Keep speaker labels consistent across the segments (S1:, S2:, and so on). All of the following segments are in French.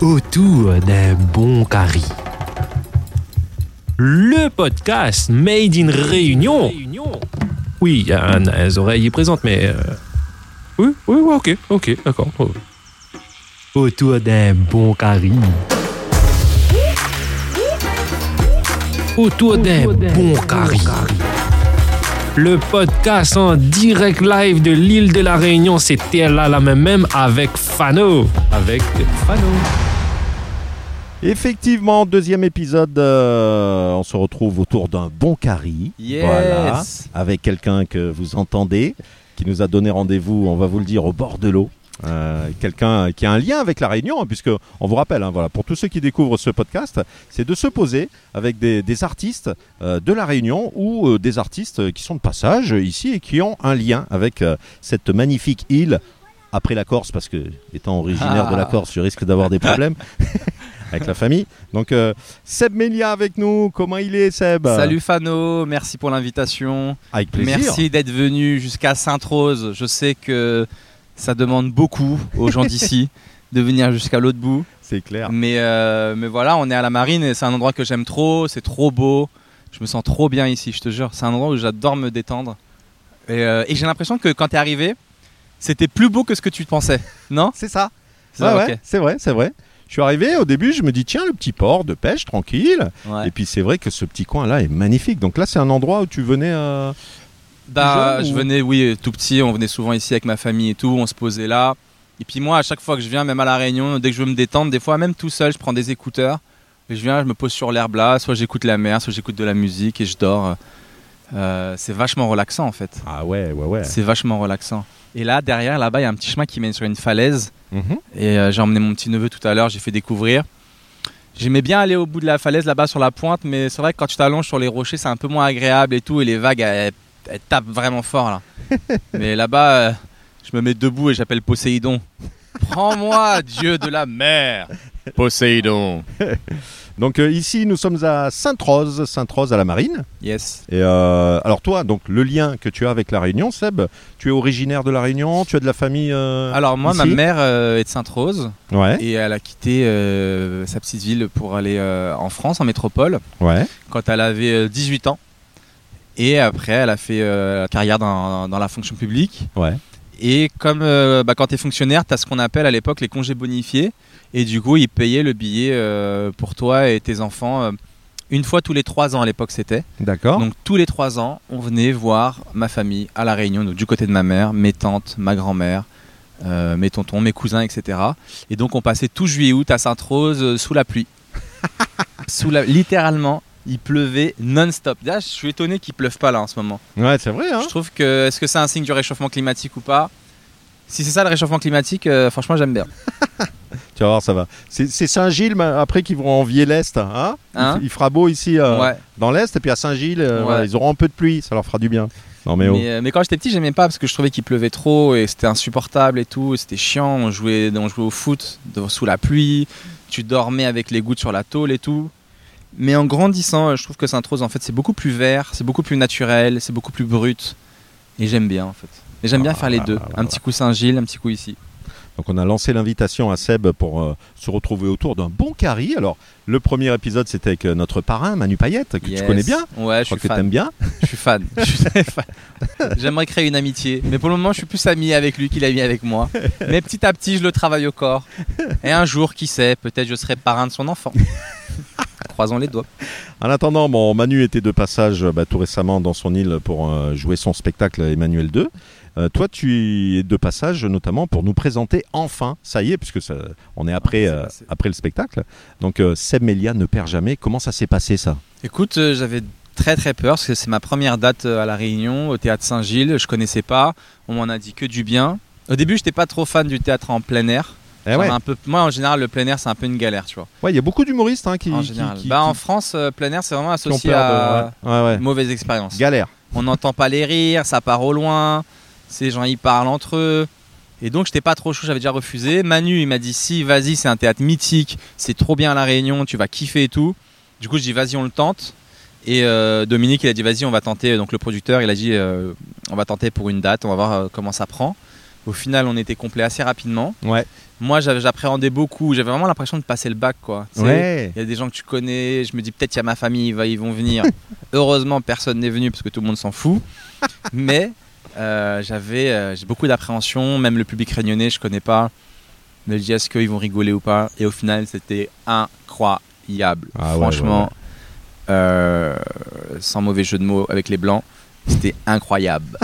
S1: autour d'un bon curry. Le podcast Made in Réunion. Oui, Anne, les oreilles y présentes, mais. euh, Oui, oui, oui, ok, ok, d'accord. oh. Autour d'un bon curry. Autour
S2: Eh
S1: d'un bon curry. Le podcast en direct live de l'île de la Réunion, c'était là la même même avec Fano. Avec Fano.
S3: Effectivement, deuxième épisode, euh, on se retrouve autour d'un bon carry.
S2: Yes.
S3: Voilà, avec quelqu'un que vous entendez, qui nous a donné rendez-vous, on va vous le dire, au bord de l'eau. Euh, quelqu'un qui a un lien avec la Réunion, hein, puisque on vous rappelle, hein, voilà, pour tous ceux qui découvrent ce podcast, c'est de se poser avec des, des artistes euh, de la Réunion ou euh, des artistes qui sont de passage ici et qui ont un lien avec euh, cette magnifique île. Après la Corse, parce que étant originaire de la
S2: Ah.
S3: Corse, je risque d'avoir des problèmes avec la famille. Donc euh, Seb Melia avec nous. Comment il est, Seb
S2: Salut Fano, merci pour l'invitation.
S3: Avec plaisir.
S2: Merci d'être venu jusqu'à Sainte-Rose. Je sais que ça demande beaucoup aux gens d'ici de venir jusqu'à l'autre bout.
S3: C'est clair.
S2: Mais, euh, mais voilà, on est à la marine et c'est un endroit que j'aime trop, c'est trop beau. Je me sens trop bien ici, je te jure. C'est un endroit où j'adore me détendre. Et, euh, et j'ai l'impression que quand t'es arrivé, c'était plus beau que ce que tu pensais, non
S3: C'est ça.
S2: C'est
S3: Ouais,
S2: ça,
S3: ouais, c'est vrai, c'est vrai. Je suis arrivé au début, je me dis tiens le petit port de pêche tranquille.
S2: ok. Ouais.
S3: Et puis c'est vrai que ce petit coin là est magnifique. Donc là c'est un endroit où tu venais. euh,
S2: Bah,
S3: jeune
S2: je
S3: ou-
S2: venais, oui, tout petit, on venait souvent ici avec ma famille et tout, on se posait là. Et puis moi, à chaque fois que je viens, même à La Réunion, dès que je veux me détendre, des fois, même tout seul, je prends des écouteurs. Et je viens, je me pose sur l'herbe là, soit j'écoute la mer, soit j'écoute de la musique et je dors. Euh, c'est vachement relaxant en fait.
S3: Ah ouais ouais ouais.
S2: C'est vachement relaxant. Et là, derrière, là-bas, il y a un petit chemin qui mène sur une falaise.
S3: Mhm.
S2: Et euh, j'ai emmené mon petit neveu tout à l'heure, j'ai fait découvrir. J'aimais bien aller au bout de la falaise là-bas sur la pointe, mais c'est vrai que quand tu t'allonges sur les rochers, c'est un peu moins agréable et tout, et les vagues, elles, elles tapent vraiment fort là. mais là-bas, euh, je me mets debout et j'appelle Poséidon. Prends-moi, dieu de la mer, Poséidon.
S3: Donc euh, ici nous sommes à Sainte-Rose, Sainte-Rose à la Marine.
S2: Yes.
S3: Et euh, alors toi donc le lien que tu as avec la Réunion, Seb, tu es originaire de la Réunion, tu as de la famille. euh,
S2: Alors moi,
S3: ici
S2: ma mère euh, est de Sainte-Rose
S3: Ouais
S2: et elle a quitté euh, sa petite ville pour aller euh, en France, en métropole.
S3: ouais.
S2: quand elle avait euh, 18 ans. Et après, elle a fait euh, carrière dans, dans la fonction publique.
S3: Ouais.
S2: Et comme euh, bah, quand tu es fonctionnaire, tu as ce qu'on appelle à l'époque les congés bonifiés. Et du coup, ils payaient le billet euh, pour toi et tes enfants euh, une fois tous les trois ans à l'époque, c'était.
S3: D'accord.
S2: Donc tous les trois ans, on venait voir ma famille à La Réunion, donc du côté de ma mère, mes tantes, ma grand-mère, euh, mes tontons, mes cousins, etc. Et donc on passait tout juillet-août à Sainte-Rose euh, sous la pluie. sous la... Littéralement, il pleuvait non-stop. D'ailleurs, je suis étonné qu'il pleuve pas là en ce moment.
S3: Ouais c'est vrai hein.
S2: Je trouve que est-ce que c'est un signe du réchauffement climatique ou pas Si c'est ça le réchauffement climatique, euh, franchement j'aime bien.
S3: Tu vas voir, ça va. C'est c'est Saint-Gilles mais après qu'ils vont envier l'Est. Hein
S2: Hein
S3: il, il fera beau ici euh,
S2: ouais.
S3: dans l'Est, et puis à Saint-Gilles, euh,
S2: Ouais.
S3: voilà, ils auront un peu de pluie, ça leur fera du bien. Non mais,
S2: Mais,
S3: oh.
S2: euh, mais quand j'étais petit, j'aimais pas parce que je trouvais qu'il pleuvait trop et c'était insupportable et tout. et C'était chiant. On jouait, on jouait au foot de- sous la pluie. Tu dormais avec les gouttes sur la tôle et tout. Mais en grandissant, euh, je trouve que Sainte-Rose, en fait, c'est beaucoup plus vert, c'est beaucoup plus naturel, c'est beaucoup plus brut. Et j'aime bien, en fait. Et j'aime bien
S3: Ah,
S2: faire les deux.
S3: ah, ah,
S2: un petit coup Saint-Gilles, un petit coup ici.
S3: Donc on a lancé l'invitation à Seb pour euh, se retrouver autour d'un bon carry. Alors le premier épisode c'était avec euh, notre parrain Manu Payette, que
S2: Yes.
S3: tu connais bien,
S2: Ouais, je
S3: je crois
S2: suis,
S3: que
S2: fan.
S3: t'aimes bien.
S2: je suis fan. Je suis très fan. J'aimerais créer une amitié. Mais pour le moment, je suis plus ami avec lui qu'il est ami avec moi. Mais petit à petit, je le travaille au corps. Et un jour, qui sait, peut-être je serai parrain de son enfant. Croisons les doigts.
S3: En attendant, bon, Manu était de passage euh, bah, tout récemment dans son île pour euh, jouer son spectacle Emmanuel 2. Euh, toi, tu es de passage notamment pour nous présenter enfin, ça y est, puisque ça- on est après,
S2: Ouais, c'est
S3: euh,
S2: Ah, passé.
S3: après le spectacle. Donc euh, Seb Melia ne perd jamais. Comment ça s'est passé ça
S2: Écoute, euh, j'avais très très peur parce que c'est ma première date euh, à La Réunion, au théâtre Saint-Gilles. Je connaissais pas. On m'en a dit que du bien. Au début, j'étais pas trop fan du théâtre en plein air.
S3: Eh
S2: J'en ai
S3: ouais,
S2: un peu... Moi, en général, le plein air, c'est un peu une galère, tu vois.
S3: Ouais, il y a beaucoup d'humoristes hein, qui,
S2: en
S3: qui-
S2: général.
S3: qui-
S2: bah, en
S3: qui-
S2: France, euh, plein air, c'est vraiment
S3: qui ont
S2: associé
S3: peur de-
S2: à
S3: ouais, ouais.
S2: mauvaise expérience.
S3: Galère.
S2: on n'entend pas les rires, ça part au loin, ces gens y parlent entre eux. Et donc j'étais pas trop chaud, j'avais déjà refusé. Manu il m'a dit si vas-y c'est un théâtre mythique, c'est trop bien à la Réunion, tu vas kiffer et tout. Du coup je dis vas-y on le tente. Et euh, Dominique il a dit vas-y on va tenter, donc le producteur il a dit euh, on va tenter pour une date, on va voir euh, comment ça prend. Au final, on était complet assez rapidement.
S3: Ouais.
S2: Moi, j'avais- j'appréhendais beaucoup. J'avais vraiment l'impression de passer le bac, quoi. Tu sais,
S3: Ouais.
S2: Il y a des gens que tu connais. Je me dis peut-être il y a ma famille, il va- ils vont venir. Heureusement, personne n'est venu parce que tout le monde s'en fout. Mais euh, j'avais euh, j'ai beaucoup d'appréhension. Même le public réunionnais, je connais pas. Je me dis est-ce qu'ils vont rigoler ou pas Et au final, c'était incroyable.
S3: Ah ouais,
S2: Franchement, euh, sans mauvais jeu de mots avec les blancs, c'était incroyable.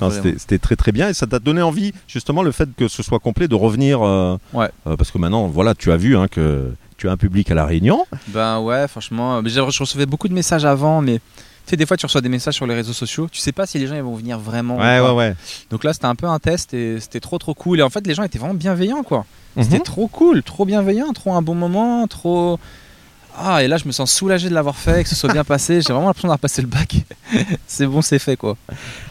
S3: Non,
S2: Vraiment.
S3: c'était c'était très très bien et ça t'a donné envie justement le fait que ce soit complet de revenir euh,
S2: Ouais.
S3: euh, parce que maintenant voilà tu as vu hein, que tu as un public à la Réunion
S2: Ben ouais, franchement, euh, mais j'ai- je recevais beaucoup de messages avant, mais tu sais, des fois tu reçois des messages sur les réseaux sociaux, tu sais pas si les gens ils vont venir vraiment. ou pas.
S3: ouais
S2: Donc là, c'était un peu un test et c'était trop trop cool. Et en fait, les gens étaient vraiment bienveillants, quoi. C'était
S3: Mhm.
S2: trop cool, trop bienveillant, trop un bon moment, trop. Ah, et là, je me sens soulagé de l'avoir fait, que ce soit bien passé. J'ai vraiment l'impression d'avoir passé le bac. c'est bon, c'est fait, quoi.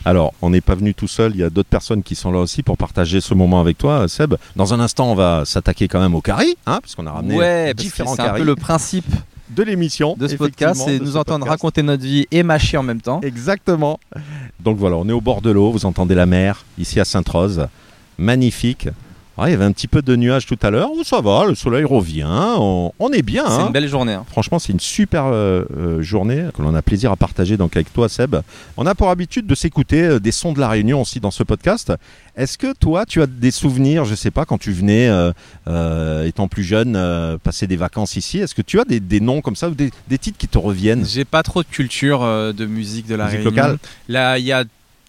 S3: alors on n'est pas venu tout seul il y a d'autres personnes qui sont là aussi pour partager ce moment avec toi Seb dans un instant on va s'attaquer quand même au carry hein, puisqu'on a ramené
S2: ouais, parce que
S3: différents
S2: c'est un
S3: carrés
S2: peu le principe
S3: de l'émission
S2: de ce podcast, c'est
S3: effectivement, de
S2: nous
S3: ce
S2: entendre
S3: podcast.
S2: raconter notre vie et mâcher en même temps.
S3: Exactement. Donc voilà, on est au bord de l'eau, vous entendez la mer, ici à Sainte-Rose. Magnifique. Ouais, il y avait un petit peu de nuages tout à l'heure. Oh, ça va, le soleil revient, on, on est bien.
S2: C'est
S3: hein.
S2: une belle journée. hein.
S3: Franchement, c'est une super euh, euh, journée que l'on a plaisir à partager donc avec toi, Seb. On a pour habitude de s'écouter euh, des sons de la Réunion aussi dans ce podcast. Est-ce que toi, tu as des souvenirs, je sais pas, quand tu venais, euh, euh, étant plus jeune, euh, passer des vacances ici Est-ce que tu as des, des noms comme ça ou des, des titres qui te reviennent
S2: J'ai pas trop de culture euh, de musique de la
S3: Musique
S2: Réunion.
S3: locale.
S2: Là, il y a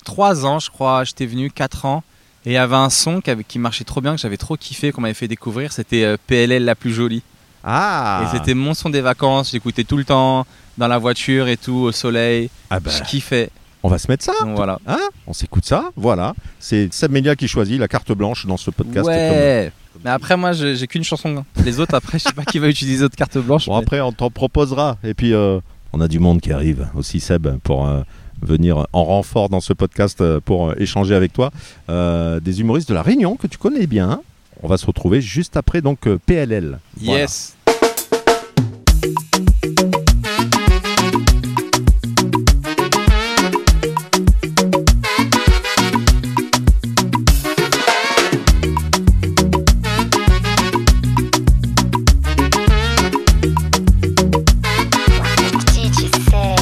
S2: trois ans, je crois, j'étais venu, quatre ans, et il y avait un son qui, avait- qui marchait trop bien, que j'avais trop kiffé, qu'on m'avait fait découvrir. C'était euh, PLL la plus jolie.
S3: Ah
S2: Et c'était mon son des vacances. J'écoutais tout le temps dans la voiture et tout au soleil.
S3: Ah bah,
S2: Je kiffais.
S3: on va se mettre ça
S2: Donc voilà.
S3: Hein On s'écoute ça, voilà. C'est Seb Melia qui choisit la carte blanche dans ce podcast.
S2: ouais. Mais après, moi, j'ai j'ai qu'une chanson. Les autres, après, je sais pas qui va utiliser d'autres cartes blanches.
S3: Bon,
S2: mais-
S3: après, on t'en proposera. Et puis, euh, on a du monde qui arrive aussi, Seb, pour euh, venir en renfort dans ce podcast euh, pour euh, échanger avec toi. Euh, des humoristes de La Réunion que tu connais bien. On va se retrouver juste après, donc, euh, PLL. Voilà.
S2: Yes.
S4: Did you say?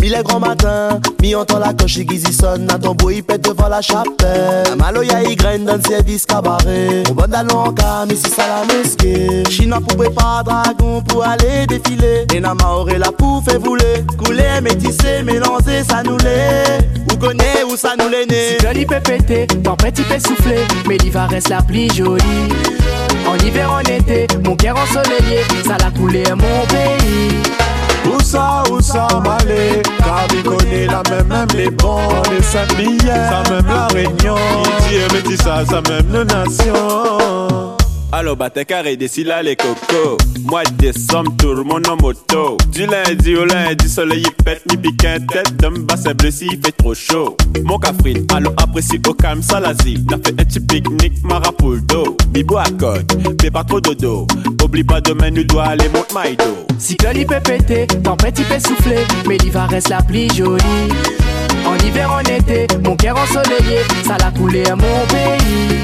S5: Mi le grand matin, mi entend la cloche qui sonne, à ton bruit pète devant la chapelle. La maloya y graine dans le service cabaret. Au bon d'allons en cas, mi si ça la mosquée. Chinois pour préparer dragon pour aller défiler. Et na maoré la pouf et voulez. Couler, métisser, mélanger, ça nous l'est. Ou connaît, ou ça nous l'est né.
S6: Si joli peut péter, tempête il peut souffler, mais l'hiver reste la plus jolie. En hiver, en été, mon cœur ensoleillé, ça l'a coulé à mon pays.
S5: Où ça, où ça m'aller Car il connaît la même, même les bons Les saint ça même la réunion Il dit eh, mais ça, ça même nos nations
S7: Alors battez carré d'ici là les cocos Mois de décembre tout le monde en moto Du lundi au lundi soleil il pète ni pique un tête d'un bas c'est bleu s'il fait trop chaud Mon cafrine alors apprécie au calme salazi N'a fait un petit pique-nique marapuldo Bibo à côte, fais pas trop dodo Oublie pas demain nous doit aller monte maïdo
S6: Si joli peut péter, tempête il peut souffler, mais l'hiver reste la plus jolie. En hiver, en été, mon cœur ensoleillé, ça l'a coulé à mon pays.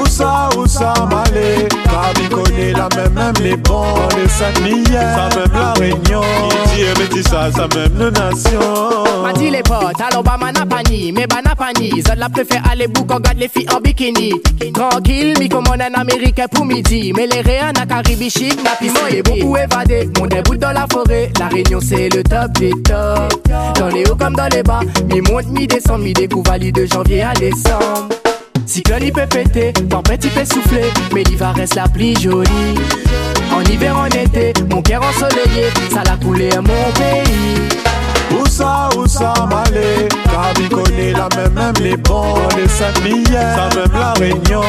S5: Où ça, où ça m'aller Car il connaît la même, même les bons Les saint ça même la réunion Il dit eh, mais ça, ça même nos nations
S6: Mati les potes, alors Obama n'a pas ni, mais bah n'a pas ni. Zod la préfère aller bouc, on garde les filles en bikini. Tranquille, mi commande un américain pour midi. Mais les réas n'a qu'à ribichine, n'a pis moi et beaucoup évadé. Mon débout dans la forêt, la réunion c'est le top des tops. Dans les hauts comme dans les bas, mi monte, mi descend, mi découvali de janvier à décembre. Cyclone il peut péter, tempête il peut souffler, mais l'hiver reste la plus jolie. En hiver, en été, mon cœur ensoleillé, ça l'a coulé à mon pays.
S5: Où ça, où ça m'aller Car il connaît la même, même les bons Les saint ça même la réunion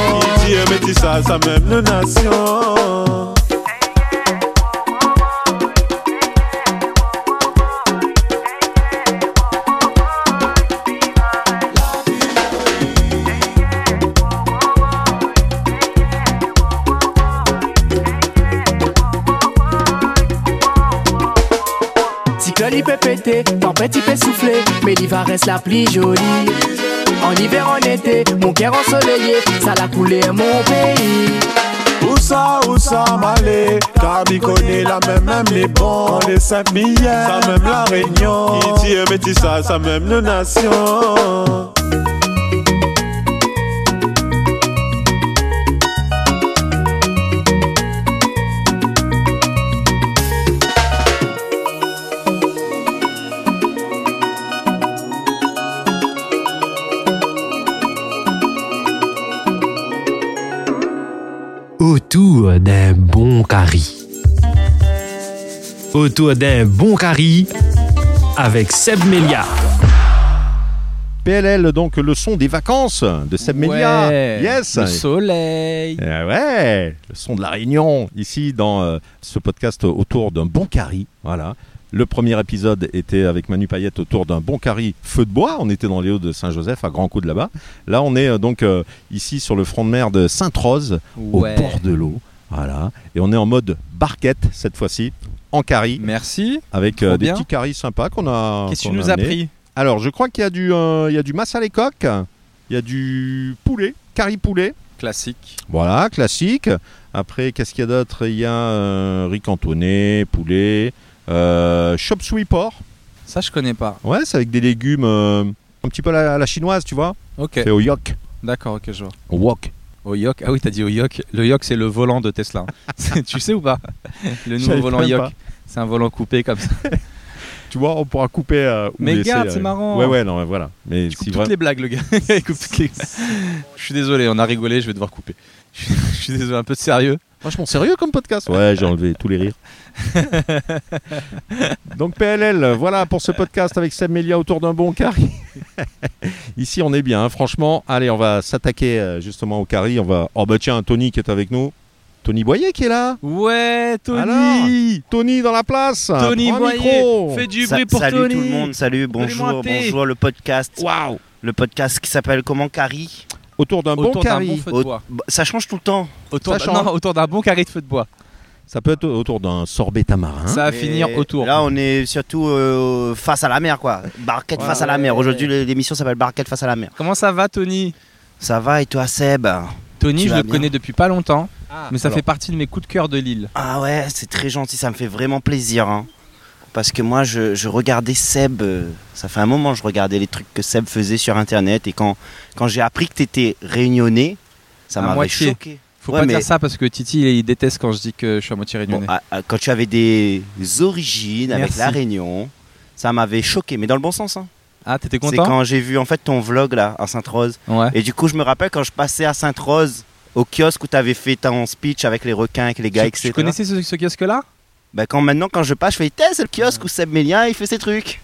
S5: Il dit eh, mais ça, ça même nos nations
S6: Cyclone il peut péter, tempête il peut souffler, mais l'hiver reste la plus jolie. En hiver, en été, mon cœur ensoleillé Ça l'a coulé mon pays
S7: Où ça, où ça m'aller Car m'y connaît la même, même les bons Les cinq billets, ça même la réunion Qui dit
S5: eh,
S7: métissage, ça même nos nations
S1: autour d'un bon curry. Autour d'un bon curry avec Seb Melia.
S3: PLL, donc le son des vacances de Seb Melia.
S2: Ouais,
S3: Yes.
S2: Le soleil.
S3: Eh ouais, le son de la Réunion, ici dans euh, ce podcast autour d'un bon carry. Voilà. Le premier épisode était avec Manu Payette autour d'un bon carry feu de bois. On était dans les Hauts-de-Saint-Joseph, à Grand Coup de là-bas. Là, on est euh, donc euh, ici sur le front de mer de Sainte-Rose,
S2: Ouais.
S3: au bord de l'eau. Voilà. Et on est en mode barquette cette fois-ci, en carry,
S2: Merci.
S3: avec euh,
S2: Trop
S3: des
S2: bien.
S3: petits carrés sympas qu'on a.
S2: Qu'est-ce que
S3: qu'on
S2: tu nous
S3: a
S2: as
S3: amenés.
S2: pris
S3: Alors, je crois qu'il y a du, euh, il y a du masse à les coques, il y a du poulet, carry poulet.
S2: Classique.
S3: Voilà, classique. Après, qu'est-ce qu'il y a d'autre Il y a euh, riz cantonné, poulet, euh, chop suey porc.
S2: Ça, je connais pas.
S3: Ouais, c'est avec des légumes euh, un petit peu à la, à la chinoise, tu vois.
S2: Ok.
S3: C'est au yok,
S2: D'accord, ok, je vois.
S3: au wok.
S2: Au yok. Ah oui, t'as dit au yok. Le yok, c'est le volant de Tesla. C'est- tu sais ou pas Le nouveau
S3: savais
S2: volant
S3: même
S2: yok.
S3: pas.
S2: C'est un volant coupé comme ça.
S3: Tu vois, on pourra couper. euh, ou
S2: Mais
S3: laisser,
S2: garde,
S3: euh,
S2: c'est marrant.
S3: Ouais, ouais, non, mais voilà. Mais
S2: Il
S3: si
S2: coupe
S3: vra-
S2: toutes les blagues, le gars. Il coupe toutes les- Je suis désolé, on a rigolé, je vais devoir couper. Je suis désolé, un peu de sérieux.
S3: Franchement, sérieux comme podcast. Ouais, j'ai enlevé tous les rires. Donc PLL, voilà pour ce podcast avec Sam Melia autour d'un bon carry. Ici, on est bien, hein, franchement. Allez, on va s'attaquer euh, justement au carry. On va. Oh bah tiens, Tony qui est avec nous. Tony Boyer qui est là.
S2: Ouais, Tony
S3: Alors Tony dans la place.
S2: Tony
S3: Ah, Prends un
S2: Boyer,
S3: micro.
S2: fais du
S4: Sa-
S2: bruit pour
S4: salut
S2: Tony.
S4: tout le monde, salut,
S2: Donnez-moi un
S4: bonjour,
S2: thé.
S4: bonjour le podcast.
S3: Waouh
S4: Le podcast qui s'appelle comment Carrie
S3: Autour d'un bon
S2: Autour d'un bon
S3: carry.
S2: feu de
S4: Au-
S2: bois.
S4: Bah, Ça change tout le temps.
S2: Autour
S3: Ça
S2: d'un-
S3: change.
S2: non, autour d'un bon carré de feu de bois.
S3: Ça peut être autour d'un sorbet tamarin.
S2: ça va
S4: Et
S2: finir autour.
S4: Là on est surtout euh, face à la mer quoi. Barquette
S2: Ouais.
S4: face à la mer. Aujourd'hui l'émission s'appelle Barquette face à la mer.
S2: Comment ça va, Tony
S4: Ça va et toi Seb
S2: Tony,
S4: Tu
S2: je
S4: vas
S2: le
S4: bien
S2: connais depuis pas longtemps,
S3: Ah.
S2: mais ça
S4: alors.
S2: fait partie de mes coups de cœur de Lille.
S4: Ah ouais c'est très gentil, ça me fait vraiment plaisir. hein. Parce que moi je, je regardais Seb, euh, ça fait un moment je regardais les trucs que Seb faisait sur internet et quand, quand j'ai appris que t'étais réunionnais, ça
S2: À
S4: m'avait
S2: moitié.
S4: choqué.
S2: Faut
S4: Ouais,
S2: pas
S4: mais-
S2: dire ça parce que Titi, il déteste quand je dis que je suis à moitié
S4: Bon,
S2: réunionnais.
S4: à- à- quand tu avais des origines avec
S2: Merci.
S4: la Réunion, ça m'avait choqué, mais dans le bon sens. hein.
S2: ah, t'étais
S4: C'est
S2: content
S4: quand j'ai vu en fait ton vlog là à Sainte-Rose.
S2: Ouais.
S4: Et du coup, je me rappelle quand je passais à Sainte-Rose au kiosque où tu avais fait ton speech avec les requins, avec les gars,
S2: Tu-
S4: etc.
S2: tu connaissais ce, ce kiosque-là
S4: Bah, quand maintenant, quand je passe, je fais Tiens, c'est le kiosque où Seb Mélia il fait ses trucs.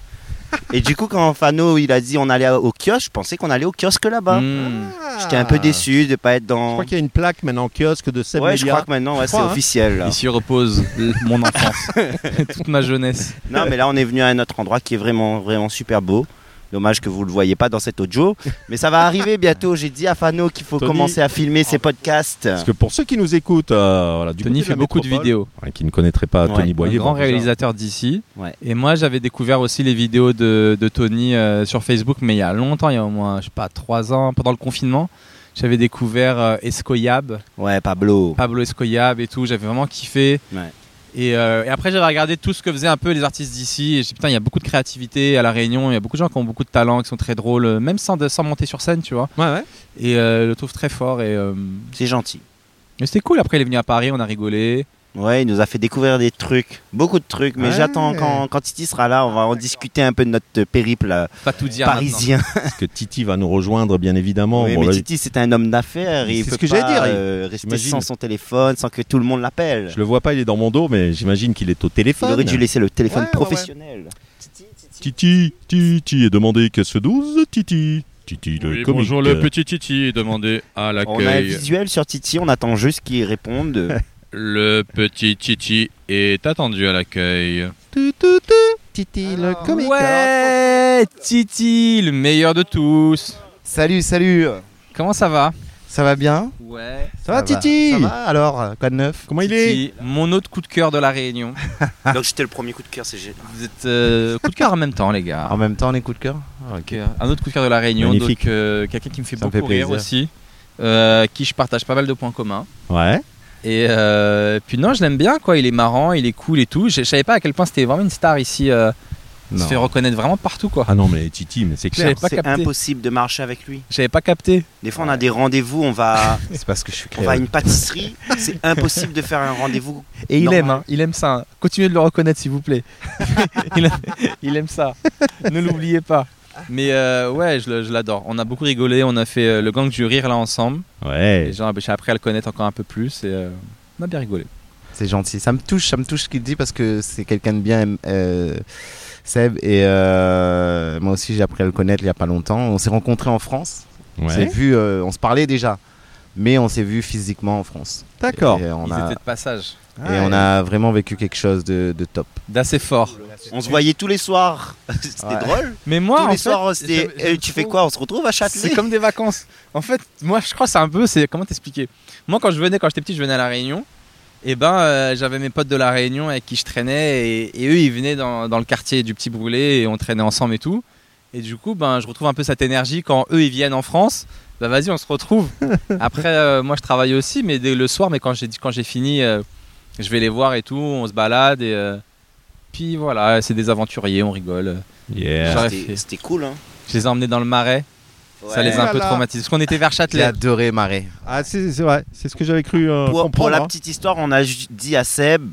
S4: Et du coup, quand Fano il a dit on allait au kiosque, je pensais qu'on allait au kiosque là-bas.
S2: Hmm.
S4: J'étais un peu déçu de pas être
S3: Je
S4: dans.
S3: crois qu'il y a une plaque maintenant en kiosque de Seb
S4: Ouais,
S3: Melia.
S4: je crois que maintenant,
S3: Je
S4: ouais, c'est
S3: crois, hein.
S4: officiel. là.
S2: Ici repose l- mon enfance, toute ma jeunesse.
S4: Non, mais là, on est venu à un autre endroit qui est vraiment, vraiment super beau. Dommage que vous ne le voyez pas dans cet audio. Mais ça va arriver bientôt. J'ai dit à Fano qu'il faut
S3: Tony.
S4: commencer à filmer ses podcasts.
S3: Parce que pour ceux qui nous écoutent, euh, voilà, du
S2: Tony
S3: côté
S2: fait
S3: la
S2: beaucoup de
S3: métropole,
S2: vidéos.
S3: hein, qui ne connaîtraient pas
S4: Ouais.
S3: Tony Boyer.
S2: un grand
S3: bon, déjà.
S2: réalisateur d'ici.
S4: Ouais.
S2: Et moi, j'avais découvert aussi les vidéos de, de Tony euh, sur Facebook, mais il y a longtemps, il y a au moins, je sais pas, trois ans, pendant le confinement. J'avais découvert euh, Escoyab,
S4: Ouais, Pablo.
S2: Pablo Escoyab et tout. J'avais vraiment kiffé.
S4: Oh. Ouais.
S2: Et, euh, et après, j'avais regardé tout ce que faisaient un peu les artistes d'ici. Et j'ai dit, putain, il y a beaucoup de créativité à La Réunion. Il y a beaucoup de gens qui ont beaucoup de talent, qui sont très drôles, euh, même sans, de- sans monter sur scène, tu vois.
S3: Ouais, ouais.
S2: Et euh, je le trouve très fort. Et, euh,
S4: C'est gentil.
S2: et c'était cool. Après, il est venu à Paris, on a rigolé.
S4: Ouais, il nous a fait découvrir des trucs. Beaucoup de trucs. Mais
S3: Ouais.
S4: j'attends quand, quand Titi sera là, on va en discuter un peu de notre périple euh,
S2: Pas tout dire. maintenant.
S4: parisien.
S3: Parce que Titi va nous rejoindre, bien évidemment.
S4: Oui,
S3: Bon,
S2: bah
S4: mais
S3: là,
S4: Titi, c'est un homme d'affaires.
S3: Mais
S4: Il
S3: c'est
S4: peut
S3: ce que
S4: pas,
S3: j'allais dire, il-
S4: euh, rester
S3: j'imagine.
S4: sans son téléphone, sans que tout le monde l'appelle.
S3: je le vois pas, il est dans mon dos, mais j'imagine qu'il est au
S4: Il
S3: téléphone.
S4: aurait dû laisser le téléphone
S3: Ouais, ouais, ouais.
S4: professionnel.
S3: Titi, Titi, et demandez que ce 12, Titi. Titi, le comique.
S8: petit Titi est demandé à
S4: On a un visuel sur Titi, on attend juste qu'il réponde.
S8: Le petit Titi est attendu à l'accueil.
S3: Tu, tu, tu. Titi, le comique.
S2: Ouais, Titi, le meilleur de tous.
S9: Salut, salut
S2: Comment ça va
S9: Ça va bien
S2: Ouais.
S9: Ça, va,
S3: Ça va.
S9: Titi
S3: Ça
S9: va Alors, quoi de neuf
S3: Comment il est
S2: Titi, Mon autre coup de cœur de la Réunion.
S4: Donc j'étais le premier coup de cœur, c'est génial.
S2: Vous êtes euh, coup de cœur en même temps, les gars.
S9: En même temps, les coups de cœur Ah,
S2: Ok. Un autre coup de cœur de la Réunion,
S3: Magnifique.
S2: donc euh, quelqu'un qui me fait
S3: Ça me
S2: beaucoup
S3: fait plaisir.
S2: rire aussi, euh, qui je partage pas mal de points communs.
S3: Ouais.
S2: Et euh, puis non, je l'aime bien, quoi. Il est marrant, il est cool et tout. Je, je savais pas à quel point c'était vraiment une star ici. euh, il se
S3: Non.
S2: fait reconnaître vraiment partout, quoi.
S3: Ah non, mais Titi, mais c'est
S2: Je l'avais
S3: clair.
S2: pas
S4: C'est
S2: capté.
S4: impossible de marcher avec lui.
S2: J'avais pas capté.
S4: Des fois, on a des rendez-vous, on va,
S9: C'est parce que je suis
S4: on va à
S9: créé.
S4: une pâtisserie, c'est impossible de faire un rendez-vous.
S2: Et il
S4: Normal.
S2: aime, hein, il aime ça. hein. Continuez de le reconnaître, s'il vous plaît. il, a- il aime ça. Ne l'oubliez pas. Mais euh, ouais, je, le- je l'adore. On a beaucoup rigolé. On a fait euh, le gang du rire là ensemble. Et
S3: Ouais.
S2: genre, bah, j'ai appris à le connaître encore un peu plus. Et euh, on a bien rigolé.
S9: C'est gentil. Ça me touche, ça me touche ce qu'il dit parce que c'est quelqu'un de bien, euh, Seb. Et euh, moi aussi, j'ai appris à le connaître il n'y a pas longtemps. On s'est rencontrés en France. On s'est
S3: Ouais.
S9: vu, euh, on se parlait déjà. Mais on s'est vu physiquement en France.
S3: D'accord.
S9: Et on,
S2: Ils
S9: a,
S2: étaient de passage. Ah,
S9: et on a vraiment vécu quelque chose de, de top.
S2: D'assez fort.
S4: On se voyait tous les soirs, c'était
S9: Ouais.
S4: drôle.
S2: hein. Mais moi,
S4: tous
S2: en
S4: les
S2: fait,
S4: soirs, c'était.
S2: j'aime- j'aime
S4: eh, tu fais
S2: trop-
S4: quoi On se retrouve à Châtelet
S2: C'est comme des vacances. En fait, moi, je crois que c'est un peu. C'est comment t'expliquer Moi, quand je venais, quand j'étais petit, je venais à la Réunion. Et ben, euh, j'avais mes potes de la Réunion avec qui je traînais, et, et eux, ils venaient dans, dans le quartier du Petit Brûlé, et on traînait ensemble et tout. Et du coup, ben, je retrouve un peu cette énergie quand eux, ils viennent en France. Bah vas-y, on se retrouve. Après, euh, moi, je travaille aussi, mais dès le soir, mais quand j'ai quand j'ai fini, euh, je vais les voir et tout. On se balade et euh, puis voilà, c'est des aventuriers, on rigole.
S3: Yeah.
S2: j'aurais
S4: C'était-
S2: fait.
S4: C'était cool, hein.
S2: Je les ai emmenés dans le marais. Ça les a un peu
S3: Voilà.
S2: traumatisés. Parce qu'on était vers
S9: Oh J'ai
S2: Châtelet.
S9: adoré Marais.
S3: Ah, c'est c'est vrai. C'est ce que j'avais cru euh,
S4: pour, pour
S3: comprendre.
S4: la
S3: hein.
S4: petite histoire, on a ju- dit à Seb,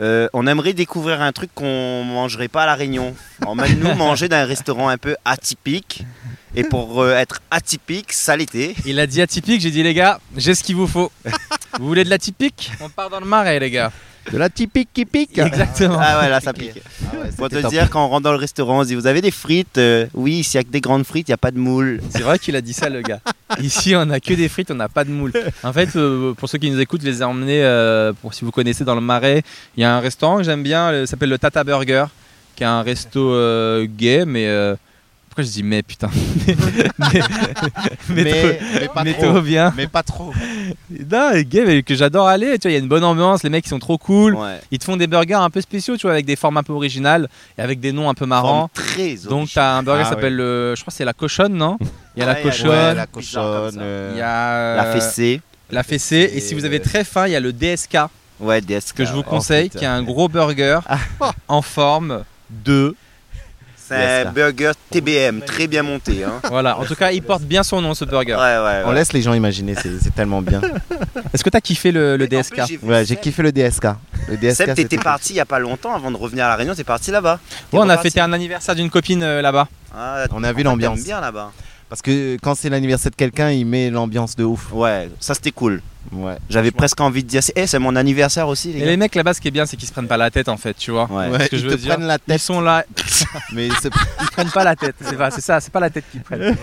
S4: euh, on aimerait découvrir un truc qu'on mangerait pas à la Réunion. Emmène-nous manger dans un restaurant un peu atypique. Et pour euh, être atypique, ça l'était.
S2: Il a dit atypique, j'ai dit les gars, j'ai ce qu'il vous faut. vous voulez de l'atypique On part dans le marais les gars.
S3: De la typique qui pique.
S2: Exactement.
S4: Ah ouais, là ça pique. Pour te
S9: top.
S4: dire, quand on rentre dans le restaurant, on se dit Vous avez des frites Euh, Oui, s'il y a que des grandes frites, il n'y a pas de moules.
S2: C'est vrai qu'il a dit ça le gars. Ici on a que des frites, on n'a pas de moules. En fait, euh, pour ceux qui nous écoutent, je les ai emmenés, euh, pour, si vous connaissez dans le marais, il y a un restaurant que j'aime bien, euh, ça s'appelle le Tata Burger, qui est un resto euh, gay, mais... euh, pourquoi je dis mais putain Mais, mais,
S9: Mais, mais pas
S2: mais
S9: trop.
S2: trop bien.
S9: Mais pas trop.
S2: Non, gay, mais que j'adore aller, tu vois, il y a une bonne ambiance, les mecs ils sont trop cool.
S4: Ouais.
S2: Ils te font des burgers un peu spéciaux, tu vois, avec des formes un peu originales et avec des noms un peu marrants.
S4: Forme Très
S2: Donc, t'as un burger
S9: Ah,
S2: qui s'appelle, euh, je crois, que c'est la cochonne, non Il y a la
S4: Ouais,
S2: cochonne,
S9: Ouais,
S4: Bizarre
S9: la
S4: comme
S9: cochonne.
S4: ça.
S9: euh,
S2: il y a euh,
S4: La fessée.
S2: la fessée. Et si vous avez très faim, il y a le DSK
S4: Ouais, DSK.
S2: que je vous
S4: ouais.
S2: conseille,
S9: putain.
S2: qui est un gros burger en forme de.
S4: Ah. C'est un
S9: DSK.
S4: burger TBM, très bien monté. Hein.
S2: Voilà, en tout cas, il porte bien son nom ce
S4: Ouais,
S2: burger.
S4: ouais.
S9: On
S4: ouais.
S9: laisse les gens imaginer, c'est c'est tellement bien.
S2: Est-ce que t'as kiffé le, le
S4: Mais en
S2: DSK
S4: plus, vu
S9: Ouais, j'ai
S4: Seb.
S9: kiffé le DSK. Le DSK,
S4: Seb,
S9: c'était-
S4: t'étais parti il y a pas longtemps avant de revenir à la Réunion, t'es parti là-bas. T'es
S2: Ouais, on a
S4: reparti.
S2: fêté un anniversaire d'une copine euh, là-bas.
S4: Ah,
S9: On a vu
S4: t'aimes
S9: l'ambiance.
S4: bien là-bas.
S9: Parce que quand c'est l'anniversaire de quelqu'un, il met l'ambiance de ouf.
S4: Ouais, ça c'était cool.
S9: Ouais.
S4: J'avais presque envie de dire Eh, c'est mon anniversaire aussi,
S2: Et
S4: les
S2: les
S4: gars.
S2: mecs là-bas, ce qui est bien, c'est qu'ils se prennent pas la tête en fait, tu vois.
S4: Ouais.
S2: Ce que
S9: ils
S2: je
S9: te
S2: veux dire.
S9: prennent la
S2: Ils
S9: tête,
S2: sont là,
S9: mais ils se-
S2: Ils prennent pas la tête, c'est pas- c'est ça, c'est pas la tête qu'ils prennent.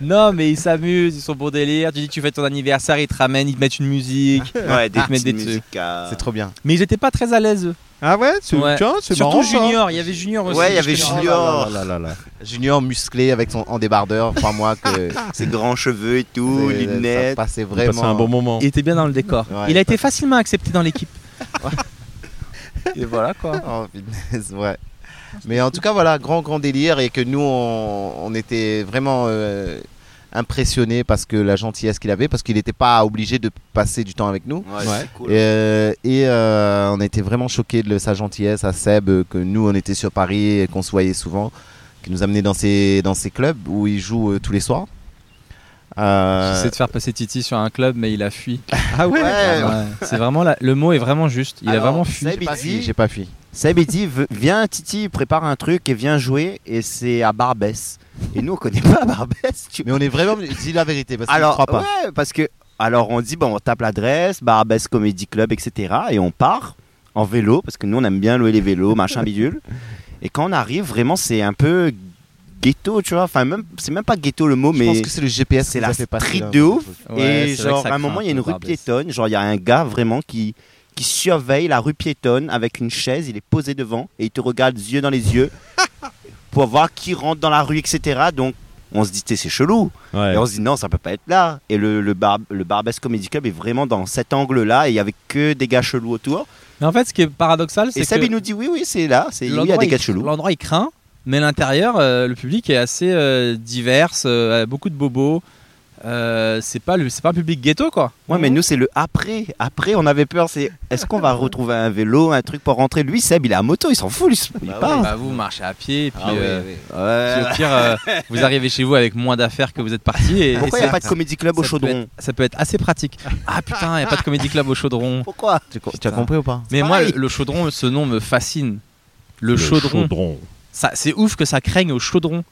S2: Non, mais ils s'amusent, ils sont pour délire. Tu dis, tu fais ton anniversaire, ils te ramènent, ils te mettent une musique.
S4: Ouais, des
S2: Ah, mais
S4: petites
S2: des
S4: musiques. euh,
S9: c'est trop bien.
S2: Mais ils étaient pas très à l'aise. eux.
S3: Ah ouais, c'est
S2: Ouais.
S3: tiens, c'est
S2: Surtout
S3: marrant, ça.
S2: Junior, il y avait Junior aussi.
S4: Ouais, il y avait
S2: Je connais-
S4: Junior.
S9: Oh là là là là. Junior musclé avec son en débardeur, enfin moi que
S4: Ses grands cheveux et tout,
S9: c'est-
S4: lunettes.
S9: Ça passait
S3: On passait
S9: vraiment.
S3: un bon moment.
S2: Il était bien dans le décor.
S9: Ouais,
S2: il a
S9: il
S2: été facilement accepté dans l'équipe. Et voilà quoi.
S9: Oh, punaise, ouais. Mais en tout cas voilà, grand grand délire et que nous on, on était vraiment euh, impressionnés parce que la gentillesse qu'il avait, parce qu'il n'était pas obligé de passer du temps avec nous.
S4: Ouais,
S3: Ouais.
S4: c'est cool.
S9: Et, euh, et, euh, on était vraiment choqués de le- sa gentillesse à Seb, euh, que nous on était sur Paris et qu'on se voyait souvent, qui nous amenait dans ses, dans ses clubs où il joue euh, tous les soirs. Euh,
S2: J'essaie de faire passer Titi sur un club, mais il a fui.
S3: Ah ouais.
S4: Ouais,
S2: Ouais, c'est vraiment la- le mot est vraiment juste. Il
S4: Alors,
S2: a vraiment fui.
S4: Seb,
S9: j'ai pas
S4: il
S9: fui,
S4: dit-
S9: j'ai pas fui.
S4: Seb il dit v- viens Titi prépare un truc et viens jouer et c'est à Barbès et nous on connaît pas Barbès tu
S9: Mais on est vraiment. Dis la vérité parce que je
S4: alors
S9: crois pas.
S4: ouais parce que alors on dit bon on tape l'adresse Barbès Comedy Club etc et on part en vélo parce que nous on aime bien louer les vélos machin bidule et quand on arrive vraiment c'est un peu ghetto tu vois enfin même c'est même pas ghetto le mot
S9: Je
S4: mais
S9: pense que c'est le GPS qui
S4: c'est
S9: nous a
S4: la
S9: fait passer
S4: street
S9: là.
S4: de ouf.
S2: Ouais,
S4: et
S2: c'est vrai que
S4: genre,
S2: ça
S4: à un
S2: craint
S4: moment, il y a une
S2: peu,
S4: rue
S2: Barbès.
S4: piétonne. Genre, il y a un gars vraiment qui, qui surveille la rue piétonne avec une chaise. Il est posé devant et il te regarde yeux dans les yeux pour voir qui rentre dans la rue, etc. Donc, on se dit, T'es, c'est chelou.
S3: Ouais.
S4: Et on se dit, non, ça peut pas être là. Et le, le, bar, le Barbès Comedy Club est vraiment dans cet angle-là et il y avait que des gars chelous autour.
S2: Mais en fait, ce qui est paradoxal, c'est
S4: Et Seb,
S2: que
S4: il nous dit, oui, oui, c'est là. C'est, oui, il y a
S2: l'endroit,
S4: des gars chelous.
S2: L'endroit, il craint, mais l'intérieur, euh, le public est assez euh, divers, euh, beaucoup de bobos. Euh, c'est pas le, c'est pas un public ghetto quoi.
S4: Ouais, mais nous, c'est le après. Après, on avait peur. C'est est-ce qu'on va retrouver un vélo, un truc pour rentrer Lui, Seb, il est à moto, il s'en fout. Il, il part.
S2: Bah, vous marchez à pied et puis,
S4: Ah oui,
S2: euh,
S4: oui.
S2: puis
S4: Ouais.
S2: au pire, euh, vous arrivez chez vous avec moins d'affaires que vous êtes parti. Et,
S4: Pourquoi
S2: et
S4: il n'y
S2: ça-
S4: a pas de comédie club au
S2: ça peut
S4: chaudron
S2: être- Ça peut être assez pratique. Ah putain, il n'y a pas de comédie club au chaudron.
S4: Pourquoi
S9: Tu, co- tu as compris ou pas
S2: Mais moi,
S4: pareil.
S2: le chaudron, ce nom me fascine. Le, chaudron,
S3: chaudron.
S2: Ça, c'est ouf que ça craigne au chaudron.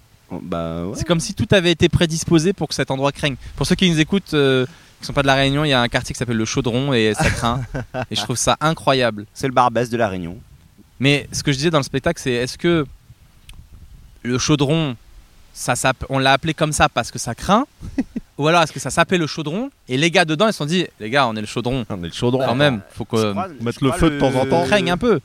S4: Bah ouais.
S2: C'est comme si tout avait été prédisposé pour que cet endroit craigne. Pour ceux qui nous écoutent, euh, qui sont pas de la Réunion, il y a un quartier qui s'appelle le Chaudron et ça craint. et je trouve ça incroyable.
S4: C'est le Barbès de la Réunion.
S2: Mais ce que je disais dans le spectacle, c'est est-ce que le Chaudron, ça, s'app- on l'a appelé comme ça parce que ça craint, ou alors est-ce que ça s'appelait le Chaudron et les gars dedans ils se sont dit les gars on est le Chaudron
S3: On est le chaudron.
S2: quand même, faut
S4: Je
S2: qu'on
S4: crois-
S3: mettre
S4: je
S3: le
S4: crois
S3: feu de temps en temps.
S2: craigne un peu.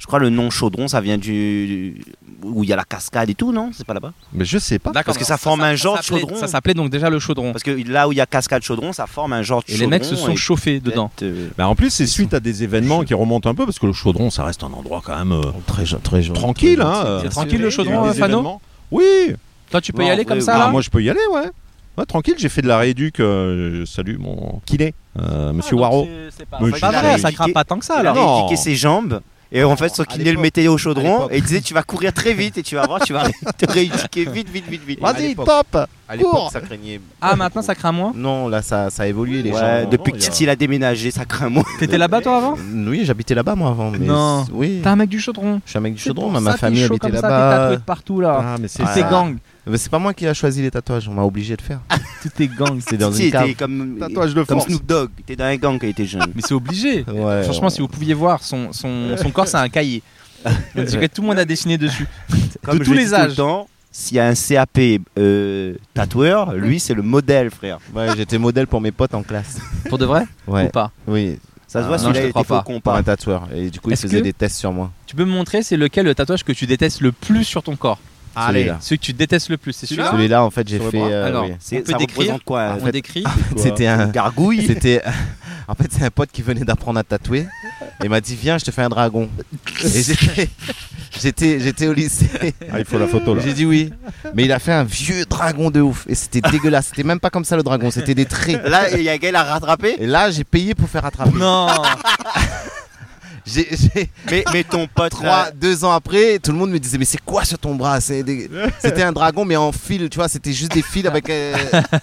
S4: Je crois le nom chaudron, ça vient du où il y a la cascade et tout, non C'est pas là-bas
S3: Mais je sais pas.
S2: D'accord,
S4: parce que
S2: non,
S4: ça forme un genre de
S2: s'appelait-
S4: chaudron.
S2: Ça s'appelait donc déjà le Chaudron.
S4: Parce que là où il y a cascade chaudron, ça forme un genre de
S2: Et
S4: chaudron.
S2: les mecs se sont
S4: et
S2: chauffés
S4: peut-être,
S2: dedans.
S4: euh,
S3: Bah en plus, c'est suite à des événements qui remontent un peu parce que le chaudron, ça reste un endroit quand même euh,
S9: Très, gen- très gentil.
S3: tranquille. Hein, euh,
S2: C'est tranquille, le chaudron,
S3: il y a eu
S2: euh,
S3: des
S2: Fano
S3: événements. Oui.
S2: Toi tu peux
S4: Non,
S2: y aller
S4: en
S2: comme
S4: vrai,
S2: ça
S4: oui.
S3: Ah,
S2: là
S3: moi, je peux y aller, ouais. Ouais, tranquille, j'ai fait de la rééduque. euh, je salue mon kiné, euh, monsieur
S2: Ah, donc
S3: Waro.
S2: c'est- C'est pas,
S3: Mais
S2: c'est pas
S3: je-
S2: vrai,
S3: je-
S2: Ah, ça craint pas tant que ça
S4: Il
S2: alors.
S3: Non.
S4: avait piqué ses jambes. Et en fait, son kiné le mettait au chaudron et il disait Tu vas courir très vite et tu vas voir, tu vas te rééduquer vite, vite, vite, vite.
S9: À
S3: Vas-y,
S9: l'époque.
S3: top
S9: À l'époque,
S3: Cours
S9: ça craignait.
S2: Ah, maintenant ça craint moins
S9: Non, là, ça, ça a évolué les
S4: Ouais,
S9: gens.
S4: depuis
S3: non,
S4: que
S3: il y a-
S4: Titi a déménagé, ça craint moins.
S2: T'étais là-bas toi avant
S9: Oui, j'habitais là-bas moi avant. Mais
S2: Non.
S9: c- Oui.
S2: T'es un mec du
S3: Euh,
S2: chaudron.
S9: Je suis un mec du
S2: C'est
S9: chaudron,
S2: pour
S9: ma,
S2: ça
S9: ma
S2: que t'es
S9: famille
S2: chaud
S9: habitait
S2: comme ça, T'es tatoué
S9: là-bas.
S2: de partout là.
S3: Ah, mais c'est
S2: Toutes tes
S9: Ah.
S2: gangs.
S9: Mais c'est pas moi qui a choisi les tatouages, on m'a obligé de faire.
S2: Toutes tes gangs.
S9: C'est dans
S4: Titi
S9: une cave.
S4: était comme,
S3: Tatouage de
S4: comme
S3: force.
S4: Snoop Dogg, t'es dans un gang quand il était jeune.
S2: Mais c'est obligé.
S9: Ouais,
S2: Franchement,
S9: on-
S2: si vous pouviez voir, son, son, son corps c'est un cahier. On dirait que tout le monde a dessiné dessus.
S4: Comme
S2: de
S4: je
S2: tous
S4: le
S2: les
S4: dis tout le
S2: âges.
S4: temps, S'il y a un CAP euh, tatoueur, lui c'est le modèle, frère.
S9: Ouais, j'étais modèle pour mes potes en classe.
S2: Pour de vrai
S9: Ouais.
S2: ou pas
S9: Oui,
S4: Ça se voit,
S2: Ah, non, je
S4: celui-là il
S2: te
S4: était
S2: crois pas.
S4: faux
S9: pour
S4: compas.
S9: un tatoueur. Et du coup, il
S2: Est-ce
S9: faisait
S2: que-
S9: des tests sur moi.
S2: Tu peux me montrer c'est lequel le tatouage que tu détestes le plus sur ton corps
S9: Allez.
S2: Celui que tu détestes le plus, c'est celui-là
S9: Celui-là, en fait, j'ai
S3: Ah, Sur le
S9: fait.
S3: bras
S9: euh,
S2: Alors,
S9: oui.
S4: C'est-
S2: On peut
S4: ça
S2: décrire
S4: représente quoi
S2: On
S4: hein
S9: fait-
S2: décrit.
S9: C'était un.
S4: Une Gargouille
S9: C'était. En fait, c'est un pote qui venait d'apprendre à tatouer. Et il m'a dit Viens, je te fais un dragon. Et j'étais- j'étais j'étais au lycée.
S3: Ah, il faut la photo là.
S9: J'ai dit oui. Mais il a fait un vieux dragon de ouf. Et c'était dégueulasse. C'était même pas comme ça le dragon, c'était des traits.
S4: Là, il y a un gars, il a rattrapé.
S9: Et là, j'ai payé pour faire attraper.
S2: Non
S9: J'ai- j'ai-
S4: Mais, mais ton pote,
S9: Trois,
S4: là,
S9: deux ans après, tout le monde me disait Mais c'est quoi sur ton bras C'est des- C'était un dragon, mais en fil, tu vois. C'était juste des fils avec euh,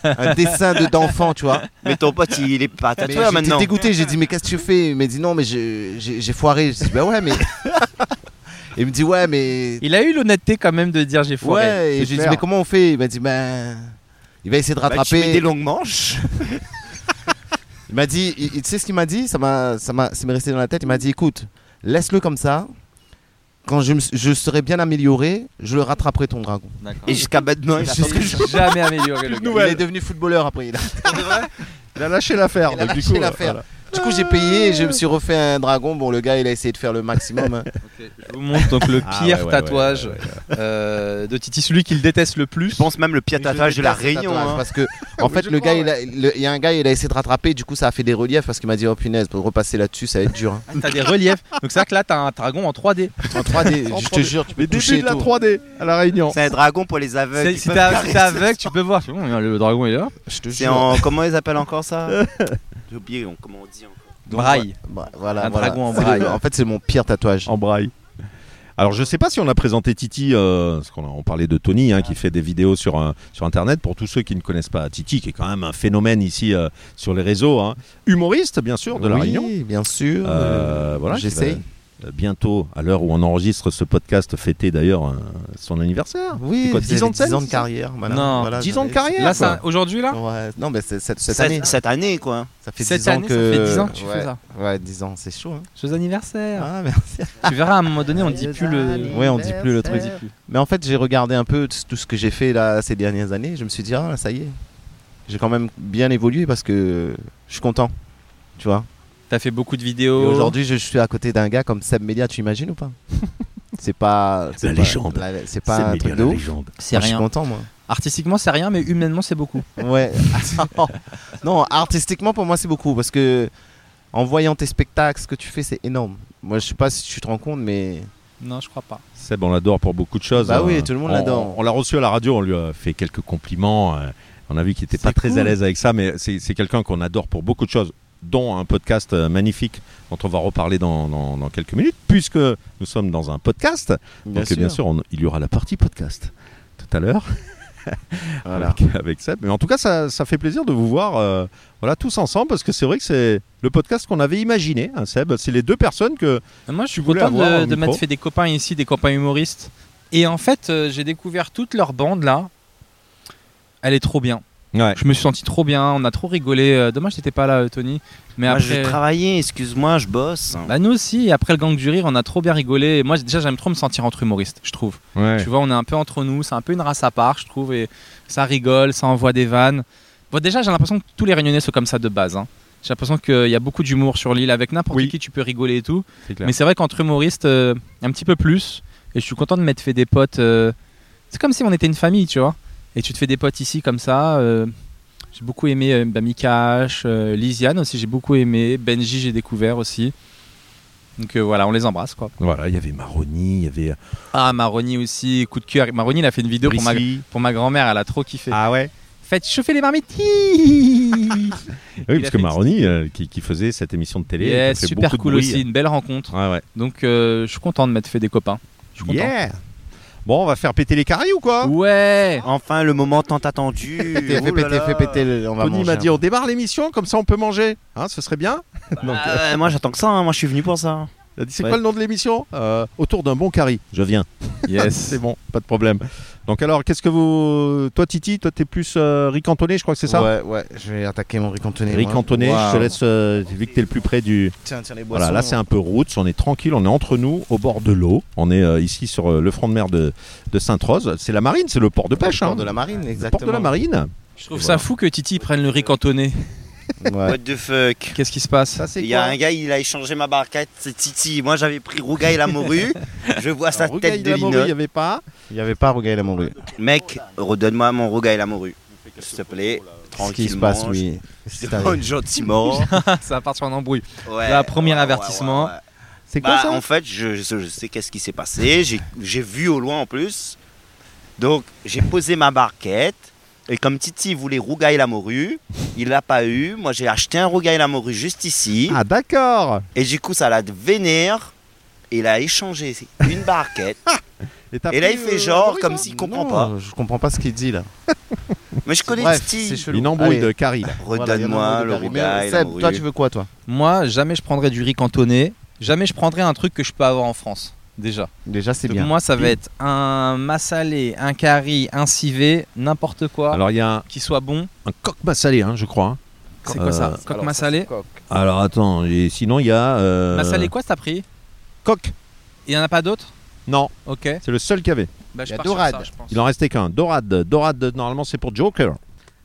S9: un dessin de- d'enfant, tu vois.
S4: mais ton pote, il, il est pas
S9: Mais
S4: tatoueur
S9: J'étais
S4: Ah, maintenant.
S9: dégoûté, j'ai dit mais qu'est-ce que tu fais Il m'a dit non mais je- j'ai j'ai foiré. Je dis bah ouais mais. Il me dit ouais mais.
S2: Il a eu l'honnêteté quand même de dire j'ai foiré.
S9: Ouais.
S2: C'est
S9: Et j'ai dit
S2: super.
S9: mais comment on fait Il m'a dit ben. Il va essayer de
S4: Bah, tu mets
S9: rattraper.
S4: des longues manches.
S9: il m'a dit, il- il- tu sais ce qu'il m'a dit Ça m'a, ça m'a, ça m'est resté dans la tête. Il m'a dit écoute, laisse-le comme ça. Quand je, me- je serai bien amélioré, je le rattraperai ton dragon.
S2: D'accord.
S4: Et jusqu'à maintenant, il a
S9: Jusqu'à-
S4: pas-
S2: Jamais amélioré le gars.
S9: Il est devenu footballeur après. il a-
S3: Il a lâché l'affaire.
S9: Il a
S3: donc, du
S9: lâché
S3: coup,
S9: l'affaire.
S3: voilà.
S9: Du coup, j'ai payé et je me suis refait un dragon. Bon, le gars, il a essayé de faire le maximum. hein.
S2: Ok, Je vous montre donc le pire
S3: Ah, ouais, ouais,
S2: tatouage
S3: ouais, ouais,
S2: euh, de Titi, celui qu'il déteste le plus.
S4: Je pense même le pire
S9: Mais
S4: tatouage
S9: je
S4: de la
S9: déteste ce
S4: Réunion.
S9: tatouage
S4: hein.
S9: Parce que, en fait, le gars, il a- le- il y a un gars, il a essayé de rattraper, du coup, ça a fait des reliefs parce qu'il m'a dit, oh punaise, pour repasser là-dessus, ça va être dur. hein.
S2: Ah, T'as des reliefs. Donc c'est vrai que là, t'as un dragon en 3D.
S9: En 3D,
S3: En
S9: je te
S3: 3D.
S9: jure, tu peux
S3: Les
S9: toucher
S3: débuts
S9: et
S3: de la
S9: tout.
S3: 3D à la Réunion.
S4: C'est un dragon pour les aveugles.
S2: Ah, C'est-
S4: qui
S2: Si
S4: peuvent
S2: t'es av-
S4: caresser.
S2: t'es aveugle, tu peux voir. C'est bon, le dragon est là.
S9: Je te
S4: C'est
S9: jure.
S4: en. Comment ils appellent encore ça J'ai oublié on- comment on dit encore.
S9: Donc,
S2: braille.
S9: voilà, Bah, voilà,
S2: Un
S9: voilà.
S2: dragon en
S9: C'est le-
S2: braille.
S9: En fait, c'est mon pire tatouage.
S3: En braille. Alors je sais pas si on a présenté Titi, euh, parce qu'on a- on parlait de Tony hein, qui fait des vidéos sur, euh, sur Internet. Pour tous ceux qui ne connaissent pas Titi, qui est quand même un phénomène ici euh, sur les réseaux, hein. humoriste bien sûr de la
S9: oui,
S3: Réunion.
S9: bien sûr.
S3: Euh, voilà, qui
S9: J'essaye.
S3: va, euh, Bientôt, à l'heure où on enregistre ce podcast, fêter d'ailleurs euh, son anniversaire.
S9: Oui,
S3: C'est quoi,
S9: vous
S3: 10
S9: avez
S3: ans de scène, c'est ça
S9: carrière. voilà.
S2: Non,
S9: Voilà,
S3: 10 ans de
S9: j'avais-
S3: carrière. quoi.
S2: Là, ça- aujourd'hui, là
S9: Ouais, non, mais c'est- cette, cette
S4: Cette
S9: année,
S4: année, cette année quoi.
S9: ça fait
S2: Cette
S9: 10 ans
S2: année,
S9: que.
S2: ça fait 10 ans que tu
S9: ouais.
S2: fais ça.
S9: Ouais, 10 ans, c'est chaud. hein.
S2: Joyeux anniversaire.
S9: Ah, merci.
S2: Tu verras à un moment donné, on dit plus le.
S9: Ouais, on dit plus le truc.
S2: On dit plus.
S9: Mais en fait, j'ai regardé un peu t- tout ce que j'ai fait là ces dernières années. Je me suis dit, ah, ça y est, j'ai quand même bien évolué parce que je suis content. Tu vois.
S2: T'as fait beaucoup de
S9: Et
S2: vidéos.
S9: aujourd'hui, je, je suis à côté d'un gars comme Seb Media, tu imagines ou pas C'est pas. c'est pas-
S3: légende.
S9: la- C'est pas un truc de ouf.
S3: légende.
S2: C'est
S9: Moi, Je suis
S2: rien.
S9: content, moi.
S2: Artistiquement, c'est rien, mais humainement, c'est beaucoup.
S9: Ouais. non, artistiquement pour moi c'est beaucoup parce que en voyant tes spectacles, ce que tu fais c'est énorme. Moi je sais pas si tu te rends compte mais
S2: Non, je crois pas.
S3: Seb, on l'adore pour beaucoup de choses. hein.
S9: Bah oui, tout le monde
S3: on-
S9: l'adore.
S3: On, on l'a reçu à la radio, on lui a fait quelques compliments. euh, on a vu qu'il n'était pas
S9: C'est
S3: très
S9: cool.
S3: à l'aise avec ça, mais c'est c'est quelqu'un qu'on adore pour beaucoup de choses, dont un podcast euh, magnifique dont on va reparler dans, dans- dans quelques minutes, puisque nous sommes dans un podcast. Donc euh, bien sûr, on- il y aura la partie podcast tout à l'heure.
S9: Voilà.
S3: avec, avec Seb. Mais en tout cas, ça, ça fait plaisir de vous voir euh, voilà, tous ensemble parce que c'est vrai que c'est le podcast qu'on avait imaginé, hein, Seb. C'est les deux personnes que.
S2: Moi, je suis
S3: voulais
S2: content
S3: avoir
S2: de,
S3: un
S2: de
S3: micro
S2: m'être fait des copains ici, des copains humoristes. Et en fait, euh, j'ai découvert toute leur bande là. Elle est trop bien.
S3: Ouais.
S2: Je me suis senti trop bien. On a trop rigolé. Euh, Dommage, t'étais pas là, euh, Tony. Mais
S4: Moi, je
S2: après.
S4: vais travailler, excuse-moi, je bosse.
S2: Bah nous aussi, après le gang du rire, on a trop bien rigolé. Et moi, j- déjà, j'aime trop me sentir entre humoristes, je trouve. Tu vois, on est un peu entre nous, c'est un peu une race à part, je trouve, et ça rigole, ça envoie des vannes. Bon, déjà, j'ai l'impression que tous les Réunionnais sont comme ça de base. hein. J'ai l'impression qu'il y a beaucoup d'humour sur l'île, avec n'importe
S3: Oui.
S2: qui, tu peux rigoler et tout.
S3: C'est clair.
S2: Mais c'est vrai qu'entre humoristes, euh, un petit peu plus, et je suis content de m'être fait des potes. euh, c'est comme si on était une famille, tu vois. Et tu te fais des potes ici comme ça. euh, j'ai beaucoup aimé euh, bah, Mikash, euh, Lisiane aussi, j'ai beaucoup aimé. Benji, j'ai découvert aussi. Donc euh, voilà, on les embrasse quoi.
S3: Voilà, il y avait Maroni, il y avait. euh,
S2: Ah, Maroni aussi, coup de cœur. Maroni, il a fait une vidéo pour ma,
S3: Brissy.
S2: pour ma grand-mère, elle a trop kiffé.
S3: Ah ouais
S2: Faites chauffer les marmites
S3: Oui,
S2: Hihihi. Il
S3: parce
S2: a
S3: que
S2: fait-
S3: Maroni, euh, qui, qui faisait cette émission de télé,
S2: Yes,
S3: qui fait
S2: Super
S3: beaucoup de
S2: cool
S3: bruit.
S2: aussi, une belle rencontre.
S3: Ouais, ouais.
S2: Donc euh, je suis content de m'être fait des copains. Je suis content.
S3: Yeah Bon, on va faire péter les carrés ou quoi
S2: Ouais
S4: Enfin, le moment tant attendu.
S9: Fais
S4: Oh là
S9: péter,
S4: là.
S9: fais péter, le- on va
S3: Tony
S9: manger.
S3: m'a
S9: un
S3: dit on démarre l'émission, comme ça on peut manger. Hein, ce serait bien Donc,
S4: Ah, ouais, moi, j'attends que ça, hein, moi, je suis venu pour ça.
S3: il a dit, C'est
S4: Ouais.
S3: quoi le nom de l'émission Euh, Autour d'un bon carré. Je viens.
S2: Yes
S3: C'est bon, pas de problème. Donc alors, qu'est-ce que vous... Toi Titi, toi t'es plus euh, ricantonné, je crois que c'est ça
S9: Ouais, ouais, je vais attaquer mon ricantonné. moi.
S3: Ricantonné,
S9: Waouh.
S3: je te laisse, euh, vu que t'es le plus près du...
S9: Tiens, tiens les boissons. hein.
S3: Voilà, là c'est un peu roots, on est tranquille, on est entre nous, au bord de l'eau. On est euh, ici sur euh, le front de mer de, de Sainte-Rose. C'est la marine, c'est le port de
S9: Le
S3: pêche.
S9: port
S3: hein.
S9: de la marine,
S3: Le port
S9: exactement.
S3: de la marine.
S2: Je trouve
S3: Voilà.
S2: ça fou que Titi prenne le riz cantonné.
S9: Ouais.
S4: What the fuck
S2: Qu'est-ce qui se passe
S3: Ça c'est
S4: Il y a un gars, il a échangé ma barquette, c'est Titi. Moi, j'avais pris Rougail la morue. je vois sa tête de
S3: il n'y
S4: linotte.
S3: avait pas.
S9: Il y avait pas Rougail la morue.
S4: Mec, redonne-moi mon Rougail la morue. S'il te plaît,
S9: Ce
S4: tranquillement.
S9: qui se passe,
S4: je
S9: oui.
S4: te
S9: C'est
S4: demande
S9: arrivé.
S4: gentiment.
S2: Ça va partir en embrouille.
S4: Ouais,
S2: Là, premier avertissement.
S3: C'est quoi
S4: Bah,
S3: ça
S4: en fait, je, je- je sais qu'est-ce qui s'est passé. J'ai- J'ai vu au loin en plus. Donc, j'ai posé ma barquette. Et comme Titi voulait rougaille la morue, il l'a pas eu. Moi, j'ai acheté un rougaille la morue juste ici.
S3: Ah d'accord.
S4: Et du coup, ça l'a vénère. Et il a échangé une barquette.
S3: t'as
S4: Et là,
S3: pris,
S4: il fait
S3: euh,
S4: genre
S3: Maurice,
S4: comme
S3: hein
S4: s'il comprend
S9: Non,
S4: pas.
S9: Je comprends pas ce qu'il dit là.
S4: Mais je connais
S9: Bref, c'est
S4: Titi.
S9: chelou.
S3: Une embrouille
S9: Allez,
S3: de Carrie. là.
S9: voilà, il y en a
S4: Redonne-moi
S9: une
S4: le
S9: embrouille de Carrie.
S4: rougail
S9: Mais
S4: la
S9: Seb,
S4: morue.
S9: toi tu veux quoi toi
S2: Moi, jamais je prendrais du riz cantonné. Jamais je prendrais un truc que je peux avoir en France. Déjà.
S9: Déjà c'est
S2: Donc
S9: bien.
S2: moi, ça va être un massalé, un curry, un civet, n'importe quoi
S3: Alors il y a un,
S2: qui soit bon.
S3: un coq massalé, hein, je crois. hein.
S2: C'est quoi ça
S3: Euh,
S2: Coq massalé
S3: Alors attends, et sinon il y a. euh,
S2: Massalé quoi, t'as pris
S3: Coq.
S2: Il y en a pas d'autres
S3: Non,
S2: Ok.
S3: c'est le seul qu'il y avait.
S2: Bah,
S9: Il y
S2: je
S9: a
S2: pars
S9: deux
S2: sur
S9: rades.
S2: ça, je pense.
S3: Il en restait qu'un. Dorade. Dorade, normalement, c'est pour Joker.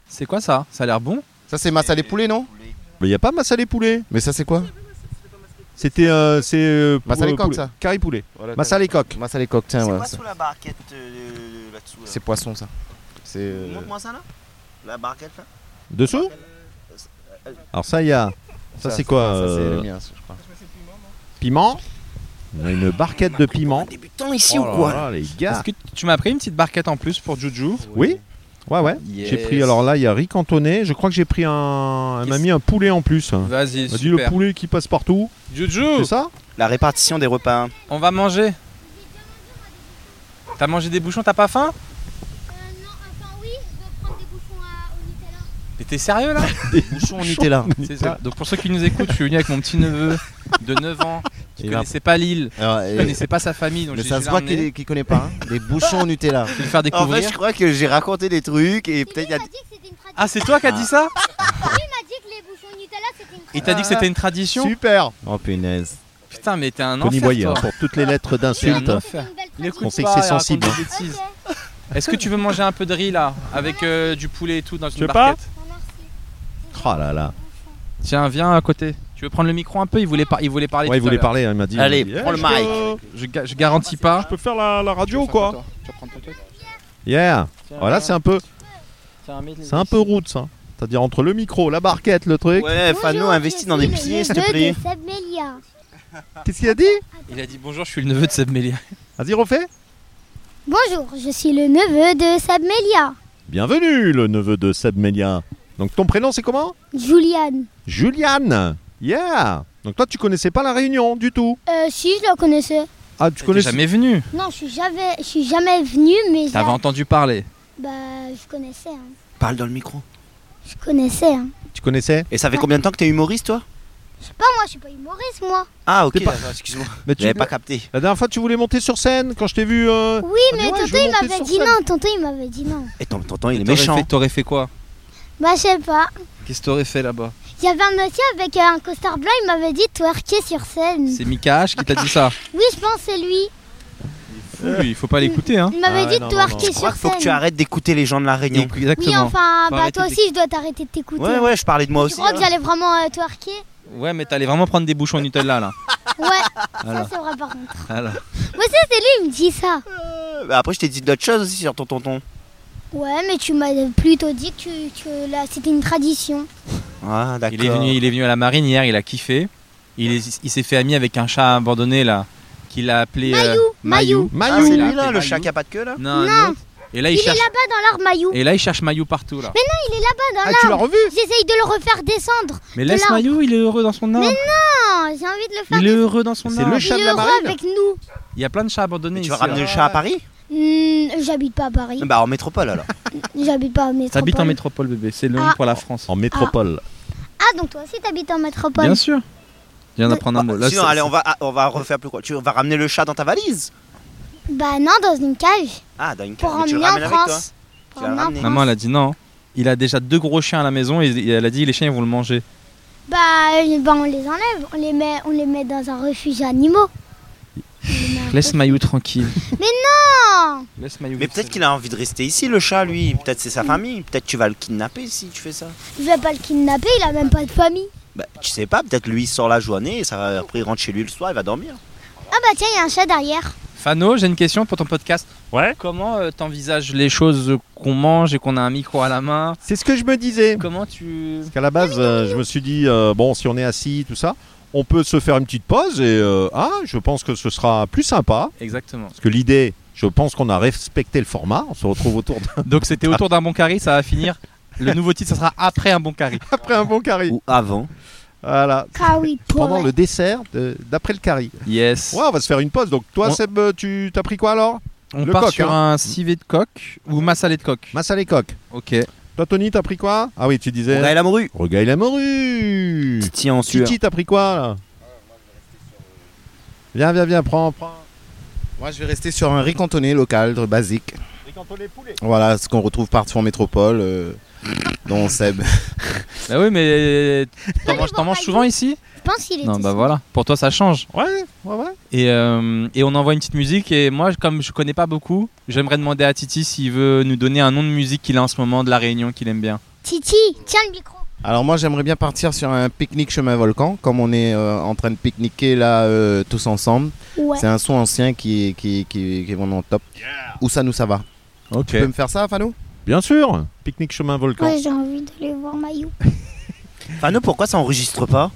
S2: C'est quoi ça Ça a l'air bon
S9: Ça c'est massa les poulets non
S3: Mais il n'y a pas massalé poulet.
S9: Mais ça c'est quoi
S3: C'était. euh, c'est. Euh, pou-
S9: Massalé
S3: euh,
S9: coq,
S3: poulet.
S9: ça
S3: Carré poulet.
S9: Voilà,
S3: Massalé coq.
S9: Massalé coq, tiens
S4: C'est
S9: ouais.
S4: quoi
S9: ça-
S4: sous la barquette euh, là-dessous là
S9: C'est poisson ça. C'est euh,
S4: Montre-moi ça là La barquette là euh,
S3: Dessous Alors ça, il y a. Ça, c'est quoi
S9: Ça c'est
S3: euh,
S9: le mien, ça, je crois.
S3: Piment. On a une barquette de piment.
S4: Débutant ici
S3: Oh là
S4: ou quoi
S3: là, les
S2: Est-ce
S3: gars.
S2: que tu m'as pris une petite barquette en plus pour Juju
S3: Oui Ouais, ouais. J'ai pris. Alors là, il y a riz cantonné. Je crois que j'ai pris un. Elle m'a
S2: Qu'est-ce-
S3: mis un poulet en plus. Elle
S2: Vas-y,
S3: m'a dit le
S2: super.
S3: poulet qui passe partout. C'est
S2: Juju,
S3: ça
S4: La répartition des repas. hein.
S2: on va manger. T'as mangé des bouchons, t'as pas faim
S10: Euh, non, enfin oui, je vais prendre des bouchons à, au Nutella.
S2: Mais t'es sérieux là
S9: Bouchon en Nutella.
S2: C'est ça. Donc pour ceux qui nous écoutent, je suis venu avec mon petit neveu de 9 ans qui
S9: Il a-
S2: connaissait pas l'île,
S9: Alors,
S2: qui
S9: et-
S2: connaissait pas sa famille, donc
S9: Mais
S2: j'ai
S9: ça
S2: dû
S9: se voit
S2: l'emmener,
S9: qu'il qu'il connaît pas. hein. Les bouchons au Nutella.
S2: lui faire
S4: En
S2: découvrir.
S4: fait, je crois que j'ai raconté des trucs et peut-être il y a.
S10: Il m'a dit que c'était une tradition.
S2: Ah c'est toi qui as dit ça
S10: Il m'a dit que les bouchons Nutella c'était une
S2: Il t'a dit que c'était une tradition
S3: Super
S9: Oh punaise. hein,
S2: Putain mais t'es un
S3: Tony
S2: enfer
S3: Boyer,
S2: toi.
S3: pour toutes les lettres
S2: T'es un
S3: d'insultes.
S2: enfer.
S10: une belle
S2: Il écoute
S3: On sait que
S2: pas,
S3: c'est
S2: il raconte
S3: sensible,
S2: des
S3: hein.
S2: bêtises. Est-ce que tu veux manger un peu de riz là avec euh, du poulet et tout dans
S3: veux
S2: une
S3: pas
S2: barquette
S10: tradition. Merci.
S3: Oh là là.
S2: Tiens, viens à côté. Tu veux prendre le micro un peu il voulait, par- il voulait parler.
S3: Ouais, il
S2: tout à
S3: voulait
S2: l'heure.
S3: parler, hein, il m'a dit.
S4: Allez,
S3: il m'a dit,
S4: prends
S3: Eh,
S4: le
S3: je peux-
S4: mic.
S2: Je, ga- je garantis pas.
S3: Je peux faire la, la radio ou quoi
S2: Tu vas prendre ton truc
S3: Yeah Voilà, c'est un peu, c'est un peu route ça. C'est-à-dire entre le micro, la barquette, le truc.
S4: Ouais, Fano, investis dans des pieds, s'il te plaît.
S3: Qu'est-ce qu'il a dit
S2: Il a dit bonjour, je suis le neveu de Seb Mélia.
S3: Vas-y, refais.
S10: Bonjour, je suis le neveu de Sabmelia,
S3: Bienvenue, le neveu de Seb Melia. Donc ton prénom c'est comment
S10: Juliane.
S3: Juliane. Yeah. Donc toi tu connaissais pas la Réunion du tout.
S10: Euh, si, je la connaissais.
S3: Ah tu
S2: Tu
S3: connais
S2: jamais venu.
S10: Non, je suis jamais, je suis jamais venue, mais je, la-
S2: T'avais entendu parler.
S10: bah, je connaissais. hein.
S4: Parle dans le micro.
S10: Je connaissais. hein.
S3: Tu connaissais
S4: Et ça fait combien de temps que t'es humoriste, toi
S10: Je sais pas, moi, je suis pas humoriste, moi.
S4: Ah, ok,
S3: T'es pas-
S4: d'accord, excuse-moi.
S3: Mais tu-
S4: J'avais pas capté.
S3: La dernière fois tu voulais monter sur scène quand je t'ai vu. euh,
S10: Oui,
S3: Ah, mais
S10: mais
S3: ouais,
S10: tonton,
S3: je vais
S10: il
S3: monter
S10: m'avait
S3: sur
S10: dit
S3: scène.
S10: non. Tonton, il m'avait dit non.
S4: Et ton tonton, il est
S2: T'aurais
S4: méchant.
S2: fait- T'aurais fait quoi
S10: Bah, je sais pas.
S2: Qu'est-ce que t'aurais fait là-bas
S10: Il y avait un monsieur avec euh, un costard blanc, il m'avait dit de twerker sur scène.
S2: C'est Mika H qui t'a dit ça.
S10: Oui, je pense, c'est lui.
S2: Oui, il faut pas l'écouter, hein.
S10: Il m'avait
S3: Ah ouais,
S10: dit
S3: non,
S10: de
S3: non, non.
S10: twerker
S4: Je crois
S10: sur
S4: qu'il faut que tu
S10: scène.
S4: arrêtes d'écouter les gens de la Réunion.
S10: Oui,
S2: Exactement.
S10: enfin,
S2: Faut
S10: bah,
S2: arrêter
S10: toi
S2: de-
S10: aussi, je dois t'arrêter de t'écouter.
S4: Ouais, ouais, je parlais de moi
S10: Tu
S4: aussi.
S10: crois que
S4: hein.
S10: j'allais vraiment euh, twerker
S2: Ouais, mais t'allais vraiment prendre des bouchons Nutella là.
S10: Ouais,
S2: Voilà.
S10: ça c'est vrai par contre.
S2: Voilà.
S10: Moi ça c'est lui, il me dit ça.
S4: Euh, bah Après, je t'ai dit d'autres choses aussi sur ton tonton.
S10: Ouais, mais tu m'as plutôt dit que, tu- que là, c'était une tradition.
S4: Ah, d'accord.
S2: Il est, venu, il est venu à la marine hier, il a kiffé. Il est- il s'est fait ami avec un chat abandonné là, qu'il a appelé. euh,
S10: Mayou.
S4: Ah,
S3: Mayou.
S4: c'est
S2: Il a
S4: lui là,
S2: appelé
S4: le
S2: Mayou.
S4: chat qui a pas de queue là
S2: Non, un
S10: Non.
S2: autre. Et là, il,
S10: Il, est
S2: cherche.
S10: là-bas dans l'arbre, Mayou.
S2: Et là, il cherche Mayou partout là.
S10: Il est là-bas dans
S3: Ah tu l'as
S10: l'arbre.
S3: revu
S10: J'essaye de le refaire descendre.
S2: Mais laisse
S10: l'arbre.
S2: Mayou, il est heureux dans son arbre.
S10: Non, j'ai envie de le faire
S2: Il est
S10: descendre.
S2: heureux dans son
S3: C'est
S2: arbre.
S3: le chat
S10: Il
S3: de
S10: est
S3: la
S10: heureux
S3: marine.
S10: avec nous.
S2: Il y a plein de chats abandonnés
S4: Mais tu
S2: ici. hein.
S4: vas ramener
S2: là.
S4: le chat à Paris
S10: Hmm, J'habite pas à Paris.
S4: Bah, en métropole alors.
S10: J'habite pas en métropole.
S2: T'habites en métropole, bébé. C'est le nom
S10: Ah.
S2: pour la France.
S3: En métropole.
S10: Ah, donc toi aussi t'habites en métropole. Bah,
S2: Bien sûr. Viens d'apprendre un mot. Là,
S4: Sinon,
S2: c'est-
S4: allez, on va, ah, on va refaire plus quoi. Tu vas ramener le chat dans ta valise
S10: Bah non, dans une cage.
S4: Ah, dans une cage.
S10: Pour
S4: Mais tu le
S10: emmener
S4: ramènes
S10: en
S4: avec toi
S10: France.
S4: Tu
S10: Pour
S4: l'as
S10: emmener en
S4: ramené.
S10: France.
S2: Maman, elle a dit non. Il a déjà deux gros chiens à la maison et et elle a dit les chiens ils vont le manger.
S10: Bah, euh, bah, on les enlève, on les met, on les met dans un refuge animaux. On les met un
S2: Laisse Mayou tranquille.
S10: Non
S2: Laisse Mayou.
S4: Mais peut-être qu'il a envie de rester ici, le chat, lui. Peut-être c'est sa famille. Peut-être tu vas le kidnapper si tu fais ça.
S10: Je vais pas le kidnapper, il a même pas de famille.
S4: Bah, tu sais pas, peut-être lui il sort la journée et ça va, après il rentre chez lui le soir, il va dormir.
S10: Ah bah tiens, il y a un chat derrière.
S2: Fano, j'ai une question pour ton podcast.
S1: Ouais.
S2: Comment euh, t'envisages les choses qu'on mange et qu'on a un micro à la main
S3: C'est ce que je me disais.
S2: Comment tu.
S3: Parce qu'à la base, euh, je me suis dit, euh, bon, si on est assis, tout ça, on peut se faire une petite pause et euh, ah, je pense que ce sera plus sympa.
S2: Exactement.
S3: Parce que l'idée, je pense qu'on a respecté le format. On se retrouve autour de-
S2: Donc c'était autour d'un bon carré, ça va finir. Le nouveau titre, ça sera après un bon carré.
S3: après un bon carré.
S4: Ou avant.
S3: Voilà.
S10: Ah oui, pour
S3: Pendant le dessert de- d'après le carré.
S2: Yes.
S3: Ouais, on va se faire une pause. Donc toi,
S2: On-
S3: Seb, tu t'as pris quoi alors
S2: On
S3: Le
S2: part
S3: coq, hein.
S2: sur un civet de coq ou massalé de coq.
S3: Masse à les coques.
S2: Ok.
S3: Toi, Tony, t'as pris quoi Ah oui, tu disais.
S4: Gaël la morue.
S3: Regaille la morue.
S4: Titi en sueur.
S3: Titi, t'as pris quoi là Viens, viens, viens, prends, prends.
S9: Moi, je vais rester sur un riz cantonné local, de- basique. Voilà, ce qu'on retrouve partout en métropole, euh, dont Seb.
S2: Bah oui, mais t'en
S10: Allez
S2: manges, t'en
S10: voir
S2: manges
S10: Mayou.
S2: souvent ici
S10: Je pense qu'il est
S2: Non,
S10: tout
S2: bah
S10: seul.
S2: voilà. Pour toi, ça change.
S3: Ouais, ouais, ouais.
S2: Et, euh, et on envoie une petite musique. Et moi, comme je connais pas beaucoup, j'aimerais demander à Titi s'il veut nous donner un nom de musique qu'il a en ce moment de la Réunion qu'il aime bien.
S10: Titi, tiens le micro.
S9: Alors moi, j'aimerais bien partir sur un pique-nique chemin volcan, comme on est euh, en train de pique-niquer là euh, tous ensemble.
S10: Ouais.
S9: C'est un son ancien qui, qui, qui, qui est vraiment top. Où ça nous ça va
S3: Ok.
S9: Tu peux me faire ça, Fano
S3: Bien sûr. Pique-nique chemin volcan.
S10: Ouais, j'ai envie d'aller voir Mayou.
S4: Fano, pourquoi ça enregistre pas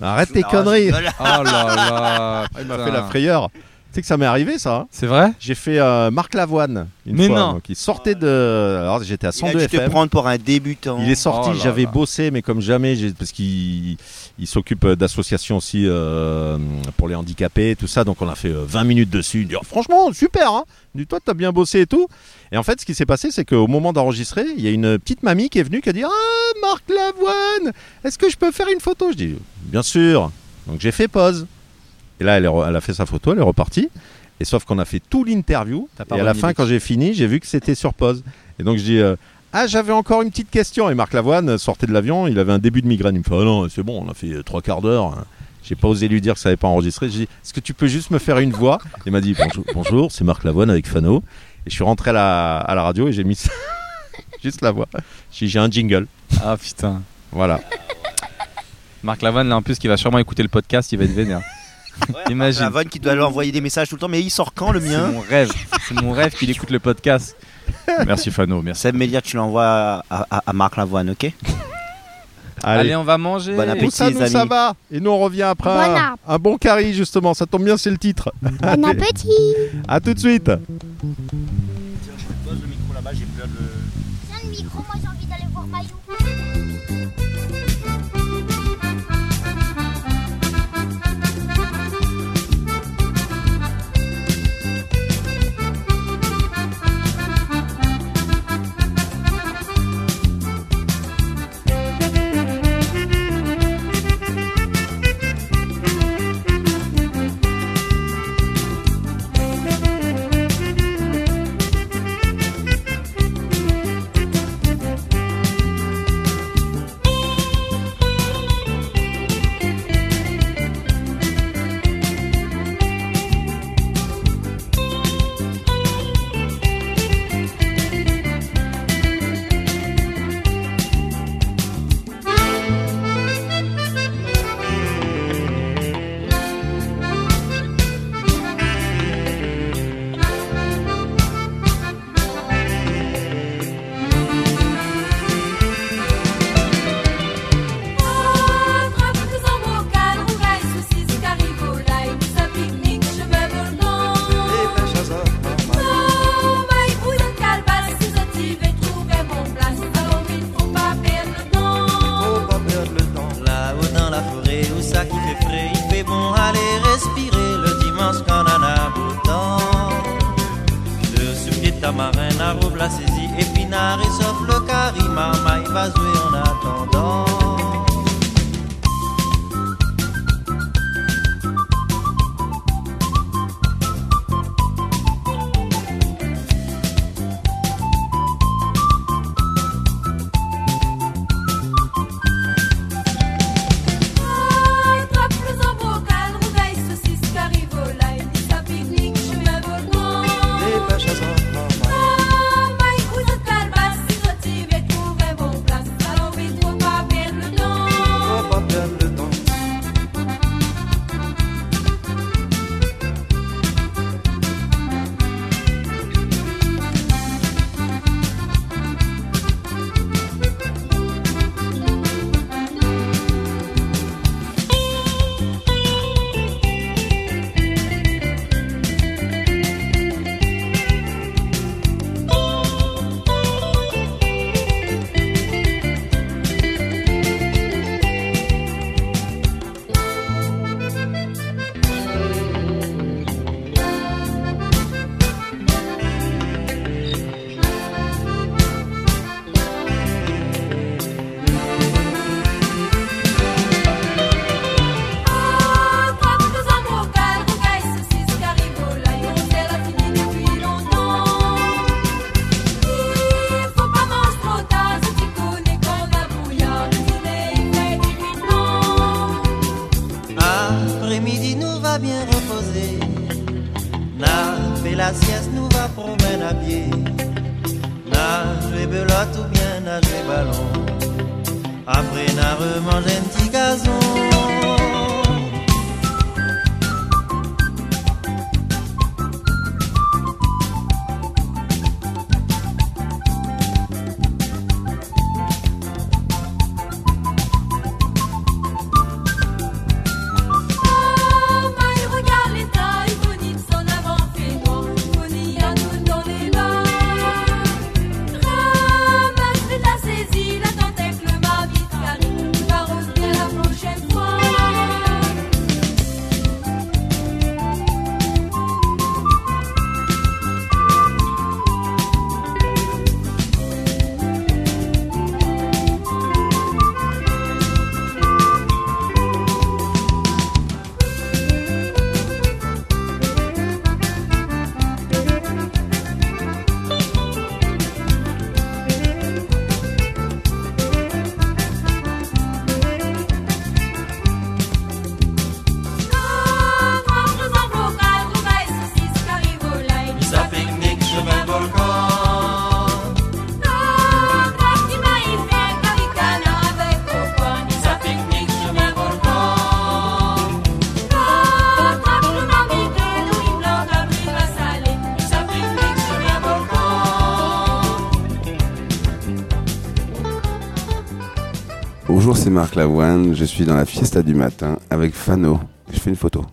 S3: Bah, Arrête tes
S4: Non,
S3: conneries.
S4: je rigole.
S2: Oh là là
S3: Il m'a fait la frayeur. Tu sais que ça m'est arrivé ça. hein.
S2: C'est vrai
S3: J'ai fait euh, Marc Lavoine une
S2: Mais
S3: fois.
S2: non.
S3: Donc il sortait de. Alors j'étais à
S4: Il a
S3: 102
S4: dû te
S3: FM.
S4: prendre pour un débutant.
S3: Il est sorti,
S2: Oh là
S3: j'avais
S2: là.
S3: bossé, mais comme jamais, j'ai- parce qu'il il s'occupe d'associations aussi euh, pour les handicapés, tout ça. Donc on a fait euh, 20 minutes dessus. Il dit, Oh, franchement, super. Hein. Il dit, toi, t'as bien bossé et tout. Et en fait, ce qui s'est passé, c'est qu'au moment d'enregistrer, il y a une petite mamie qui est venue qui a dit, ah, Marc Lavoine, est-ce que je peux faire une photo Je dis, bien sûr. Donc j'ai fait pause. Et là, elle, est re- elle a fait sa photo, elle est repartie. Et sauf qu'on a fait tout l'interview.
S2: T'as pas
S3: Et à la
S2: remis
S3: fin,
S2: les-
S3: quand j'ai fini, j'ai vu que c'était sur pause. Et donc je dis, euh, ah, j'avais encore une petite question. Et Marc Lavoine sortait de l'avion, il avait un début de migraine. Il me fait, ah non, c'est bon, on a fait euh, trois quarts d'heure. hein. J'ai pas osé lui dire que ça n'avait pas enregistré. J'ai dit, est-ce que tu peux juste me faire une voix Il m'a dit, bonjour, bonjour, c'est Marc Lavoine avec Fano. Et je suis rentré à la, à la radio et j'ai mis ça. juste la voix. J'ai dit, j'ai un jingle.
S2: Ah putain.
S3: Voilà.
S2: Marc Lavanne, là, en plus, qui va sûrement écouter le podcast, il va être vénère. Imagine.
S4: La vanne qui doit lui envoyer des messages tout le temps, mais il sort quand le
S2: C'est
S4: mien
S2: mon rêve. C'est mon rêve qu'il écoute le podcast. Merci Fano, merci.
S4: Seb Melia, tu l'envoies à, à- à Marc Lavoine, ok
S2: Allez, on va manger.
S4: Bon appétit.
S3: Tout ça,
S4: les
S3: nous,
S4: amis.
S3: ça va. Et nous, on revient après
S10: Bon
S3: un,
S10: app.
S3: un bon carry, justement. Ça tombe bien, c'est le titre.
S10: Bon appétit
S3: À tout de suite.
S10: Tiens le micro, moi j'ai envie d'aller voir Mayou.
S11: Là haut dans la forêt où ça qui fait frais, il fait bon aller respirer le dimanche quand on en a beau temps. Le souper tamarin, la robe, la saisie, épinard et sauf le carry, maman, il va jouer en attendant. Après-midi nous va bien reposer. Na fait la sieste, nous va promener à pied. Na jouer belote ou bien na jouer ballon. Après na remanger un petit gazon.
S12: Ramasse la saisie, la tentacule, ma vie, car il va revenir la prochaine fois. Bonjour, c'est Marc Lavoine. Je suis dans la fiesta du matin avec Fano. Je fais une photo.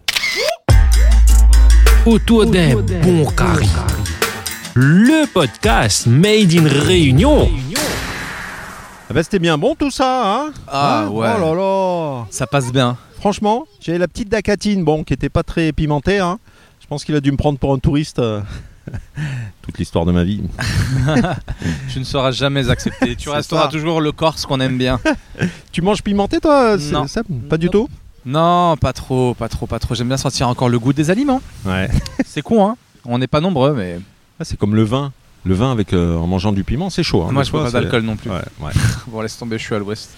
S1: Autour d'un bon carré. Le podcast Made in Réunion.
S3: Ah bah, c'était bien bon tout ça, hein
S2: Ah,
S3: Hein
S2: ouais.
S3: Oh là là
S2: Ça passe bien.
S3: Franchement, j'avais la petite dacatine, bon, qui était pas très pimentée, hein. Je pense qu'il a dû me prendre pour un touriste. euh, Toute l'histoire de ma vie.
S2: tu ne seras jamais accepté. Tu resteras
S3: ça.
S2: toujours le Corse qu'on aime bien.
S3: tu manges pimenté toi euh, c'est-
S2: Non.
S3: Seb Pas du tout
S2: Non, pas trop, pas trop, pas trop. J'aime bien sentir encore le goût des aliments.
S3: Ouais.
S2: C'est con, hein. On n'est pas nombreux, mais
S3: Ah, c'est comme le vin. Le vin avec euh, en mangeant du piment, c'est chaud. hein.
S2: moi
S3: Des
S2: je bois
S3: fois,
S2: pas
S3: c'est-
S2: d'alcool non plus.
S3: Ouais, ouais.
S2: bon, laisse tomber, je suis à l'ouest.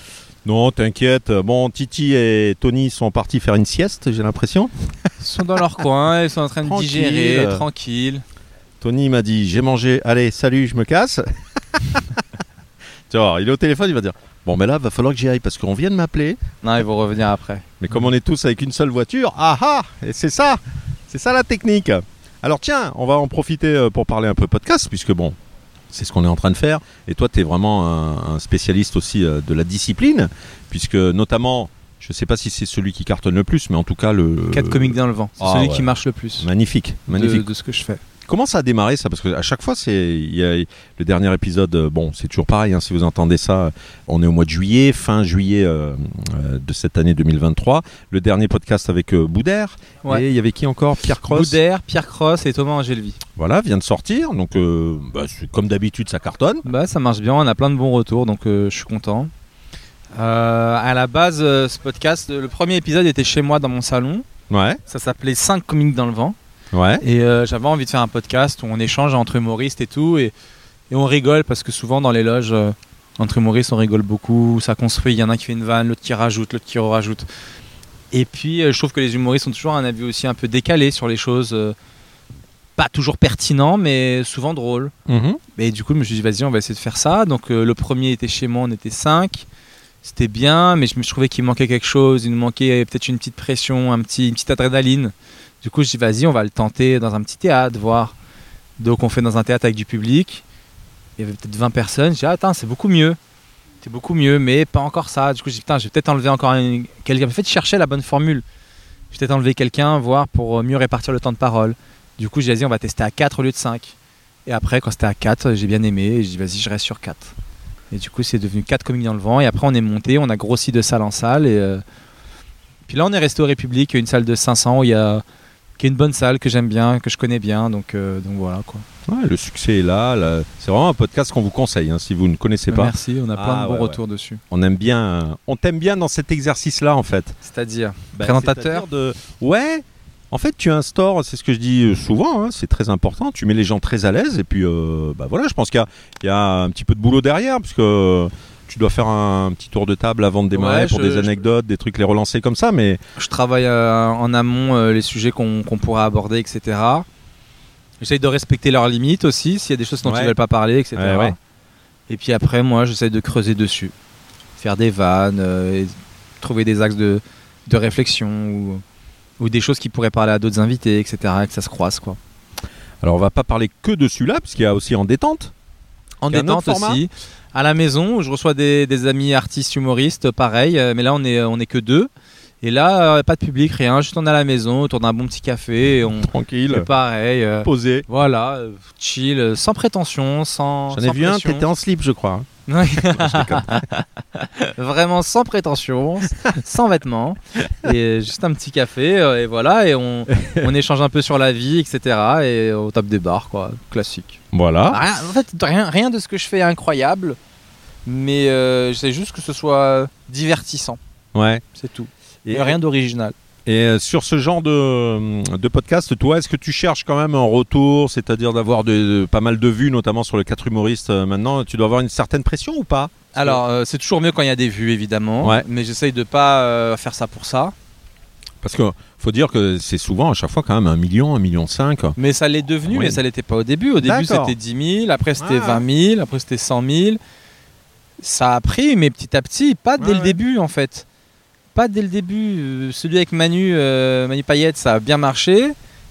S3: Non, t'inquiète. Bon, Titi et Tony sont partis faire une sieste, j'ai l'impression.
S2: Ils sont dans leur coin, ils sont en train de
S3: Tranquille.
S2: digérer, tranquille.
S3: Tony m'a dit j'ai mangé, allez, salut, je me casse. tu vois, il est au téléphone, il va dire bon, mais là, va falloir que j'y aille parce qu'on vient de m'appeler.
S2: Non, ils vont revenir après.
S3: Mais comme on est tous avec une seule voiture, ah ah, et c'est ça, c'est ça la technique. Alors tiens, on va en profiter euh, pour parler un peu podcast puisque bon, c'est ce qu'on est en train de faire. Et toi, tu es vraiment un, un spécialiste aussi euh, de la discipline, puisque notamment, je sais pas si c'est celui qui cartonne le plus, mais en tout cas le.
S2: 4 comiques dans le vent. C'est
S3: Euh. Ah,
S2: celui
S3: ouais.
S2: qui marche le plus.
S3: Magnifique, magnifique.
S2: de ce que je fais.
S3: Comment ça a démarré ça Parce que à chaque fois, c'est il y a- le dernier épisode. euh, Bon, c'est toujours pareil. hein, si vous entendez ça, on est au mois de juillet, fin juillet euh, euh, de cette année 2023. Le dernier podcast avec euh, Boudère.
S2: Ouais.
S3: Et il y avait qui encore Pierre Cross.
S2: Boudère, Pierre Cross et Thomas Angelvi.
S3: Voilà, vient de sortir. Donc, euh, bah, c'est comme d'habitude, ça cartonne.
S2: Bah, ça marche bien, on a plein de bons retours, donc euh, je suis content. Euh, à la base, euh, ce podcast, euh, le premier épisode était chez moi dans mon salon.
S3: Ouais.
S2: Ça s'appelait 5 comiques dans le vent.
S3: Ouais.
S2: Et euh, j'avais envie de faire un podcast où on échange entre humoristes et tout. Et, et on rigole parce que souvent dans les loges, euh, entre humoristes, on rigole beaucoup. Ça construit. Il y en a un qui fait une vanne, l'autre qui rajoute, l'autre qui rajoute. Et puis euh, je trouve que les humoristes ont toujours un avis aussi un peu décalé sur les choses. euh, pas toujours pertinent, mais souvent drôle.
S3: Mhm.
S2: Et du coup, je me suis dit, vas-y, on va essayer de faire ça. Donc, euh, le premier était chez moi, on était 5. C'était bien, mais je me je trouvais qu'il manquait quelque chose. Il nous manquait peut-être une petite pression, un petit, une petite adrénaline. Du coup, je dis, vas-y, on va le tenter dans un petit théâtre, voir. Donc, on fait dans un théâtre avec du public. Il y avait peut-être 20 personnes. J'ai dit, ah, attends, c'est beaucoup mieux. C'est beaucoup mieux, mais pas encore ça. Du coup, j'ai dit, putain, je vais peut-être enlever encore une- quelqu'un. En fait, je cherchais la bonne formule. Je vais peut-être enlever quelqu'un, voir pour euh, mieux répartir le temps de parole. Du coup, j'ai dit, on va tester à 4 au lieu de 5. Et après, quand c'était à 4, j'ai bien aimé. Et j'ai dit, vas-y, je reste sur 4. Et du coup, c'est devenu 4 comiques dans le vent. Et après, on est monté, on a grossi de salle en salle. Et euh, puis là, on est resté au République, une salle de 500 où il y a. qui est une bonne salle que j'aime bien, que je connais bien. Donc, euh, donc voilà quoi.
S3: Ouais, le succès est là. là. C'est vraiment un podcast qu'on vous conseille hein, si vous ne connaissez pas.
S2: Merci, on a plein
S3: Ah,
S2: de bons
S3: ouais, ouais.
S2: retours dessus.
S3: On aime bien. euh, on t'aime bien dans cet exercice-là en fait.
S2: C'est-à-dire
S3: Bah,
S2: Présentateur
S3: c'est-à-dire de... Ouais en fait, tu instaures, c'est ce que je dis euh, souvent, hein, c'est très important. Tu mets les gens très à l'aise et puis, euh, bah voilà, je pense qu'il y a- il y, a un petit peu de boulot derrière parce que euh, tu dois faire un petit tour de table avant de démarrer
S2: Ouais,
S3: pour
S2: je-
S3: des
S2: je-
S3: anecdotes, des trucs, les relancer comme ça. Mais
S2: Je travaille euh, en amont euh, les sujets qu'on qu'on pourra aborder, etc. J'essaye de respecter leurs limites aussi, s'il y a des choses dont
S3: Ouais.
S2: ils veulent pas parler, etc.
S3: Ouais, ouais.
S2: Et puis après, moi, j'essaye de creuser dessus, faire des vannes, euh, et trouver des axes de, de réflexion ou, ou des choses qui pourraient parler à d'autres invités, etc. Et que ça se croise, quoi.
S3: alors, on va pas parler que de celui-là parce qu'il y a aussi en détente.
S2: En
S3: Il y a un
S2: détente
S3: autre format
S2: aussi. À la maison, où je reçois des, des amis artistes, humoristes, pareil. euh, Mais là, on est, on est que deux. Et là, euh, pas de public, rien. Juste on est à la maison, autour d'un bon petit café. et on,
S3: Tranquille.
S2: fait pareil. euh,
S3: Posé.
S2: Voilà, euh, chill, euh, sans prétention, sans.
S3: J'en ai
S2: sans
S3: vu un,
S2: pression.
S3: t'étais en slip, je crois. hein.
S2: Ouais. Vraiment sans prétention, sans vêtements, et juste un petit café, euh, et voilà, et on, on échange un peu sur la vie, etc. Et on tape des bars, quoi, classique.
S3: Voilà.
S2: Bah, Rien- en fait, rien, rien de ce que je fais est incroyable, mais euh, c'est juste que ce soit divertissant,
S3: Ouais.
S2: c'est tout.
S3: Et-
S2: Et rien d'original.
S3: Et euh, sur ce genre de, euh, de podcast, toi, est-ce que tu cherches quand même un retour, c'est-à-dire d'avoir de, de- pas mal de vues, notamment sur le 4 humoristes euh, maintenant Tu dois avoir une certaine pression ou pas
S2: Alors, euh, c'est toujours mieux quand il y a des vues, évidemment,
S3: Ouais.
S2: mais j'essaye de pas euh, faire ça pour ça.
S3: Parce que faut dire que c'est souvent à chaque fois quand même un million, un million cinq.
S2: Mais ça l'est devenu,
S3: Oui.
S2: mais ça l'était pas au début. Au début,
S3: D'accord.
S2: c'était 10 000, après c'était
S3: Ah.
S2: 20 000, après c'était 100 000. Ça a pris, mais petit à petit, pas dès
S3: Ouais,
S2: le
S3: ouais.
S2: début en fait. Pas dès le début. Euh, Celui avec Manu, euh, Manu Payette, ça a bien marché.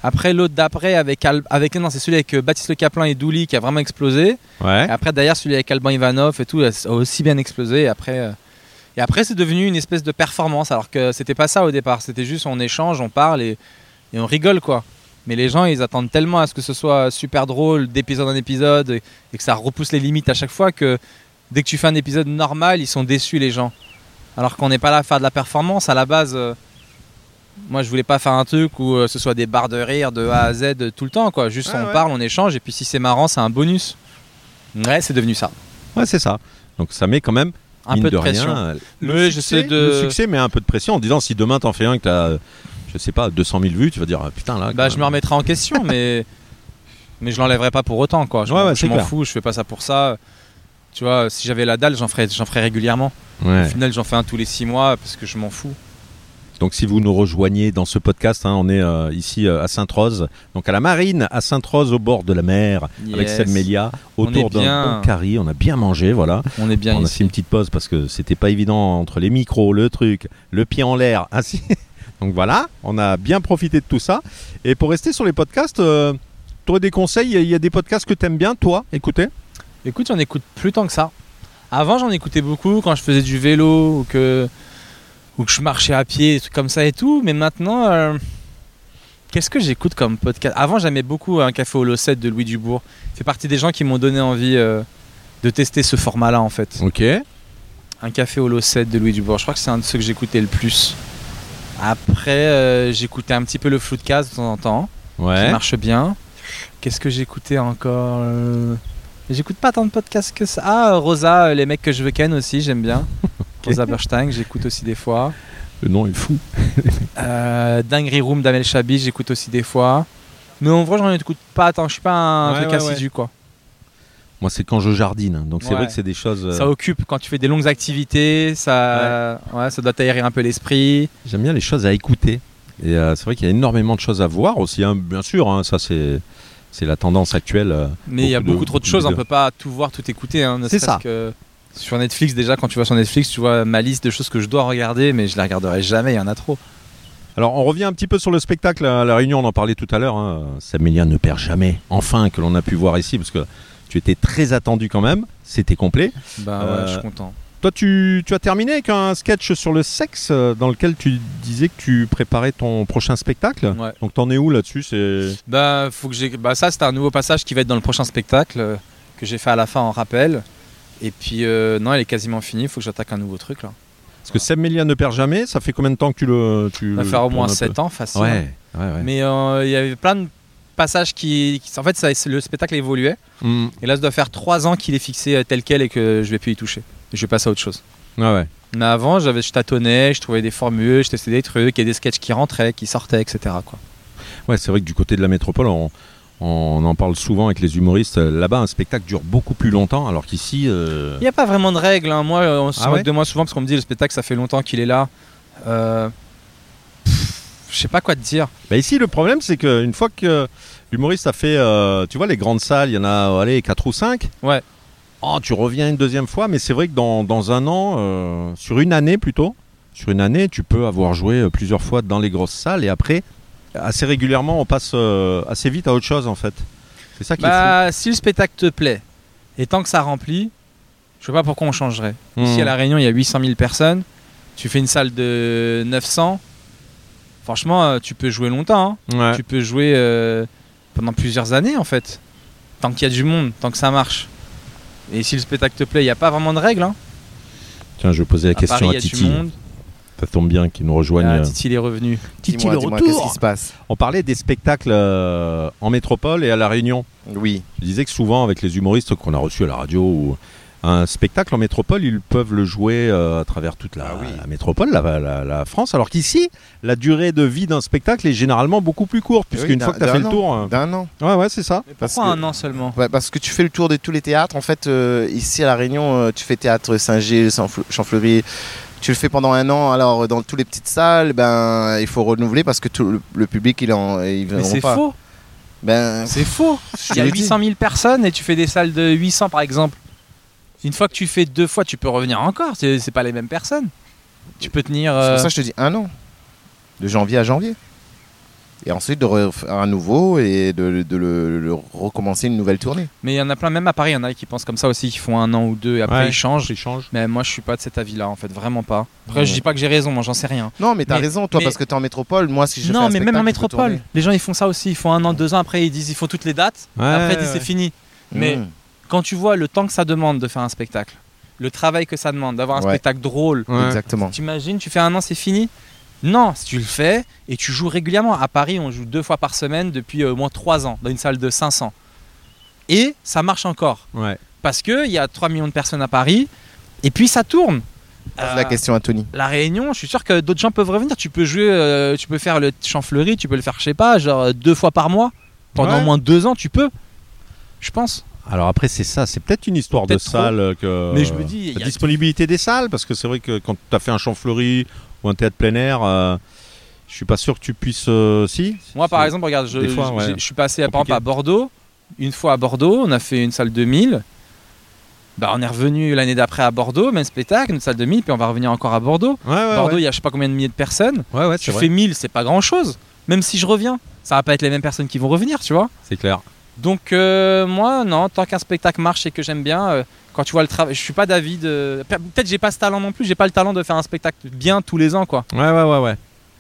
S2: Après, l'autre d'après, avec, Al- avec non, c'est celui avec euh, Baptiste Le Caplin et Douli qui a vraiment explosé.
S3: Ouais.
S2: Et après, derrière, celui avec Alban Ivanov et tout a a aussi bien explosé. Et après, euh, Et après, c'est devenu une espèce de performance, alors que c'était pas ça au départ. C'était juste on échange, on parle et, et on rigole, quoi. Mais les gens, ils attendent tellement à ce que ce soit super drôle d'épisode en épisode et, et que ça repousse les limites à chaque fois que dès que tu fais un épisode normal, ils sont déçus, les gens. Alors qu'on n'est pas là à faire de la performance. À la base, euh, moi, je voulais pas faire un truc où euh, ce soit des barres de rire de A à Z euh, tout le temps, quoi. Juste, on parle, on échange et puis si c'est marrant, c'est un bonus. Ouais, c'est devenu ça.
S3: Ouais, c'est ça. Donc ça met quand même
S2: Un
S3: mine
S2: peu de
S3: rien,
S2: pression.
S3: euh, le, succès,
S2: Mais j'essaie de-
S3: le succès met un peu de pression en disant si demain t'en fais un que t'as je sais pas 200 000 vues, tu vas dire ah, putain là.
S2: Bah, je me remettrai en question, mais mais je l'enlèverai pas pour autant, quoi. Je
S3: Ouais,
S2: m'en-
S3: ouais,
S2: je
S3: c'est
S2: m'en
S3: clair.
S2: fous, je fais pas ça pour ça. Tu vois, si j'avais la dalle, j'en ferais, j'en ferais régulièrement.
S3: Ouais.
S2: Au final, j'en fais un tous les six mois parce que je m'en fous.
S3: Donc si vous nous rejoignez dans ce podcast, hein, on est euh, ici euh, à Sainte-Rose, donc à la marine, à Sainte-Rose au bord de la mer, avec
S2: Yes.
S3: Selmelia,
S2: On
S3: autour
S2: est bien.
S3: d'un bon carré, on a bien mangé, voilà.
S2: On est bien
S3: On a
S2: ici.
S3: fait une petite pause parce que c'était pas évident entre les micros, le truc, le pied en l'air, ainsi. Donc voilà, on a bien profité de tout ça. Et pour rester sur les podcasts, euh, toi des conseils, il y a- il y, a des podcasts que t'aimes bien, toi, écoutez
S2: Écoute, j'en écoute plus tant que ça. Avant, j'en écoutais beaucoup quand je faisais du vélo ou que, ou que je marchais à pied, des trucs comme ça et tout. Mais maintenant, euh, qu'est-ce que j'écoute comme podcast Avant, j'aimais beaucoup un café au Losset de Louis Dubourg. Il fait partie des gens qui m'ont donné envie euh, de tester ce format-là, en fait.
S3: Ok.
S2: Un café au Losset de Louis Dubourg. Je crois que c'est un de ceux que j'écoutais le plus. Après, euh, j'écoutais un petit peu le flou de case de temps en temps.
S3: Ouais.
S2: Qui marche bien. Qu'est-ce que j'écoutais encore euh, J'écoute pas tant de podcasts que ça. Ah, euh, Rosa, euh, les mecs que je veux ken aussi, j'aime bien. Rosa Berstein, que j'écoute aussi des fois.
S3: Le nom est fou.
S2: Euh, Dinguerie Room d'Amel Chabi, j'écoute aussi des fois. Mais en vrai, j'en écoute pas tant. Je suis pas un
S3: Ouais,
S2: truc
S3: ouais,
S2: assidu,
S3: ouais.
S2: quoi.
S3: Moi, c'est quand je jardine, hein, donc c'est
S2: Ouais.
S3: vrai que c'est des choses. euh,
S2: Ça occupe quand tu fais des longues activités, ça, ouais, ça doit t'aérer un peu l'esprit.
S3: J'aime bien les choses à écouter. Et euh, c'est vrai qu'il y a énormément de choses à voir aussi, hein, bien sûr. hein, ça, c'est c'est la tendance actuelle. euh,
S2: Mais il y a beaucoup trop de choses, on peut pas tout voir, tout écouter. hein, ne
S3: C'est
S2: serait-ce
S3: ça.
S2: que sur Netflix, déjà, quand tu vas sur Netflix, tu vois ma liste de choses que je dois regarder, mais je la regarderai jamais, il y en a trop.
S3: Alors, on revient un petit peu sur le spectacle à La Réunion, on en parlait tout à l'heure. hein. Samélia ne perd jamais, enfin, que l'on a pu voir ici, parce que tu étais très attendu quand même, c'était complet.
S2: Bah ouais,
S3: Euh,
S2: je suis content.
S3: Toi, tu, tu as terminé avec un sketch sur le sexe euh, dans lequel tu disais que tu préparais ton prochain spectacle.
S2: Ouais.
S3: Donc, t'en es où là-dessus C'est
S2: Bah, faut que j'ai... bah ça, c'est un nouveau passage qui va être dans le prochain spectacle euh, que j'ai fait à la fin en rappel. Et puis, euh, non, elle est quasiment finie, il faut que j'attaque un nouveau truc là.
S3: Parce que Samélia ne perd jamais, ça fait combien de temps que tu le. Tu
S2: Ça va
S3: le
S2: faire au moins
S3: tournes Mm, un
S2: 7
S3: peu
S2: ans, facile. hein.
S3: Ouais, ouais, ouais.
S2: Mais euh, il y avait plein de passages qui. qui- en fait, ça, le spectacle évoluait.
S3: Mm.
S2: Et là, ça doit faire 3 ans qu'il est fixé euh, tel quel et que je vais plus y toucher. Et je vais passer à autre chose.
S3: Ouais, Ah ouais.
S2: Mais avant, j'avais, je tâtonnais, je trouvais des formules, je testais des trucs, il y a des sketchs qui rentraient, qui sortaient, etc. Quoi.
S3: Ouais, c'est vrai que du côté de la métropole, on, on en parle souvent avec les humoristes. Euh, Là-bas, un spectacle dure beaucoup plus longtemps, alors qu'ici. euh,
S2: Il n'y a pas vraiment de règles. hein. Moi, euh, on se
S3: Ah
S2: moque
S3: ouais
S2: de moi souvent parce qu'on me dit le spectacle, ça fait longtemps qu'il est là. Euh, pff, Je sais pas quoi te dire.
S3: Bah ici, le problème, c'est qu'une fois que l'humoriste a fait. euh, tu vois, les grandes salles, il y en a, euh, allez, 4 ou 5.
S2: Ouais.
S3: Oh, tu reviens une deuxième fois, mais c'est vrai que dans, dans un an, euh, sur une année plutôt, sur une année, tu peux avoir joué euh, plusieurs fois dans les grosses salles et après, assez régulièrement, on passe euh, assez vite à autre chose en fait. C'est ça qui est
S2: Bah, si le spectacle te plaît et tant que ça remplit, je sais pas pourquoi on changerait.
S9: Hmm.
S3: Mhm.
S2: Ici à La Réunion, il y a 800 000 personnes. Tu fais une salle de 900. Franchement, euh, tu peux jouer longtemps. hein.
S3: Ouais.
S2: Tu peux jouer euh, pendant plusieurs années en fait. Tant qu'il y a du monde, tant que ça marche. Et si le spectacle te plaît, il n'y a pas vraiment de règles. hein.
S3: fou. Tiens, je vais poser la
S2: À
S3: question
S2: Paris, il
S3: à
S2: y a du
S3: Titi.
S2: monde.
S3: Ça tombe bien qu'il nous rejoigne.
S2: Ah,
S3: euh,
S2: Titi, il est revenu.
S3: Titi, le retour. On parlait des spectacles euh, en métropole et à La Réunion.
S9: Oui.
S3: Je disais que souvent, avec les humoristes qu'on a reçus à la radio, ou un spectacle en métropole, ils peuvent le jouer euh, à travers toute
S2: Ah
S3: la, la métropole, la, la- la France. Alors qu'ici, la durée de vie d'un spectacle est généralement beaucoup plus courte,
S9: Oui,
S3: puisqu'une
S9: d'un-
S3: fois que tu as
S9: d'un
S3: fait le
S9: an.
S3: tour. euh,
S9: D'un an.
S3: Ouais, ouais, c'est ça.
S2: Pourquoi un an seulement
S9: Ouais, Bah, Parce que tu fais le tour de tous les théâtres. En fait, euh, ici à La Réunion, euh, tu fais théâtre Saint-Gilles, Saint-Fl- Champfleury. Tu le fais pendant un an. Alors, euh, dans toutes les petites salles, ben, il faut renouveler parce que tout le, le public, il en. Ils
S2: Mais c'est faux.
S9: Ben,
S2: C'est faux.
S9: Je
S2: Il y a
S9: l'ai dit.
S2: 800 000 personnes et tu fais des salles de 800 par exemple. Une fois que tu fais deux fois, tu peux revenir encore. C'est c'est pas les mêmes personnes. Tu peux tenir.
S9: C'est
S2: euh,
S9: pour ça que je te dis un an. De janvier à janvier. Et ensuite de refaire à nouveau et de, de le- le recommencer une nouvelle tournée.
S2: Mais il y en a plein, même à Paris, il y en a qui pensent comme ça aussi, qui font un an ou deux et après
S9: Ouais,
S2: ils changent. Mais moi, je suis pas de cet avis-là, en fait, vraiment pas. Après,
S9: Ouais.
S2: je dis pas que j'ai raison, moi, j'en sais rien.
S9: Non, mais t'as
S2: Mais-
S9: raison, toi,
S2: mais-
S9: parce que t'es en métropole. Moi, si je fais
S2: non,
S9: un
S2: mais même en
S9: spectacle, je peux
S2: métropole,
S9: tourner.
S2: les gens ils font ça aussi. Ils font un an, deux ans, après ils disent ils font toutes les dates,
S9: Ouais,
S2: après ils
S9: ouais,
S2: disent c'est
S9: ouais.
S2: fini. Mais
S9: Mm.
S2: quand tu vois le temps que ça demande de faire un spectacle, le travail que ça demande, d'avoir un
S9: Ouais.
S2: spectacle drôle,
S9: Ouais. Exactement.
S2: T'imagines, tu fais un an, c'est fini Non, si tu le fais et tu joues régulièrement. À Paris, on joue deux fois par semaine depuis euh, au moins trois ans, dans une salle de 500. Et ça marche encore.
S3: Ouais.
S2: Parce qu'il y a 3 millions de personnes à Paris et puis ça tourne.
S9: Pose la question à Tony.
S2: La Réunion, je suis sûr que d'autres gens peuvent revenir. Tu peux jouer, euh, tu peux faire le Champfleury, tu peux le faire, je sais pas, genre euh, deux fois par mois. Pendant
S3: Ouais.
S2: au moins deux ans, tu peux. Je pense.
S3: Alors après, c'est ça, c'est peut-être une histoire de
S2: Peut-être trop.
S3: salle euh, que.
S2: Mais je me dis, il y
S3: La
S2: a-
S3: disponibilité des salles, parce que c'est vrai que quand tu as fait un Champfleury ou un théâtre plein air, euh, je suis pas sûr que tu puisses. euh, si
S2: Moi, par exemple, regarde, je,
S3: Des fois,
S2: je-
S3: ouais.
S2: j'ai- je suis passé à, par
S3: Compliqué.
S2: exemple à Bordeaux. Une fois à Bordeaux, on a fait une salle de 1000. Bah, on est revenu l'année d'après à Bordeaux, même spectacle, une salle de 1000, puis on va revenir encore à Bordeaux. Bordeaux, il y a je sais pas combien de milliers de personnes.
S3: c'est
S2: tu
S3: vrai.
S2: fais 1000, c'est pas grand chose. Même si je reviens, ça va pas être les mêmes personnes qui vont revenir, tu vois.
S3: C'est clair.
S2: Donc, euh, moi, non, tant qu'un spectacle marche et que j'aime bien, euh, quand tu vois le travail, je suis pas d'avis de. Pe- Peut-être j'ai pas ce talent non plus, j'ai pas le talent de faire un spectacle bien tous les ans, quoi.
S3: Ouais, ouais, ouais, ouais.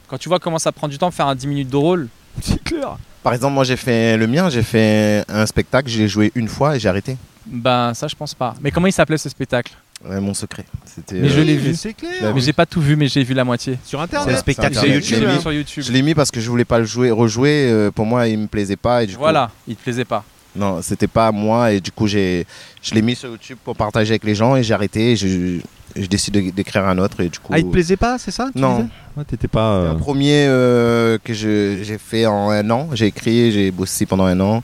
S2: Quand tu vois comment ça prend du temps de faire un 10 minutes de rôle.
S3: C'est clair.
S9: Par exemple, moi, j'ai fait le mien, j'ai fait un spectacle, je l'ai joué une fois et j'ai arrêté.
S2: Ben ça je pense pas. Mais comment il s'appelait ce spectacle
S9: Ouais, mon secret. C'était,
S2: Mais
S9: euh,
S2: je l'ai vu.
S9: Bah
S2: Mais
S9: oui.
S2: j'ai pas tout vu, mais j'ai vu la moitié.
S3: Sur hein.
S9: C'est un
S2: sur YouTube.
S9: Je l'ai mis.
S2: Sur YouTube.
S9: Je l'ai mis parce que je voulais pas le jouer, rejouer. euh, pour moi, il me plaisait pas. Et du coup-
S2: Voilà, il te plaisait pas.
S9: non, c'était pas à moi. Et du coup, j'ai, je l'ai mis sur YouTube pour partager avec les gens et j'ai arrêté. Et je, je décide de- d'écrire un autre. Et du coup,
S3: Ah, il te plaisait pas, c'est ça tu
S9: Non.
S3: disais Ouais, t'étais pas. euh,
S9: Le premier euh, que je- j'ai fait en un an, j'ai écrit, j'ai bossé pendant un an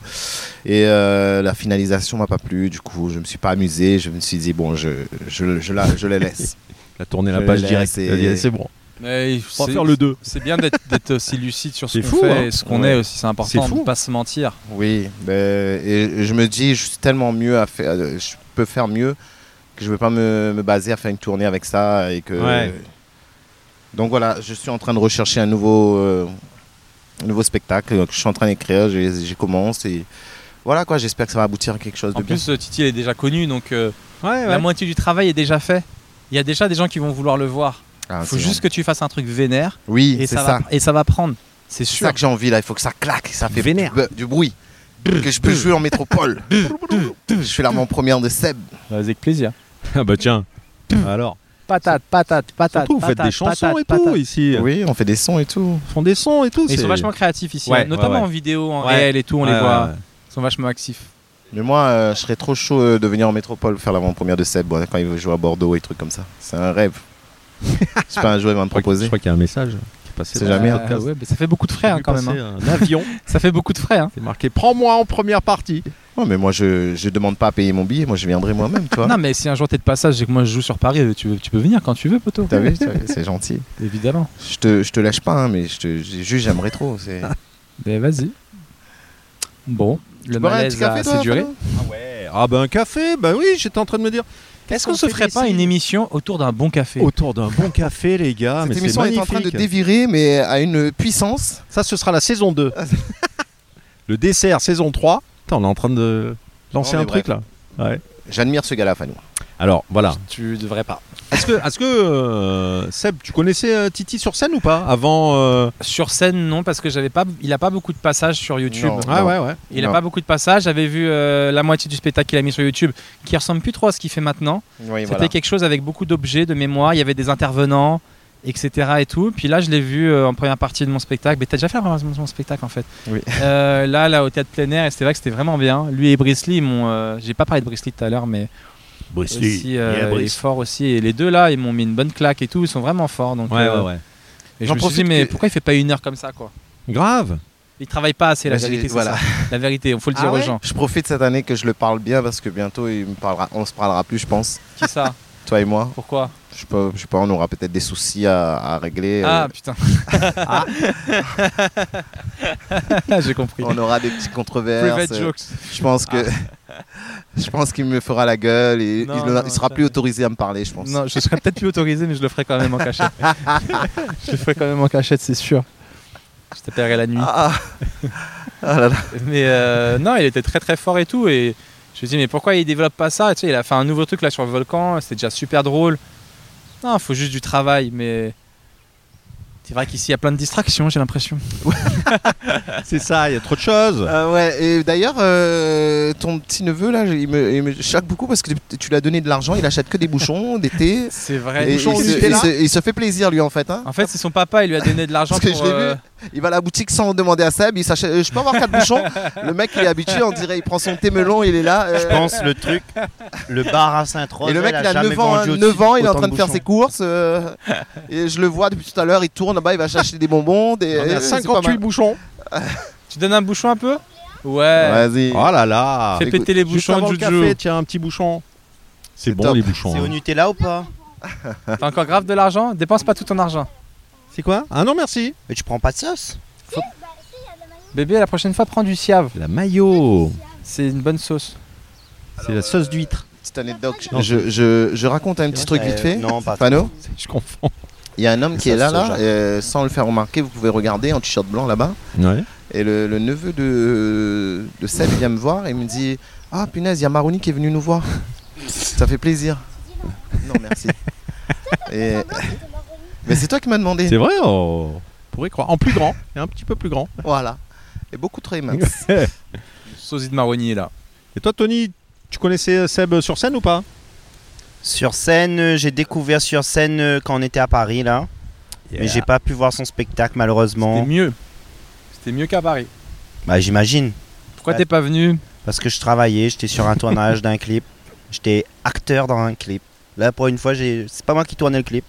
S9: et euh, la finalisation m'a pas plu. Du coup, je me suis pas amusé. Je me suis dit bon, je je je la je les laisse.
S3: la tourner
S9: Je
S3: la
S9: les
S3: page
S9: laisse
S3: directe.
S9: et-
S3: Elle dit, C'est bon.
S2: Mais
S3: On va
S2: c'est-
S3: faire le deux.
S2: C'est bien d'être d'être aussi lucide sur ce
S9: C'est
S2: qu'on
S9: fou,
S2: fait
S9: hein.
S2: et ce qu'on
S9: Ouais.
S2: est aussi. C'est important
S9: C'est fou.
S2: de pas se mentir.
S9: Oui, ben, et je me dis, je suis tellement mieux à faire, euh, je peux faire mieux que je ne veux pas me, me baser à faire une tournée avec ça et que.
S3: Ouais.
S9: Donc voilà, je suis en train de rechercher un nouveau, euh, un nouveau spectacle que je suis en train d'écrire, j'ai- j'y commence et voilà quoi. J'espère que ça va aboutir à quelque chose
S2: En
S9: de bien.
S2: plus, euh, Titi est déjà connu, donc euh, la moitié du travail est déjà fait. Il y a déjà des gens qui vont vouloir le voir.
S9: Ah,
S2: Il faut
S9: c'est
S2: juste que tu fasses un truc vénère.
S9: Oui,
S2: et
S9: c'est
S2: va-
S9: ça.
S2: et ça va prendre. C'est
S9: C'est
S2: sûr.
S9: ça que j'ai envie là. Il faut que ça claque, ça fait du, bu- du bruit, que je peux jouer en métropole. je suis l'avant-première de Seb.
S2: Avec plaisir.
S3: Ah bah tiens. Alors.
S2: Patate, patate, patate.
S3: Surtout, vous faites
S2: patate,
S3: des chansons
S2: patate,
S3: et
S2: patate.
S3: tout ici.
S9: Oui, on fait des sons et tout.
S3: Ils font des sons et tout.
S2: Et ils
S3: c'est-
S2: sont vachement créatifs ici,
S3: Ouais,
S2: hein,
S3: ouais,
S2: notamment
S3: ouais.
S2: en vidéo, en
S3: Ouais.
S2: réel et tout, on les
S3: Ouais,
S2: voit.
S3: ouais, ouais.
S2: Ils sont vachement actifs.
S9: Mais moi, euh, je serais trop chaud euh, de venir en métropole faire l'avant-première de Seb ouais, quand il veut jouer à Bordeaux et trucs comme ça. C'est un rêve. C'est pas un jouet, il va me proposer.
S3: Je crois qu'il y a un message qui est passé.
S9: C'est
S3: dans
S9: jamais
S3: le
S9: un
S3: podcast.
S2: ouais, mais ça fait beaucoup de frais hein,
S3: vu
S2: quand même.
S3: passer
S2: hein.
S3: un avion.
S2: ça fait beaucoup de frais. hein.
S3: C'est marqué Prends-moi en première partie.
S9: Non, mais moi, je, je demande pas à payer mon billet, moi, je viendrai moi-même, tu vois.
S2: Non, mais si un jour t'es de passage et que moi je joue sur Paris, euh, tu, veux- tu peux venir quand tu veux, poteau.
S9: T'as vu, t'as vu, c'est gentil.
S2: Évidemment.
S9: Je te, je te lâche pas, hein, mais je te, j'ai- juste, j'aimerais trop. C'est...
S2: Mais Ben, vas-y. Bon, le
S9: boirais un
S2: malaise
S9: petit café,
S2: a
S9: toi,
S2: assez duré.
S9: Fabien
S3: Ah bah un café, bah oui, j'étais en train de me dire.
S2: Est-ce qu'on se ferait pas une émission autour d'un bon café
S3: Autour d'un bon café, les gars. mais
S9: Cette
S3: c'est
S9: émission est en train de
S3: magnifique.
S9: dévirer, mais à une puissance.
S3: Ça, ce sera la saison 2. Le dessert, saison 3. Attends, on est en train de lancer
S9: Non, mais
S3: un truc là. Ouais.
S9: J'admire ce gars-là, Fanou.
S3: Alors voilà.
S2: Tu devrais pas.
S3: Est-ce que, est-ce que euh, Seb, tu connaissais euh, Titi sur scène ou pas avant euh,
S2: Sur scène, non, parce que j'avais pas, il a pas beaucoup de passages sur YouTube.
S9: Non.
S3: Ah ouais, ouais.
S2: Il a
S9: Non.
S2: pas beaucoup de passages. J'avais vu euh, la moitié du spectacle qu'il a mis sur YouTube, qui ressemble plus trop à ce qu'il fait maintenant.
S9: Oui,
S2: C'était
S9: voilà.
S2: quelque chose avec beaucoup d'objets, de mémoire, il y avait des intervenants, etc. et tout. Puis là, je l'ai vu euh, en première partie de mon spectacle. Mais t'as déjà fait la première partie de mon spectacle en fait.
S9: Oui.
S2: Euh, là, là, au théâtre plein air, et c'était vrai que c'était vraiment bien. Lui et Brisley, ils m'ont. euh, J'ai pas parlé de Brisley tout à l'heure, mais. aussi, euh,
S3: Yeah,
S2: il est
S3: Brice.
S2: fort aussi. Et les deux là, ils m'ont mis une bonne claque et tout. Ils sont vraiment forts. Donc,
S3: Ouais,
S2: euh,
S3: ouais, ouais.
S2: Et je
S9: J'en
S2: me suis dit,
S9: profite
S2: mais
S9: que-
S2: pourquoi il fait pas une heure comme ça quoi
S3: Grave.
S2: Il travaille pas assez, la
S9: Bah, j'ai-
S2: vérité. Ah, c'est
S9: voilà. Ah
S2: ça. La vérité, on faut le dire aux gens.
S9: Je profite cette année que je le parle bien parce que bientôt, il me parlera, on se parlera plus, je pense.
S2: Qui ça
S9: Toi et moi.
S2: Pourquoi
S9: Je sais pas, je sais pas, on aura peut-être des soucis à, à régler.
S2: Ah
S9: euh, Ah.
S2: putain. Ah, J'ai compris.
S9: on aura des petites controverses.
S2: Private
S9: euh,
S2: jokes. Ah.
S9: Je pense que je pense qu'il me fera la gueule et
S2: Non,
S9: il, aura-
S2: non,
S9: il sera
S2: ça-
S9: plus autorisé à me parler, je pense.
S2: Non, je serais peut-être plus autorisé, mais je le ferai quand même en cachette. je le ferai quand même en cachette, c'est sûr. Je t'appellerai la nuit.
S9: Ah là là.
S2: Mais euh, non, il était très très fort et tout. Et je me dis, mais pourquoi il développe pas ça Et Tu sais, il a fait un nouveau truc là sur le volcan, c'était déjà super drôle. Non, faut juste du travail, mais. C'est vrai qu'ici il y a plein de distractions, j'ai l'impression.
S3: C'est ça, il y a trop de choses.
S9: Euh, ouais, et d'ailleurs, euh, ton petit neveu là, il me, il me choque beaucoup parce que tu lui as donné de l'argent, il achète que des bouchons, des thés.
S2: C'est vrai.
S9: Et
S2: Des
S9: il, se,
S2: bouchons au
S9: il
S2: Nutella
S9: se- il se fait plaisir lui en fait. hein.
S2: En fait, c'est son papa, il lui a donné de l'argent
S9: Parce que
S2: pour.
S9: je l'ai
S2: euh,
S9: vu, il va à la boutique sans demander à Seb, il s'achète, euh, je peux avoir quatre bouchons. Le mec il est habitué, on dirait, il prend son thé melon, il est là. euh,
S13: Je pense le truc, le bar à Saint-Rose.
S9: Et le mec, il a
S13: jamais
S9: 9 ans,
S13: vendu
S9: hein,
S13: au-dessus
S9: 9 ans, il est en
S13: autant
S9: train de faire
S13: bouchons.
S9: ses courses. euh, et je le vois depuis tout à l'heure, il tourne là-bas, il va chercher des bonbons. Des,
S2: On est à
S9: euh, c'est pas
S2: 58
S9: mal.
S2: bouchons. tu donnes un bouchon un peu Ouais.
S9: Vas-y.
S3: Oh là là.
S2: Fais péter les bouchons,
S3: juste avant le
S2: Juju.
S3: café, tiens, un petit bouchon. C'est bon,
S13: top.
S3: les bouchons.
S13: C'est
S3: hein.
S13: au
S4: Nutella ou pas
S2: T'as encore grave de l'argent Dépense pas tout ton argent.
S3: C'est quoi Ah non, merci.
S4: Mais tu prends pas de sauce
S2: Bébé, la prochaine fois, prends du siave.
S3: La maillot.
S2: C'est une bonne sauce.
S3: C'est la sauce d'huître.
S9: Petite anecdote,
S3: Ah,
S9: je, je- je raconte un petit truc
S3: Euh,
S9: vite fait.
S3: non, pas
S9: Pano.
S3: Je confonds.
S9: Il y a un homme qui est
S3: ça,
S9: là,
S3: soja.
S9: là, euh, sans le faire remarquer, vous pouvez regarder en t-shirt blanc là-bas.
S3: Ouais.
S9: Et le, le neveu de, de Seb vient me voir et me dit Ah punaise, il y a Maroni qui est venu nous voir. Ça fait plaisir. Non, merci. Et- Mais c'est toi qui m'as demandé.
S3: euh, C'est vrai, oh. on pourrait croire. En plus grand, et un petit peu plus grand.
S9: Voilà. Et beaucoup trop mince.
S2: Sosie de marronnier là.
S3: Et toi, Tony, tu connaissais Seb sur scène ou pas
S4: Sur scène, euh, j'ai découvert sur scène euh, quand on était à Paris là. Mais j'ai pas pu voir son spectacle malheureusement.
S2: C'était mieux. C'était mieux qu'à Paris.
S4: Bah j'imagine.
S2: Pourquoi t'es pas venu
S4: Parce que je travaillais, j'étais sur un tournage d'un clip. J'étais acteur dans un clip. Là pour une fois, j'ai c'est pas moi qui tournais le clip.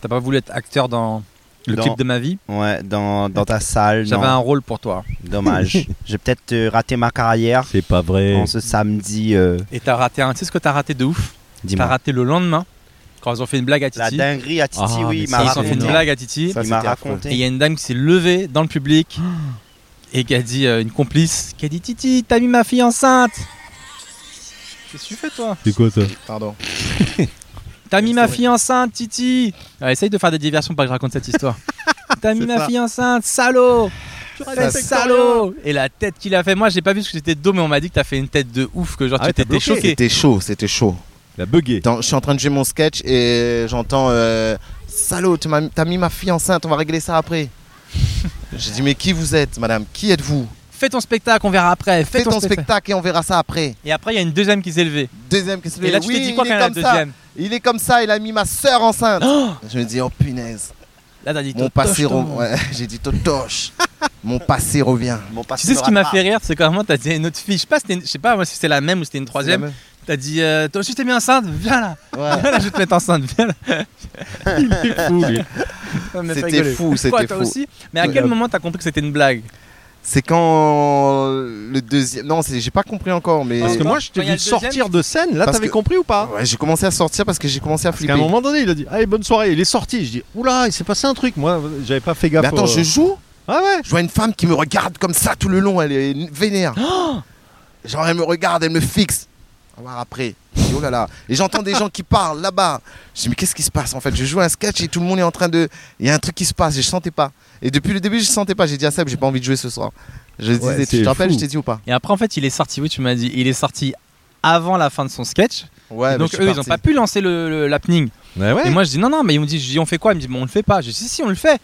S2: T'as pas voulu être acteur dans le
S4: Dans-
S2: clip de ma vie
S4: Ouais, dans, dans ta salle.
S2: J'avais
S4: non.
S2: un rôle pour toi.
S4: Dommage. j'ai peut-être euh, raté ma carrière.
S3: C'est pas vrai.
S4: En ce samedi. euh,
S2: Et t'as raté un. Tu sais ce que t'as raté de ouf
S4: Dis-moi.
S2: T'as raté le lendemain quand ils ont fait une blague à Titi.
S4: La dinguerie à Titi,
S2: Ah,
S4: oui,
S2: mais
S4: il m'a
S2: ça, Ils ont fait une
S4: raconté.
S2: blague à Titi.
S4: Ça, Il m'a c'était affreux. raconté.
S2: Et il y a une dame qui s'est levée dans le public et qui a dit, euh, une complice, qui a dit Titi, t'as mis ma fille enceinte Qu'est-ce que tu fais toi
S3: C'est quoi ça
S9: Pardon.
S2: T'as mis ma fille enceinte, Titi Ouais, Essaye de faire des diversions pour pas que je raconte cette histoire. T'as mis
S9: C'est
S2: ma
S9: ça.
S2: fille enceinte, salaud Tu
S9: respectes
S2: salaud Et la tête qu'il a fait, moi j'ai pas vu parce que j'étais dos, mais on m'a dit que t'as fait une tête de ouf, que genre tu t'étais choqué.
S9: C'était chaud, c'était chaud.
S3: Il a bugué.
S9: Je suis en train de jouer mon sketch et j'entends euh, Salaud, tu m'as- t'as mis ma fille enceinte, on va régler ça après. J'ai dit Mais qui vous êtes, madame Qui êtes-vous
S2: Fais ton spectacle, on Ah, verra après. Fais,
S9: Fais ton spectacle et on verra ça après.
S2: Et après, il y a une deuxième qui s'est levée.
S9: Deuxième qui s'est
S2: Et là, tu
S9: Oui,
S2: t'es dit quoi
S9: il
S2: quand
S9: est
S2: elle a
S9: comme
S2: la deuxième
S9: ça. Il est comme ça, il a mis ma soeur enceinte. je me dis Oh punaise.
S2: Là, t'as dit
S9: Mon
S2: Totoche,
S9: passé
S2: toi.
S9: re- ouais, J'ai dit Totoche. Mon passé revient.
S2: Tu sais ce qui m'a fait rire, c'est quand même t'as dit à une autre fille, je sais pas, c'était une- je sais pas moi, si c'était la même ou c'était une troisième.
S9: même.
S2: T'as dit, euh, toi aussi t'es mis enceinte, viens là,
S9: Ouais.
S2: viens là, je vais te mettre enceinte, viens là.
S9: Il est fou, lui.
S2: Non, Ah, mais fais
S9: C'était
S2: rigoler.
S9: fou, c'était
S2: Quoi, toi
S9: fou.
S2: aussi Mais à
S9: Ouais.
S2: quel moment t'as compris que c'était une blague
S9: C'est quand le deuxième. Non, c'est- j'ai pas compris encore, mais.
S3: Parce que moi, je t'ai vu sortir de scène. Là,
S9: Parce
S3: t'avais
S9: que-
S3: compris ou pas
S9: Ouais, j'ai commencé à sortir parce que j'ai commencé à
S3: Parce qu'à
S9: flipper.
S3: un moment donné, il a dit Allez, bonne soirée. Il est sorti. Je dis Oula, il s'est passé un truc. Moi, j'avais pas fait gaffe.
S9: Mais attends,
S3: au-
S9: je joue
S3: Ah ouais
S9: Je vois une femme qui me regarde comme ça tout le long, elle est vénère. Genre, elle me regarde, elle me fixe. On va voir après. Je dis, Oh là là. Et j'entends des gens qui parlent là-bas. Je dis, mais qu'est-ce qui se passe en fait Je joue un sketch et tout le monde est en train de. Il y a un truc qui se passe, et je sentais pas. Et depuis le début, je sentais pas. J'ai dit à Seb, j'ai pas envie de jouer ce soir. Je
S2: Ouais,
S9: disais,
S2: c'est
S9: tu te rappelles,
S2: fou.
S9: je t'ai dit ou pas
S2: Et après, en fait, il est sorti, oui, tu m'as dit, il est sorti avant la fin de son sketch.
S9: Ouais,
S2: Et
S9: mais
S2: donc
S9: je
S2: eux,
S9: suis
S2: ils ont
S9: parti.
S2: pas pu lancer le, le- l'happening.
S3: ouais.
S2: Et moi, je dis non, non, mais ils m'ont dit, je dis, on fait quoi Ils me disent, bon, on le fait pas. Je dis, si, si, on le fait.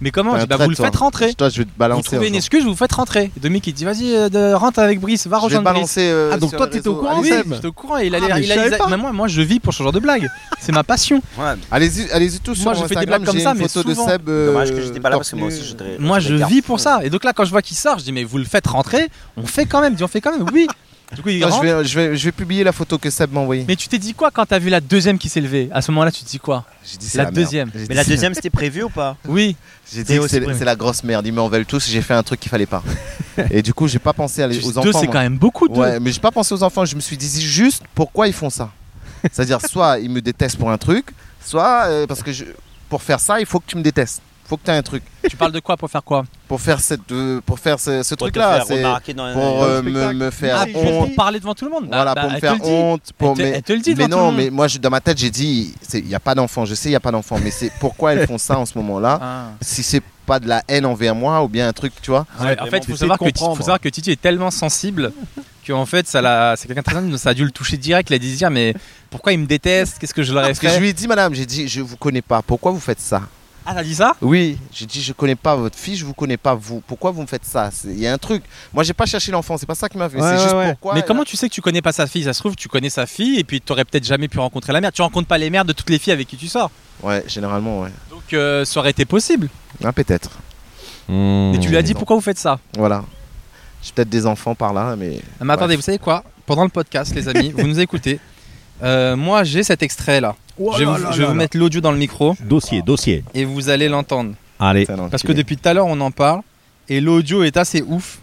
S2: Mais comment
S9: T'as
S2: Je
S9: un
S2: dis, bah,
S9: trait,
S2: vous le
S9: toi.
S2: faites rentrer.
S9: Toi, je vais te
S2: Vous
S9: balancer. euh,
S2: trouvez une
S9: un jour.
S2: excuse, vous vous faites rentrer. Et Dominique, il dit, vas-y, euh, de- rentre avec Brice, va
S9: Je vais te
S2: rejoindre Brice.
S9: balancer. euh,
S3: Ah, donc
S9: sur
S3: toi,
S9: les
S3: t'étais au
S9: réseaux.
S3: courant,
S9: Allez,
S2: Oui,
S9: Seb.
S2: j'étais au courant. Il a,
S3: Ah,
S2: il a-
S3: mais je
S2: il a-
S3: savais
S2: il a-
S3: pas.
S2: mais moi, moi, je vis pour ce genre de blague. C'est ma passion.
S9: Allez-y, allez-y tous sur
S2: Moi, je
S9: mon
S2: fais des
S9: Instagram,
S2: blagues comme
S9: j'ai
S2: ça,
S9: une
S2: mais
S9: photo
S2: souvent.
S9: de Seb. euh,
S4: Dommage que j'étais pas là parce
S9: torse
S4: que moi
S9: nu.
S4: aussi je voudrais-
S2: Moi,
S4: je
S2: je
S4: voudrais
S2: vis
S4: faire
S2: pour ça. Et donc là, quand je vois qu'il sort, je dis, mais vous le faites rentrer On fait quand même. Il dit, on fait quand même. Oui. Du coup, il
S9: Attends,
S2: rentre.
S9: je, vais, je, vais, je vais publier la photo que Seb m'a envoyée.
S2: Mais tu t'es dit quoi quand t'as vu la deuxième qui s'est levée À ce moment-là, tu te dis quoi
S9: J'ai dit, c'est
S2: La
S9: merde.
S2: deuxième.
S9: J'ai
S4: Mais
S9: dit,
S4: la
S9: c'est-
S4: deuxième, c'était prévu ou pas
S2: Oui.
S9: J'ai
S4: Et
S9: dit oh,
S4: aussi-
S9: c'est c'est la grosse merde, ils me veulent tous, j'ai fait un truc qu'il fallait pas. Et du coup, j'ai pas pensé à les-
S2: Juste
S9: aux
S2: deux,
S9: enfants.
S2: c'est
S9: moi.
S2: quand même beaucoup, deux.
S9: Ouais, mais j'ai pas pensé aux enfants, je me suis dit c'est juste pourquoi ils font ça. C'est-à-dire soit ils me détestent pour un truc, soit euh, parce que je- pour faire ça, il faut que tu me détestes. Faut que tu aies un truc
S2: Tu parles de quoi pour faire quoi
S9: pour faire cette euh, pour faire ce, ce
S4: Pour te
S9: truc là,
S4: faire remarquer dans-
S9: pour
S4: dans le
S9: euh, me,
S4: spectacle.
S9: me faire
S2: Ah,
S9: honte.
S2: Pour parler devant tout le monde. Bah,
S9: Voilà,
S2: bah,
S9: pour me
S2: elle
S9: faire
S2: te le dit.
S9: honte. Pour
S2: Elle te-
S9: mais-
S2: elle te le dit
S9: mais
S2: devant tout
S9: non,
S2: le
S9: mais
S2: monde.
S9: moi, je- dans ma tête, j'ai dit, il n'y a pas d'enfant. Je sais, il n'y a pas d'enfant. Mais c'est pourquoi elles font ça en ce moment-là.
S2: Ah.
S9: Si c'est pas de la haine envers moi ou bien un truc, tu vois.
S2: Ouais, en fait, il faut savoir, que, Titi- faut savoir que Titi est tellement sensible qu'en fait, ça l'a- c'est quelqu'un de très sensible, ça a dû le toucher direct. Il a dû se dire, mais pourquoi il me déteste Qu'est-ce que je leur ai
S9: Parce que
S2: fait
S9: je lui ai dit, madame, j'ai dit, je vous connais pas, pourquoi vous faites ça
S2: Ah, t'as dit ça
S9: Oui, j'ai dit, je connais pas votre fille, je vous connais pas vous, pourquoi vous me faites ça C'est- Il y a un truc. Moi, j'ai pas cherché l'enfant, c'est pas ça qui m'a fait. c'est juste pourquoi.
S2: Mais
S9: elle a-
S2: comment tu sais que tu connais pas sa fille Ça se trouve, tu connais sa fille et puis t'aurais peut-être jamais pu rencontrer la mère. Tu rencontres pas les mères de toutes les filles avec qui tu sors.
S9: Ouais, généralement, ouais.
S2: Donc euh, ça aurait été possible.
S9: Ah, peut-être.
S2: Mais tu lui as dit pourquoi vous faites ça
S9: Voilà. J'ai peut-être des enfants par là, mais.
S2: Ah, Mais attendez,
S9: Bref.
S2: vous savez quoi Pendant le podcast, les amis, vous nous écoutez. Euh, moi, j'ai cet extrait là.
S3: Oh
S2: je vais
S3: là
S2: vous,
S3: là
S2: je vais
S3: là
S2: vous
S3: là.
S2: mettre l'audio dans le micro
S3: Dossier, dossier.
S2: et vous allez l'entendre.
S3: Allez.
S2: Parce que depuis tout à l'heure, on en parle et l'audio est assez ouf.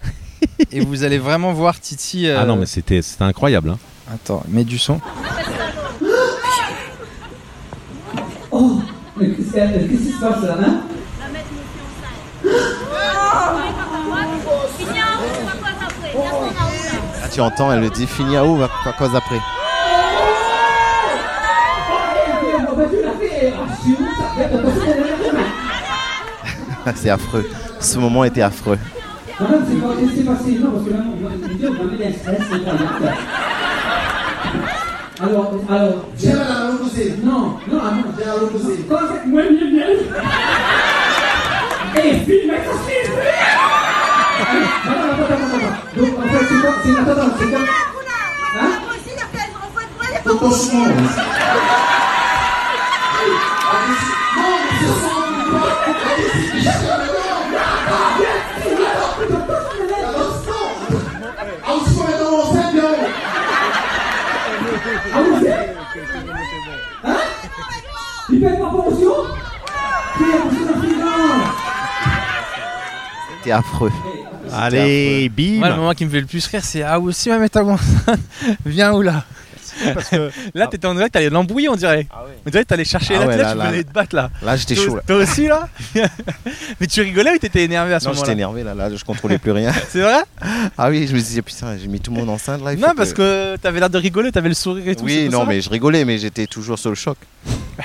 S2: et vous allez vraiment voir Titi. euh,
S3: Ah non, mais c'était c'était incroyable. hein.
S2: Attends, mets du son.
S14: Oh, mais qu'est-ce qu'elle- qu'est-ce qui se passe là, hein
S9: Ah, tu entends, elle le dit, fini à où, va à cause après. c'est affreux. Ce moment était affreux.
S14: Madame, c'est pas qu'est-ce qui s'est passé Non, parce que là, on m'a dit, on m'a mis un stress, c'est pas grave. Alors, alors. J'ai la repoussée. Non, non, ah non, j'ai la repoussée. Comment ça Moi, bien, bien. Et filme, ça filme Attends, attends, attends, attends. Donc, en fait, c'est quoi C'est attends, attends, c'est quoi Hein Faut qu'on se montre. Ah, vous êtes Hein Il fait pas promotion Qui est promotion d'un film
S9: C'était affreux.
S3: Allez, bim
S9: bah.
S2: Moi, le moment qui me fait le plus rire, c'est Ah, aussi, ma métamorphose. Viens où là Là, t'étais en direct, t'allais l'embrouiller, on dirait. On dirait que t'allais chercher
S9: Ah
S2: là,
S9: ouais,
S2: là,
S9: là,
S2: tu
S9: là.
S2: voulais te battre là.
S9: Là, j'étais
S2: Toi-
S9: chaud, là.
S2: Toi aussi là Mais tu rigolais ou t'étais énervé à ce
S9: Non,
S2: moment-là
S9: j'étais énervé là, là, je contrôlais plus rien.
S2: C'est vrai
S9: Ah oui, je me disais, putain, j'ai mis tout mon enceinte là. il
S2: Non,
S9: faut
S2: parce que t'avais l'air de rigoler, t'avais le sourire et tout. c'est
S9: Oui,
S2: pour
S9: non,
S2: ça.
S9: mais je rigolais, mais j'étais toujours sur le choc.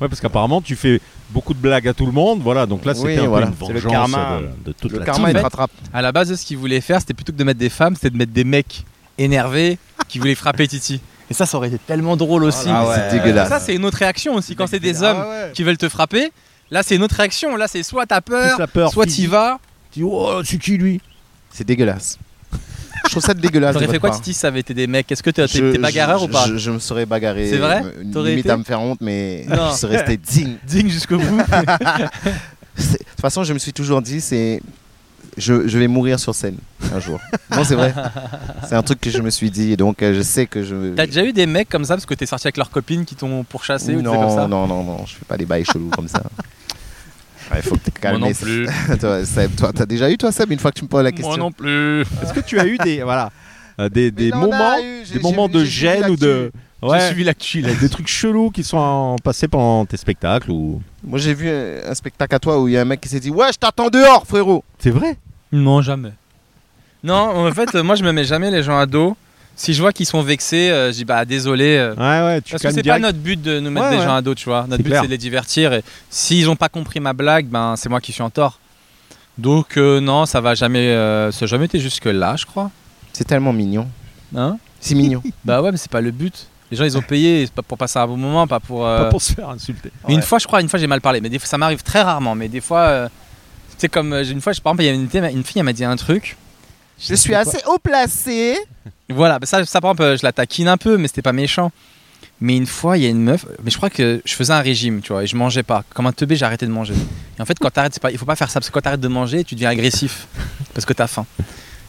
S3: Ouais, parce qu'apparemment, tu fais beaucoup de blagues à tout le monde. Voilà, donc là, c'était
S9: Oui,
S3: un peu
S9: voilà.
S3: une
S9: C'est le
S3: vengeance
S9: karma.
S3: de, de toute
S9: Le
S3: la
S9: karma,
S3: team.
S9: il te rattrape.
S2: À la base, ce qu'ils voulaient faire, c'était plutôt que de mettre des femmes, c'était de mettre des mecs énervés qui voulaient frapper Titi. Et ça, ça aurait été tellement drôle aussi.
S9: Ah ouais, c'est dégueulasse. Ah
S2: Ça, c'est une autre réaction aussi. Quand c'est des hommes qui veulent te frapper, là, c'est une autre réaction. Là, c'est soit t'as peur,
S9: Plus la peur
S2: soit t'y
S9: physique.
S2: vas.
S9: Tu oh, c'est qui lui C'est dégueulasse. je trouve ça dégueulasse.
S2: T'aurais
S9: de
S2: fait
S9: votre
S2: quoi,
S9: part.
S2: Titi, si ça avait été des mecs Est-ce que t'es
S9: Je-
S2: t'es bagarreur
S9: je-
S2: ou pas
S9: je, je me serais bagarré.
S2: C'est vrai
S9: euh,
S2: T'aurais
S9: Limite
S2: été
S9: à me faire honte, mais
S2: Non.
S9: je serais resté digne.
S2: Digne jusqu'au bout.
S9: C'est- De toute façon, je me suis toujours dit, c'est. Je, je vais mourir sur scène un jour. non, c'est vrai. C'est un truc que je me suis dit, et donc euh, je sais que je.
S2: T'as déjà eu des mecs comme ça parce que t'es sorti avec leurs copines qui t'ont pourchassé ou des trucs comme ça
S9: Non, non, non, non, je fais pas des bails chelous comme ça. Il faut que t'es calmé.
S3: non plus.
S9: toi, Seb, toi, t'as déjà eu, toi, Seb, une fois que tu me poses la question
S3: plus. Est-ce que tu as eu des voilà euh, des, des
S9: Mais on en a
S3: moments
S9: eu, j'ai-
S3: des
S9: j'ai
S3: moments
S9: vu-
S3: de
S9: j'ai suivi
S3: gêne ou de
S9: l'actu. J'ai suivi l'actu, là.
S3: des trucs chelous qui sont en- passés pendant tes spectacles ou
S9: Moi, j'ai vu euh, un spectacle à toi où il y a un mec qui s'est dit Ouais, je t'attends dehors, frérot.
S3: C'est vrai
S2: Non, jamais. Non, en fait, euh, moi, je me mets jamais les gens à dos. Si je vois qu'ils sont vexés, euh, je dis bah désolé. euh,
S3: Ouais, ouais, tu
S2: parce que
S3: calmes
S2: c'est
S3: direct.
S2: pas notre but de nous mettre
S3: Ouais,
S2: des
S3: ouais.
S2: gens à dos, tu vois.
S3: C'est
S2: Notre but
S3: clair.
S2: c'est de les divertir. Et s'ils n'ont pas compris ma blague, ben c'est moi qui suis en tort. Donc euh, non, ça va jamais, euh, ça a jamais été jusque là, je crois.
S9: C'est tellement mignon.
S2: Hein
S9: C'est mignon.
S2: bah ouais, mais c'est pas le but. Les gens, ils ont payé c'est pas pour passer un bon moment, pas pour. euh,
S3: Pas pour se faire insulter.
S2: mais une
S3: Ouais.
S2: fois, je crois, une fois j'ai mal parlé, mais des fois, ça m'arrive très rarement. Mais des fois, euh, tu sais, comme euh, j'ai une fois, je, par exemple, il y avait une, thé- une fille, elle m'a dit un truc.
S9: Je suis assez haut placé.
S2: Voilà, bah ça, ça, par exemple, euh, je la taquine un peu, mais c'était pas méchant. Mais une fois, il y a une meuf, mais je crois que je faisais un régime, tu vois, et je mangeais pas. Comme un teubé, j'ai arrêté de manger. Et en fait, quand t'arrêtes, c'est pas, il faut pas faire ça, parce que quand t'arrêtes de manger, tu deviens agressif, parce que t'as faim.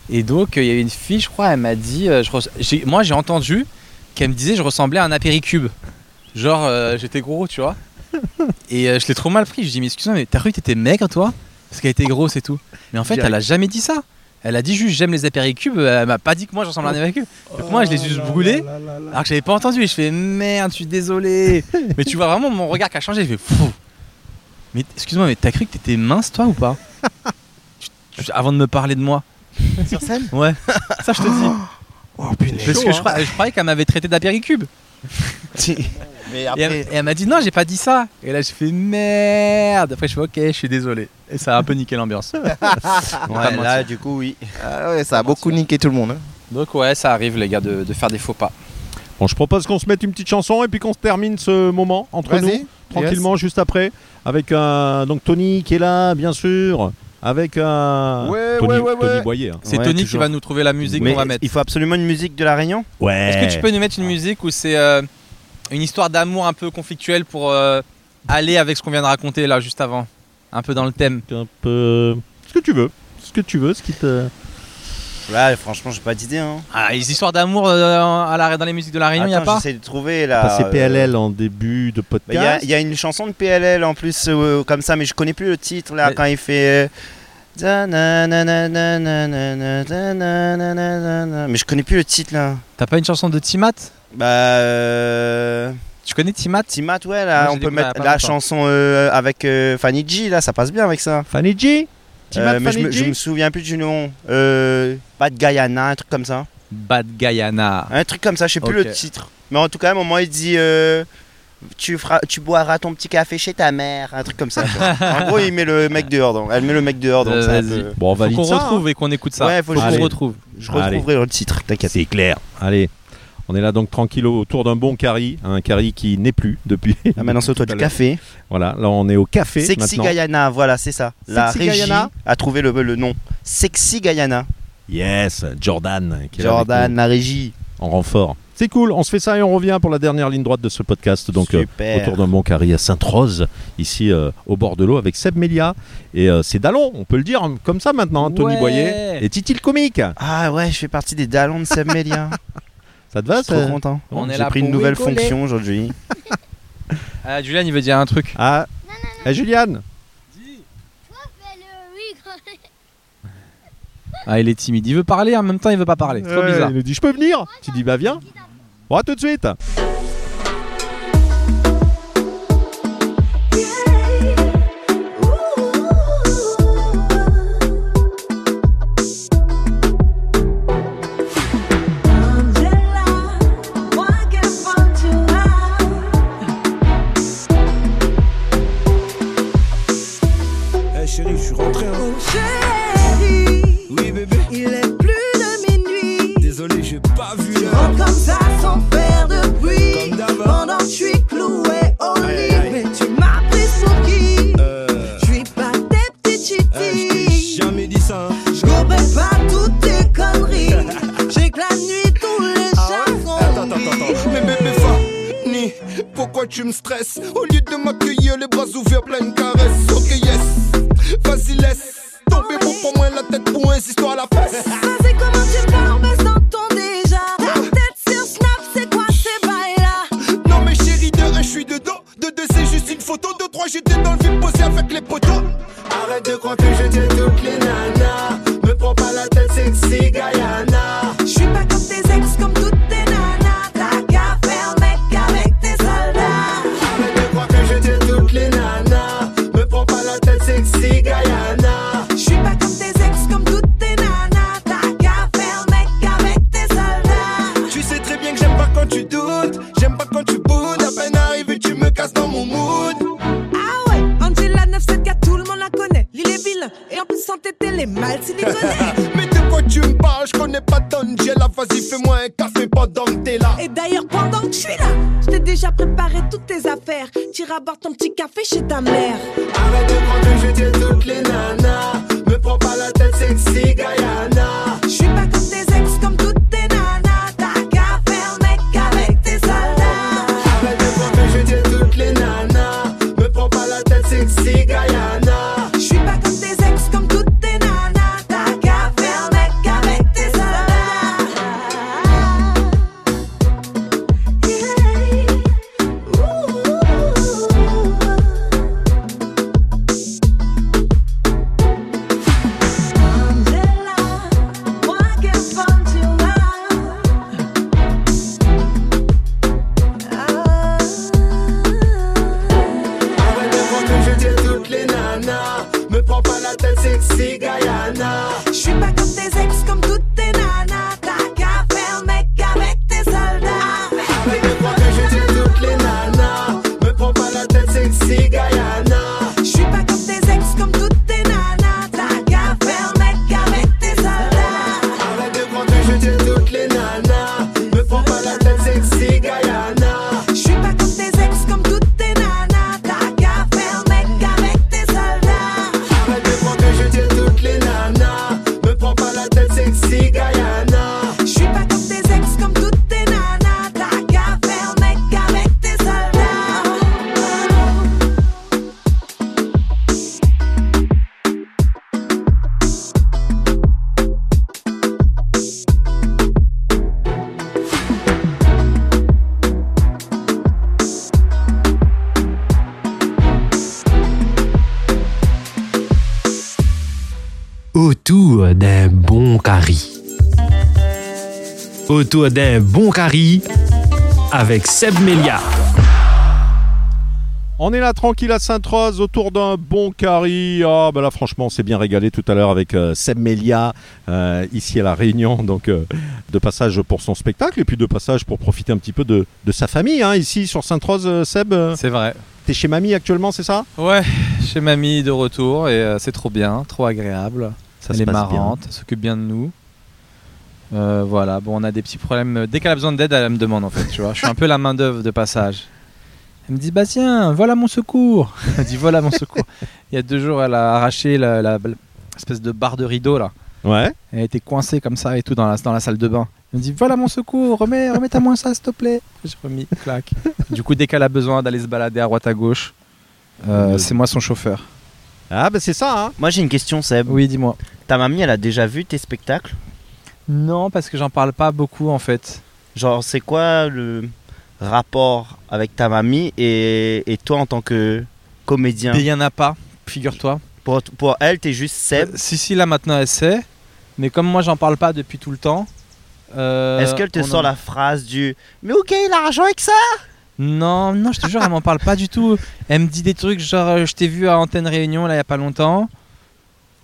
S2: Et donc, euh, il y a une fille, je crois, elle m'a dit, euh, je res- j'ai- moi j'ai entendu qu'elle me disait, je ressemblais à un apéricube. Genre, euh, j'étais gros, tu vois. Et euh, je l'ai trop mal pris. Je dis, mais excuse-moi, mais t'as cru que t'étais maigre, toi Parce qu'elle était grosse et tout. Mais en fait,
S9: Direct.
S2: elle a jamais dit ça. Elle a dit juste, j'aime les apéricubes. Elle m'a pas dit que moi, je ressemble à un apéricube. Donc moi, je l'ai juste brûlé. Alors que j'avais pas entendu. Et je fais, merde, je suis désolé. mais tu vois vraiment mon regard qui a changé. Je fais, Pfff. Mais excuse-moi, mais t'as cru que t'étais mince, toi, ou pas Tu- tu- Avant de me parler de moi.
S9: Sur scène Oh,
S2: Ouais. Ça, je te dis. Parce que je, crois- je croyais qu'elle m'avait traité d'apéricube.
S9: Mais
S2: Et elle,
S9: après,
S2: et elle m'a dit non, j'ai pas dit ça. Et là, j'ai fait merde. Après, je fais ok, je suis désolé. Et ça a un peu niqué l'ambiance. On va pas
S9: Ouais, là,
S2: mentir.
S9: du coup, oui. Ah ça a beaucoup niqué tout le monde. hein.
S2: Donc, ouais, ça arrive, les gars, de, de faire des faux pas.
S3: Bon, je propose qu'on se mette une petite chanson et puis qu'on se termine ce moment entre
S2: Vas-y.
S3: nous, tranquillement, juste après, avec euh, donc Tony qui est là, bien sûr, avec euh, Tony, Tony Boyer. hein.
S2: C'est Tony qui va nous trouver la musique
S3: Mais
S2: qu'on va mettre.
S4: Il faut absolument une musique de La Réunion
S3: Ouais.
S2: Est-ce que tu peux nous mettre une musique où c'est euh, une histoire d'amour un peu conflictuelle pour euh, aller avec ce qu'on vient de raconter là juste avant Un peu dans le thème.
S3: Un peu. euh, Ce que tu veux, ce que tu veux, ce qui te.
S4: Là, franchement, j'ai pas d'idée. Hein.
S2: Ah, les histoires d'amour euh, à la- dans les musiques de la Réunion, il y a
S4: Attends,
S2: pas
S4: j'essaie de trouver là.
S3: Passer
S4: euh,
S3: PLL en début de
S4: bah, Il y a-
S3: podcast.
S4: il y, a une chanson de PLL en plus, euh, comme ça, mais je connais plus le titre là, quand il fait. euh, da na na na na na na na da na na na na na. Mais je connais plus le titre là.
S2: T'as pas une chanson de Timat
S4: Bah. euh,
S2: Tu connais Timat
S4: Timat, ouais, là,
S2: Moi, je
S4: on
S2: l'ai
S4: peut
S2: découvert
S4: mettre
S2: il y a pas
S4: la
S2: longtemps.
S4: chanson euh, avec euh, Fanny G, là, ça passe bien avec ça. Euh,
S3: Fanny G
S2: Timat,
S4: mais je
S2: Fanny
S4: me,
S2: G
S4: je me souviens plus du nom. Euh, Bad Guyana, un truc comme ça.
S2: Bad Guyana.
S4: Un truc comme ça, je sais plus
S2: Ah. Ok.
S4: le titre. Mais en tout cas, à un moment, il dit euh, tu, feras, tu boiras ton petit café chez ta mère. Un truc comme ça. tu vois. en gros, il met le mec dehors. donc- elle met le mec dehors. Donc
S2: Euh,
S4: ça,
S2: vas-y.
S4: peut-
S3: Bon, on valide
S2: Faut qu'on
S3: ça,
S2: retrouve et qu'on écoute ça.
S4: hein. Ouais, faut
S2: qu'on
S3: Allez.
S2: retrouve.
S4: Je retrouverai le titre, t'inquiète.
S3: C'est clair. Allez, on est là donc tranquille autour d'un bon carry, un carry qui n'est plus depuis.
S4: Ah, maintenant, c'est au toit du
S3: tout à l'heure.
S4: café.
S3: Voilà, là on est au café.
S4: Sexy
S3: maintenant.
S4: Guyana, voilà, c'est ça. La
S3: Sexy
S4: régie
S3: Guyana
S4: a trouvé le, le nom. Sexy Guyana.
S3: Yes, Jordan. qui est là avec
S4: Jordan,
S3: nous
S4: la régie.
S3: En renfort. C'est cool, on se fait ça et on revient pour la dernière ligne droite de ce podcast. Donc, euh,
S4: Super.
S3: autour d'un bon carry à Sainte-Rose, ici euh, au bord de l'eau avec Seb Melia. Et euh, c'est Dallon, on peut le dire hein, comme ça maintenant, hein, Tony
S4: Ouais.
S3: Boyer et Titi le comique.
S4: Ah ouais, je fais partie des Dallons de Seb Melia.
S3: Ça te va
S4: Trop
S3: ça
S4: content.
S2: On est
S4: J'ai
S2: là
S4: pris
S2: pour
S4: une nouvelle
S2: rigoler.
S4: fonction aujourd'hui.
S2: Ah, Julian, il veut dire un truc.
S3: Ah, Eh, Juliane
S2: Ah, il est timide. Il veut parler, en même temps, il veut pas parler. C'est trop
S3: Ouais,
S2: bizarre.
S3: Il nous dit Je peux venir Tu dis Bah viens. Bon, à tout de suite.
S14: Eh chérie, je suis rentré. Oh chérie, oui bébé, il est plus de minuit. Désolé, j'ai pas vu. Je rentre comme ça sans faire de bruit. Pendant que je suis cloué au lit, mais tu m'as pris pour qui
S15: Euh.
S14: Je suis pas tes petites chitis. jamais dit ça.
S15: hein.
S14: Je comprends pas toutes tes conneries. j'ai que la nuit tous les
S15: Ah
S14: chansons. Attends, attends, attends.
S15: Mais bébé Fanny, pourquoi tu me stresses Au lieu de m'accueillir les bras ouverts, pleine caresse Ok yes, vas-y laisse tomber pour prendre moins la tête pour insister à la fesse
S14: Vas-y, comment tu parles en baissant ton déjà Ta tête sur Snap, c'est quoi ces bails-là
S15: Non mais chérie, de un je suis dedans, de deux c'est juste une photo, de trois j'étais dans le vide posé avec les poteaux Arrête de croire que je tiens toutes les nanas, me prends pas la tête sexy Guyana
S14: Je suis pas comme tes ex, comme toutes tes nanas T'as qu'à faire mec avec tes soldats
S15: Arrête de croire que je tiens toutes les nanas, me prends pas la tête sexy Guyana
S14: Je suis pas comme tes ex, comme toutes tes nanas T'as qu'à faire mec avec tes soldats
S15: Tu sais très bien que j'aime pas quand tu doutes, j'aime pas quand tu boudes, à peine arrivé tu me casses dans mon mood.
S14: Ah ouais, Angela 974, tout le monde la connaît L'île est vilain, et en plus sans t'étais les mal s'il y connaît
S15: Mais de quoi tu me parles, je connais pas d'Angela, vas-y fais-moi un café pendant que t'es là.
S14: Et d'ailleurs, pendant que je suis là, je t'ai déjà préparé toutes tes affaires. T'iras boire ton petit café chez ta mère.
S15: Arrête de croire que je tiens toutes les nanas, me prends pas la tête sexy Guyana.
S14: Je suis pas comme tes ex, comme toutes tes nanas. T'as qu'à faire mec avec tes soldats.
S15: Arrête de croire que je tiens toutes les nanas, me prends pas la tête sexy Guyana.
S14: Je suis pas comme tes ex, comme toutes tes nanas. T'as qu'à faire mec avec tes soldats.
S1: autour d'un bon curry. Autour d'un bon curry avec Seb Melia.
S3: On est là tranquille à Sainte-Rose autour d'un bon carry. Ah bah là franchement on s'est bien régalé tout à l'heure avec euh, Seb Melia euh, ici à La Réunion. Donc euh, de passage pour son spectacle et puis de passage pour profiter un petit peu de, de sa famille hein, ici sur Sainte-Rose euh, Seb.
S2: C'est vrai.
S3: T'es chez mamie actuellement c'est ça
S2: Ouais, chez mamie de retour et euh, c'est trop bien, trop agréable.
S3: Ça
S2: elle
S3: se
S2: est
S3: passe
S2: marrante, elle s'occupe bien de nous. Euh, voilà, bon, on a des petits problèmes. Dès qu'elle a besoin d'aide, elle me demande en fait, tu vois. Je suis un peu la main d'œuvre de passage. Elle me dit, bah tiens, voilà mon secours. Elle dit, voilà mon secours. Il y a deux jours, elle a arraché la, la- l'espèce de barre de rideau là.
S3: Ouais.
S2: Elle était coincée comme ça et tout dans la, dans la salle de bain. Elle me dit, voilà mon secours, remets, remets à moi ça, s'il te plaît. J'ai remis, clac. du coup, dès qu'elle a besoin d'aller se balader à droite à gauche, euh,
S4: Mmh.
S2: c'est moi son chauffeur.
S3: Ah bah c'est ça.
S4: Moi j'ai une question Seb.
S2: Oui dis-moi.
S4: Ta mamie elle a déjà vu tes spectacles
S2: Non, parce que j'en parle pas beaucoup en fait.
S4: Genre c'est quoi le rapport avec ta mamie et, et toi en tant que comédien
S2: Il y en a pas, figure-toi.
S4: Pour, pour elle, t'es juste Seb
S2: Euh, Si, si, là maintenant elle sait. Mais comme moi j'en parle pas depuis tout le temps. euh,
S4: Est-ce qu'elle te
S2: on
S4: sort
S2: en-
S4: la phrase du Mais où gagne l'argent avec ça
S2: Non, non, je te jure, elle m'en parle pas du tout. Elle me dit des trucs genre euh, je t'ai vu à Antenne Réunion là il y a pas longtemps.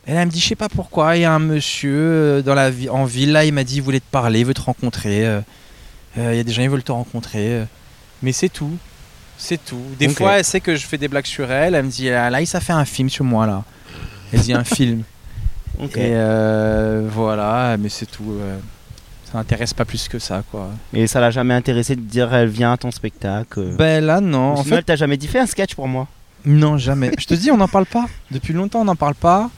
S2: Et là, elle me dit je sais pas pourquoi, il y a un monsieur euh, dans la vi- en ville là, il m'a dit il voulait te parler, il veut te rencontrer. euh, euh, Il y a des gens qui veulent te rencontrer. euh. Mais c'est tout. C'est tout. Des
S4: Ok.
S2: fois, elle sait que je fais des blagues sur elle. Elle me dit ah, là, il s'est fait un film sur moi là. Elle dit un film.
S4: Ok.
S2: Et euh, voilà, mais c'est tout. euh. Ça m'intéresse pas plus que ça quoi.
S4: Et ça l'a jamais intéressé de dire elle vient à ton spectacle.
S2: Ben là non.
S4: Ou
S2: En
S4: sinon,
S2: fait,
S4: elle t'a jamais dit fais un sketch pour moi.
S2: Non, jamais. Je te dis, on n'en parle pas. Depuis longtemps, on n'en parle pas.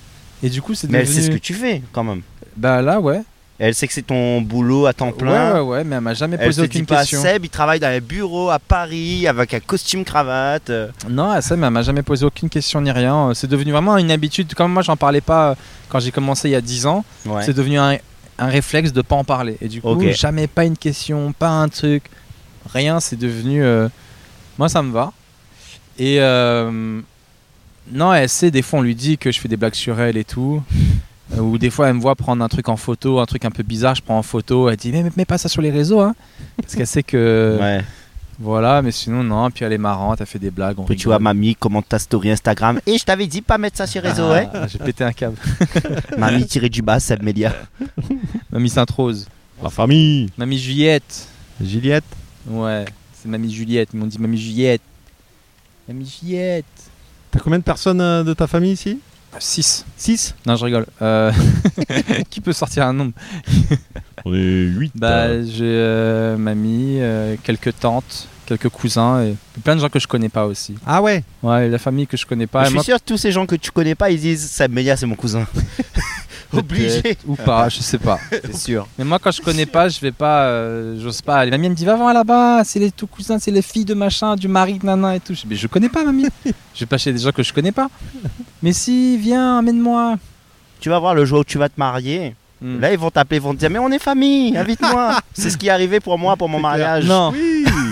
S2: Et du coup, c'est
S4: Mais
S2: devenu...
S4: elle sait ce que tu fais quand même.
S2: Bah là ouais.
S4: Elle sait que c'est ton boulot à temps plein.
S2: Ouais, ouais, ouais, mais elle m'a jamais
S4: Elle
S2: posé
S4: se
S2: aucune
S4: dit pas,
S2: question.
S4: Seb, il travaille dans un bureau à Paris avec un costume cravate. euh.
S2: Non, ça, mais elle m'a jamais posé aucune question ni rien. Euh, C'est devenu vraiment une habitude. Comme moi, j'en parlais pas euh, quand j'ai commencé il y a 10 ans.
S4: Ouais.
S2: C'est devenu un, un réflexe de pas en parler. Et du
S9: hein.
S2: coup,
S4: Ok.
S2: jamais pas une question, pas un truc, rien. C'est devenu. euh, moi, ça me va. Et euh, non, elle sait. Des fois, on lui dit que je fais des blagues sur elle et tout. Euh, Ou des fois, elle me voit prendre un truc en photo, un truc un peu bizarre. Je prends en photo. Elle dit mais mais mets pas ça sur les réseaux, hein. Parce qu'elle sait que. Voilà, mais sinon non. Puis elle est marrante. Elle fait des blagues. On
S4: Puis tu vois, mamie commente ta story Instagram. Et je t'avais dit pas mettre ça sur les réseaux, ouais.
S2: Ah, J'ai pété un câble.
S4: Mamie tirée du bas, Seb Melia.
S2: Mamie Sainte-Rose.
S3: La famille.
S2: Mamie Juliette.
S3: Juliette.
S2: Ouais, c'est Mamie Juliette. Ils m'ont dit Mamie Juliette. Mamie Juliette.
S3: T'as combien de personnes euh, de ta famille ici
S2: 6.
S3: 6
S2: Non, je rigole. Euh, Qui peut sortir un nombre
S3: On est 8.
S2: Bah, j'ai euh, mamie, euh, quelques tantes, quelques cousins et plein de gens que je connais pas aussi.
S3: Ah ouais
S2: Ouais, la famille que je connais pas.
S4: je suis
S2: Moi,
S4: sûr que tous ces gens que tu connais pas, ils disent Seb Melia, c'est mon cousin. Obligé.
S2: Peut-être, Ou pas, je sais pas.
S4: C'est sûr.
S2: Mais moi, quand je connais pas, je vais pas, euh, j'ose pas aller. Mamie, elle me dit, va voir là-bas, c'est les tout cousins, c'est les filles de machin, du mari de nana et tout. Je dis, mais je connais pas, mamie. je vais pas chez des gens que je connais pas. Mais si, viens, amène-moi. Hmm.
S4: Tu vas voir le jour où tu vas te marier. Là, ils vont t'appeler, ils vont te dire Mais on est famille, invite-moi. c'est ce qui est arrivé pour moi, pour mon mariage.
S2: Non.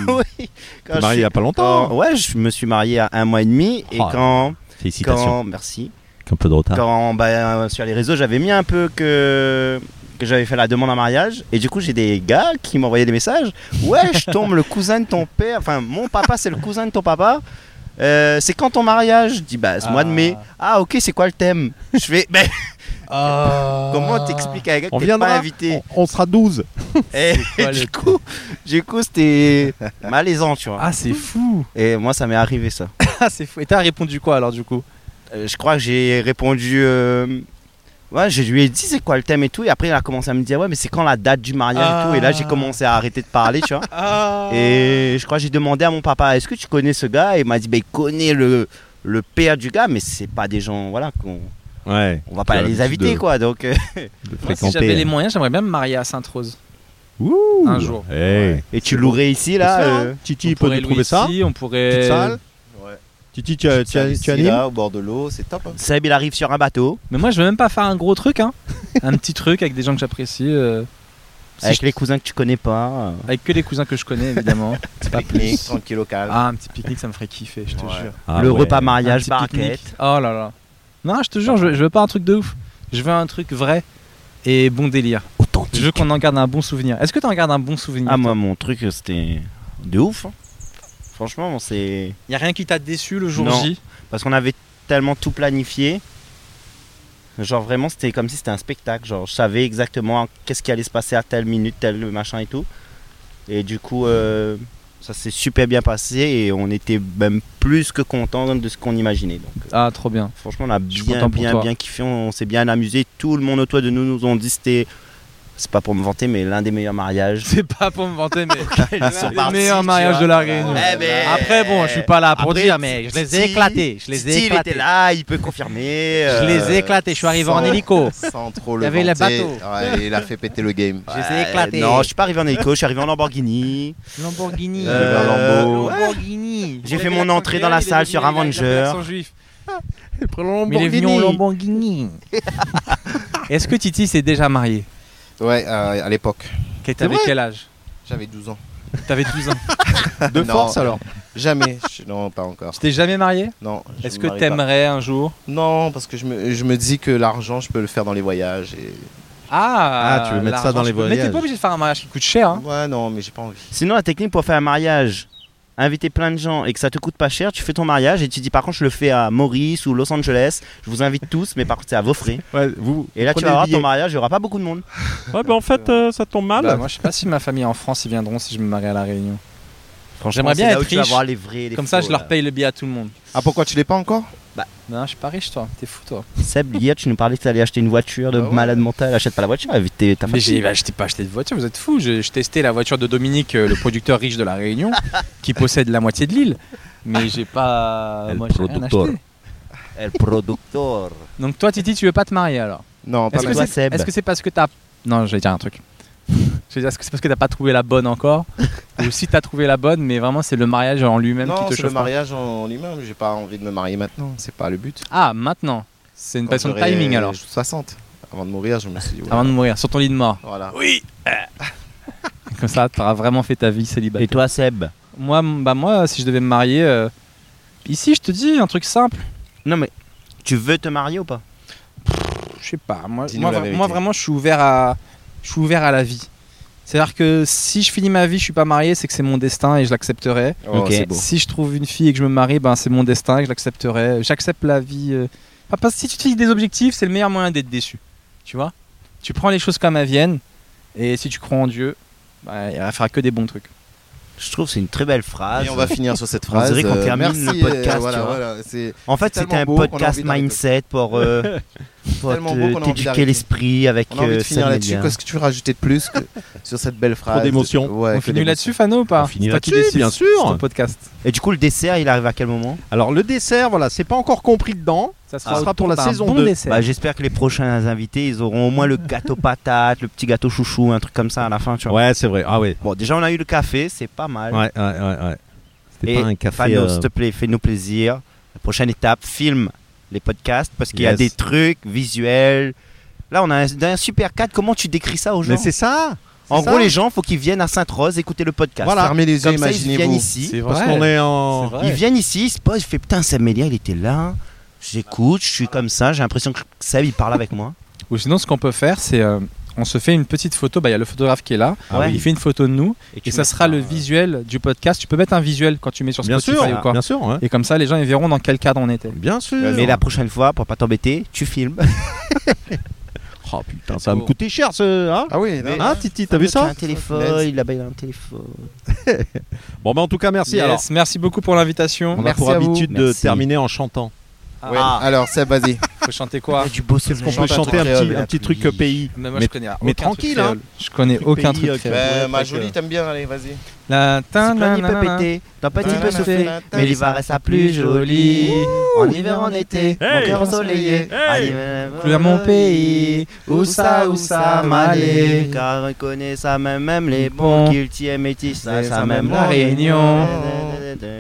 S3: Oui.
S4: Quand
S3: T'es
S4: je
S3: marié
S4: suis-
S3: il y a pas longtemps.
S4: quand- ouais, je me suis marié à un mois et demi. Et
S3: Oh,
S4: quand.
S3: félicitations. Hein.
S4: quand- merci.
S3: Un peu de retard.
S4: Quand bah, sur les réseaux, j'avais mis un peu que. Que j'avais fait la demande en mariage et du coup j'ai des gars qui m'envoyaient des messages ouais je tombe le cousin de ton père enfin mon papa c'est le cousin de ton papa Euh, c'est quand ton mariage je dis bah ce mois de mai ah ok c'est quoi le thème je fais ben comment t'expliques à un gars que
S3: Ah. On
S4: t'es
S3: viendra.
S4: pas invité
S3: On, on sera 12.
S4: et du coup, du coup, c'était malaisant, tu vois.
S2: Ah, c'est fou.
S4: Et moi, ça m'est arrivé ça.
S2: Ah, c'est fou. Et t'as répondu quoi alors, du coup
S4: Euh, je crois que j'ai répondu. euh, Ouais, je lui ai dit c'est quoi le thème et tout. Et après, il a commencé à me dire ouais, mais c'est quand la date du mariage et tout. Et
S2: Ah.
S4: là, j'ai commencé à arrêter de parler, tu vois. Et je crois que j'ai demandé à mon papa est-ce que tu connais ce gars Et il m'a dit bah, il connaît le, le père du gars, mais c'est pas des gens, voilà, qu'on.
S3: Ouais.
S4: On va pas
S3: Tu as
S4: les
S3: l'habitude
S4: inviter,
S3: de-
S4: quoi. Donc. euh,
S2: Moi, Si j'avais les moyens, j'aimerais bien me marier à Sainte-Rose.
S3: Ouh.
S2: Un jour.
S3: Hey.
S4: Et tu louerais ici, là
S3: C'est ça, hein.
S4: euh,
S3: Titi, il
S2: On
S3: peut
S2: pourrait
S3: nous trouver
S2: louer
S3: ça
S2: ici, on pourrait-
S3: Petite salle
S9: Ouais.
S3: Titi, tu, tu, tu,
S9: Ici,
S3: animes
S9: là, au bord de l'eau, c'est top. hein.
S4: Seb, il arrive sur un bateau.
S2: Mais moi, je veux même pas faire un gros truc, hein. un petit truc avec des gens que j'apprécie. euh, si
S4: Avec
S2: je-
S4: les cousins que tu connais pas. euh.
S2: Avec que les cousins que je connais, évidemment. C'est pas plus.
S4: tranquille au calme.
S2: Ah, un petit pique-nique, ça me ferait kiffer, je te jure.
S4: Ah Le ouais. repas mariage,
S2: Un petit pique-nique.
S4: barquette.
S2: Oh là là. Non, je te jure, je, je veux pas un truc de ouf. Je veux un truc vrai et bon délire. Je veux qu'on en garde un bon souvenir. Est-ce que t'en gardes un bon souvenir
S4: Ah, moi, mon truc, c'était de ouf. hein. Franchement, c'est.
S2: Y a rien qui t'a déçu le jour
S4: Non,
S2: J
S4: Parce qu'on avait tellement tout planifié. Genre vraiment, c'était comme si c'était un spectacle. Genre, je savais exactement qu'est-ce qui allait se passer à telle minute, tel machin et tout. Et du coup, euh, ça s'est super bien passé et on était même plus que content de ce qu'on imaginait. Donc, euh,
S2: Ah, trop bien.
S4: franchement, on a
S2: Je suis
S4: bien,
S2: content pour
S4: bien,
S2: toi.
S4: bien kiffé. On, s'est bien amusé. Tout le monde autour de nous nous ont dit que c'était. C'est pas pour me vanter, mais l'un des meilleurs mariages.
S2: C'est pas pour me vanter, mais
S4: ils sont
S2: le
S4: partis,
S2: meilleur
S4: tu
S2: mariage
S4: vois.
S2: de la Réunion.
S4: Eh ben,
S2: Après, bon, je suis pas là pour
S4: après,
S2: dire, mais je les ai
S4: Titi-
S2: éclatés. Je les ai
S4: Titi, il
S2: éclatés.
S4: était là, il peut confirmer. euh,
S2: Je les ai éclatés. Je suis arrivé en hélico.
S9: Euh, Sans trop
S2: Il y
S9: le
S2: avait les
S9: vanter.
S2: bateaux.
S9: Ouais, il a fait péter le game.
S2: Je les ai éclatés.
S4: Non, je suis pas arrivé en hélico, je suis arrivé en Lamborghini.
S2: Lamborghini.
S4: Euh, Lambo.
S2: Lamborghini.
S4: J'ai fait mon entrée dans la salle sur Avenger.
S2: Mais il est venu en Lamborghini. Est-ce que Titi s'est déjà marié
S9: Ouais, euh, à l'époque.
S2: Que T'avais quel âge
S9: J'avais 12 ans.
S2: T'avais 12 ans.
S9: Non, Jamais. Je- Non, pas encore.
S2: Tu t'es jamais marié
S9: Non. je
S2: Est-ce
S9: me
S2: que
S9: marie
S2: t'aimerais un jour
S9: pas. Non, parce que je me, je me dis que l'argent, je peux le faire dans les voyages. Et...
S2: Ah,
S9: Ah, tu veux mettre ça
S2: l'argent,
S9: dans les
S2: je peux- Mais t'es
S9: voyages.
S2: pas obligé de faire un mariage qui coûte cher. hein.
S9: Ouais, non, mais j'ai pas envie.
S4: Sinon, la technique pour faire un mariage, inviter plein de gens et que ça te coûte pas cher, tu fais ton mariage et tu dis par contre, je le fais à Maurice ou Los Angeles, je vous invite tous, mais par contre, c'est à vos frais. et
S1: prenez
S4: là, tu vas
S1: le
S4: voir
S1: billet.
S4: ton mariage, il y aura pas beaucoup de monde.
S1: Ouais, bah en fait, euh, ça tombe
S4: Ah,
S1: mal.
S2: Bah, moi, je sais pas si ma famille est en France, ils viendront si je me marie à La Réunion. J'aimerais bien
S4: c'est là
S2: être
S4: où tu vas
S2: riche.
S4: voir les vrais, les
S2: Comme ça,
S4: faux,
S2: je leur
S4: là.
S2: paye le billet à tout le monde.
S9: Ah, pourquoi tu l'es pas encore
S2: Bah, non, je suis pas riche, toi. T'es fou, toi.
S4: Seb, hier, tu nous parlais que t'allais acheter une voiture de
S2: Ah ouais.
S4: malade mental. Achète pas la voiture, évite tes- ta
S2: Mais j'ai
S4: famille.
S2: bah, je t'ai pas acheté de voiture, vous êtes fous. J'ai j'ai testé la voiture de Dominique, euh, le producteur riche de La Réunion, qui possède la moitié de l'île. Mais j'ai pas. moi, j'ai rien acheté.
S4: El productor.
S2: Donc, toi, Titi, tu veux pas te marier alors
S9: Non,
S4: pas
S2: Est-ce que
S4: maintenant.
S2: c'est
S4: Seb.
S2: est-ce que c'est parce que t'as. Non, j'allais dire un truc. Je vais dire, est-ce que c'est parce que t'as pas trouvé la bonne encore Ou si t'as trouvé la bonne, mais vraiment, c'est le mariage en lui-même qui
S9: Non,
S2: te
S9: c'est le
S2: chauffe pas
S9: mariage en en lui-même. J'ai pas envie de me marier maintenant. C'est pas le but.
S2: Ah, maintenant C'est une
S9: Quand
S2: passion de
S9: j'aurai
S2: timing alors.
S9: 60. Avant de mourir, je me suis dit. ouais.
S2: Avant de mourir, sur ton lit de mort.
S9: Voilà.
S2: Oui Comme ça, t'auras vraiment fait ta vie célibataire.
S4: Et toi, Seb
S2: Moi, m- bah moi, si je devais me marier, euh, ici, je te dis un truc simple.
S4: Non, mais tu veux te marier ou pas
S2: Je sais pas. Moi,
S9: Dis-nous
S2: moi,
S9: la
S2: vra-
S9: vérité.
S2: moi, vraiment, je suis ouvert à, je suis ouvert à la vie. C'est-à-dire que si je finis ma vie, je suis pas marié, c'est que c'est mon destin et je l'accepterai.
S9: Oh,
S4: Ok.
S9: c'est beau.
S2: Si je trouve une fille et que je me marie, ben c'est mon destin et que je l'accepterai. J'accepte la vie. euh. Enfin, parce que si tu te fixes des objectifs, c'est le meilleur moyen d'être déçu. Tu vois Tu prends les choses comme elles viennent et si tu crois en Dieu, ben, il va faire que des bons trucs.
S4: Je trouve que c'est une très belle phrase.
S9: Et on va finir sur cette
S4: On
S9: phrase.
S4: dirait qu'on
S9: Euh,
S4: termine
S9: merci,
S4: le podcast,
S9: euh, voilà,
S4: tu vois.
S9: voilà, c'est-
S4: En fait,
S9: c'est
S4: c'était
S9: tellement
S4: un
S9: beau qu'on a
S4: podcast
S9: envie d'arrêter.
S4: mindset pour, euh, pour
S9: Tellement beau qu'on a
S4: te-
S9: envie
S4: t'éduquer
S9: d'arrêter.
S4: l'esprit avec
S9: On a envie
S4: euh,
S9: de finir
S4: Seb
S9: là-dessus.
S4: Media.
S9: Qu'est-ce que tu veux rajouter de plus que sur cette belle phrase
S3: d'émotions.
S9: Ouais,
S2: On
S9: que
S2: finit
S9: d'émotions.
S2: là-dessus, Fano, ou pas
S3: On finit
S2: C'est toi qui
S3: là-dessus,
S2: décides,
S3: bien sûr.
S2: c'est ton podcast.
S4: Et du coup, le dessert, il arrive à quel moment
S3: Alors le dessert, voilà, c'est pas encore compris dedans.
S2: Ça
S3: sera sera pour la
S2: autour d'un
S3: saison
S2: bon
S3: 2.
S2: dessert.
S4: bah, J'espère que les prochains invités, ils auront au moins le gâteau patate, le petit gâteau chouchou, un truc comme ça à la fin, tu vois.
S3: Ouais, c'est vrai. Ah ouais.
S4: Bon, déjà, on a eu le café, c'est pas mal.
S3: Ouais, ouais, ouais. ouais. C'était
S4: Et
S3: pas un café.
S4: Fano,
S3: euh,
S4: s'il te plaît, fais-nous plaisir. La prochaine étape, filme les podcasts parce qu'il y a
S3: Yes.
S4: des trucs visuels. Là, on a un, un super cadre. Comment tu décris ça aux gens
S3: Mais c'est ça. c'est
S4: En
S3: ça.
S4: gros, les gens, faut qu'ils viennent à Sainte-Rose écouter le podcast.
S9: Voilà. Fermez les yeux,
S4: Comme ça, ils viennent
S9: imaginez-vous.
S4: ici.
S2: C'est
S3: Parce
S2: vrai.
S3: qu'on est
S2: C'est
S3: en.
S2: vrai.
S4: Ils viennent ici, ils se posent, ils font putain, Seb Melia, il était là. J'écoute, je suis comme ça, j'ai l'impression que Seb, il parle avec moi.
S2: Ou sinon, ce qu'on peut faire, c'est euh, on se fait une petite photo. Bah, il y a le photographe qui est là.
S4: Ah oui.
S2: Il fait une photo de nous.
S4: tu
S2: Et, ça
S4: mets
S2: sera le visuel du podcast. Tu peux mettre un visuel quand tu mets sur
S3: euh, Bien
S2: Spotify
S3: sûr.
S2: ou quoi.
S3: Bien sûr. ouais.
S2: Et comme ça, les gens ils verront dans quel cadre on était.
S3: Bien sûr.
S4: Mais la prochaine fois, pour pas t'embêter, tu filmes.
S3: Oh putain, ça va me coûter cher ce. hein
S9: Ah oui, non,
S3: Hein, Titi, t'as vu
S4: Il a
S3: ça
S4: un téléphone, il a baillé un téléphone.
S3: Bon, bah en tout cas, merci.
S2: Yes,
S3: Alors,
S2: merci beaucoup pour l'invitation.
S3: on a
S9: Merci
S3: pour
S9: à vous.
S3: habitude de
S4: Merci.
S3: terminer en chantant.
S9: Ouais.
S2: Ah.
S9: Alors, Seb, vas-y.
S2: Faut chanter quoi
S4: du beau
S3: Est-ce qu'on peut chanter un petit, un petit truc euh, pays
S2: mais
S3: Mais-
S2: connais
S3: mais
S2: aucun truc
S3: tranquille, hein.
S2: créole. Je connais
S3: Truc
S2: aucun
S3: pays,
S2: truc
S3: euh,
S2: créole.
S9: Euh,
S3: Ouais,
S9: ma
S3: fait
S9: jolie,
S3: que-
S9: t'aimes bien, allez, vas-y.
S2: La
S4: Si
S2: tin-
S4: Pliny
S2: nan- nan-
S4: peut
S2: nan.
S4: péter, dans petit
S9: Nanana.
S4: peut souffler,
S9: Nanana.
S4: mais l'hiver reste la plus jolie. En hiver, en été, mon
S1: Hey
S4: cœur ensoleillé. euh,
S2: Plus à mon pays,
S4: où ça, où ça m'allait.
S2: m'allait.
S4: Car on connaît ça, même, même les
S2: Bon.
S4: bons qu'il tiennent métis, ça,
S2: C'est
S4: ça,
S2: ça,
S4: même
S2: même la
S4: bon.
S2: Réunion.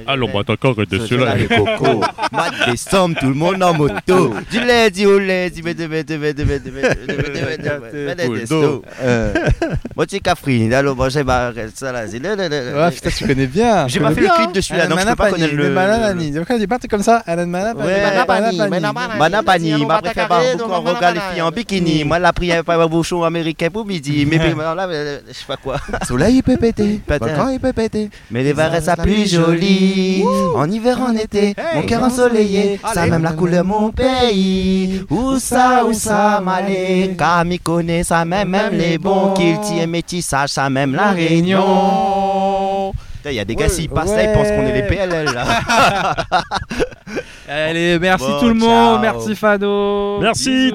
S7: Allons, bah, d'accord, de cela.
S4: les cocos. Mat des sommes, tout le monde en moto. Du lundi au lundi. bête, bête, bête, bête, bête, bête, bête, bête, bête,
S13: Cool,
S4: des
S13: do.
S4: sto. Euh, Moi, tu es Cafrine. Allô, moi, j'ai ma. Ça, bah, là, c'est.
S2: Ouais, putain, tu connais bien.
S4: J'ai
S2: Tu
S4: pas
S2: connais
S4: fait le
S2: Ah, bien,
S4: clip de celui-là,
S2: hein.
S4: donc je
S2: Alan
S4: peux pas
S2: Manapani,
S4: connaître le-
S2: mais Manapani. Donc, il est parti comme ça. Alan Manapani. Manapani, Manapani.
S4: Manapani, m'a préféré barbe quand regarde les filles en bikini. Moi, la prière, pas un bouchon américain pour midi. Mais puis, voilà, euh, je sais pas quoi. Soleil peut péter.
S13: Vacances,
S4: il peut péter. Mais les varaises, ça plus joli. En hiver, en été, mon cœur ensoleillé. Ça a même la couleur, mon pays. Où ça, où ça, m'aller. Camille connaît ça, même, même les bons. Qu'il tient métissage, ça, même la réunion. Putain, Il y a des gars, s'ils passent là, ils pensent qu'on est les PLL là.
S2: Allez, merci
S4: Bon,
S2: tout le monde.
S4: ciao.
S2: Merci Fado. Bisous.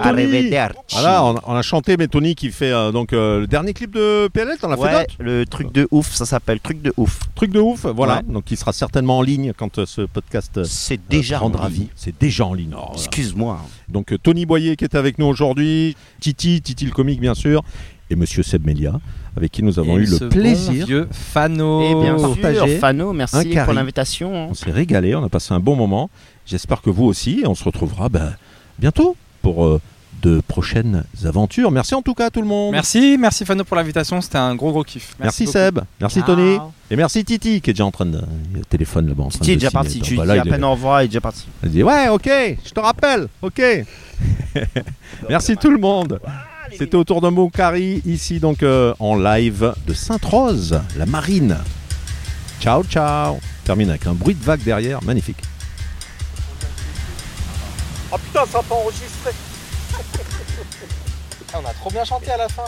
S3: Voilà, on a, on a chanté, mais Tony qui fait euh, donc euh, le dernier clip de PLL, t'en as fait
S4: Ouais,
S3: d'autres
S4: le truc de ouf, ça s'appelle truc de ouf.
S3: Truc de ouf, voilà.
S4: Ouais.
S3: Donc il sera certainement en ligne quand euh, ce podcast c'est
S4: déjà en
S3: vie. C'est déjà en ligne. Oh
S4: Excuse-moi.
S3: Donc euh, Tony Boyer qui est avec nous aujourd'hui, Titi, Titi le comique bien sûr, et Monsieur Seb Melia avec qui nous avons
S2: Et
S3: eu
S2: ce
S3: le plaisir.
S2: bon vieux Fano.
S3: Et bien sûr,
S2: Partagé.
S3: Fano, merci Un pour carré.
S4: l'invitation.
S3: Hein, On s'est régalé, on a passé un bon moment. J'espère que vous aussi. Et on se retrouvera ben, bientôt pour euh, de prochaines aventures. Merci en tout cas à tout le monde.
S2: Merci, merci Fano pour l'invitation. C'était un gros gros kiff.
S3: Merci,
S2: beaucoup.
S3: Seb. Merci
S2: Ciao.
S3: Tony. Et merci Titi qui est déjà en train de. Il y a le téléphone là-bas. en train
S4: Titi est
S3: de
S4: déjà
S3: signer.
S4: parti,
S3: Ah,
S4: tu lui
S3: bah,
S4: dis
S3: là,
S4: à
S3: il est-
S4: peine au revoir, il est déjà parti.
S3: il dit Ouais, ok, je te rappelle. Ok. merci tout le monde. C'était autour de Moukari, ici donc euh, en live de Sainte-Rose, la marine. Ciao, ciao. Termine avec un bruit de vague derrière, magnifique.
S2: Oh putain, ça n'a pas enregistré. on a Ah, trop bien chanté à la fin.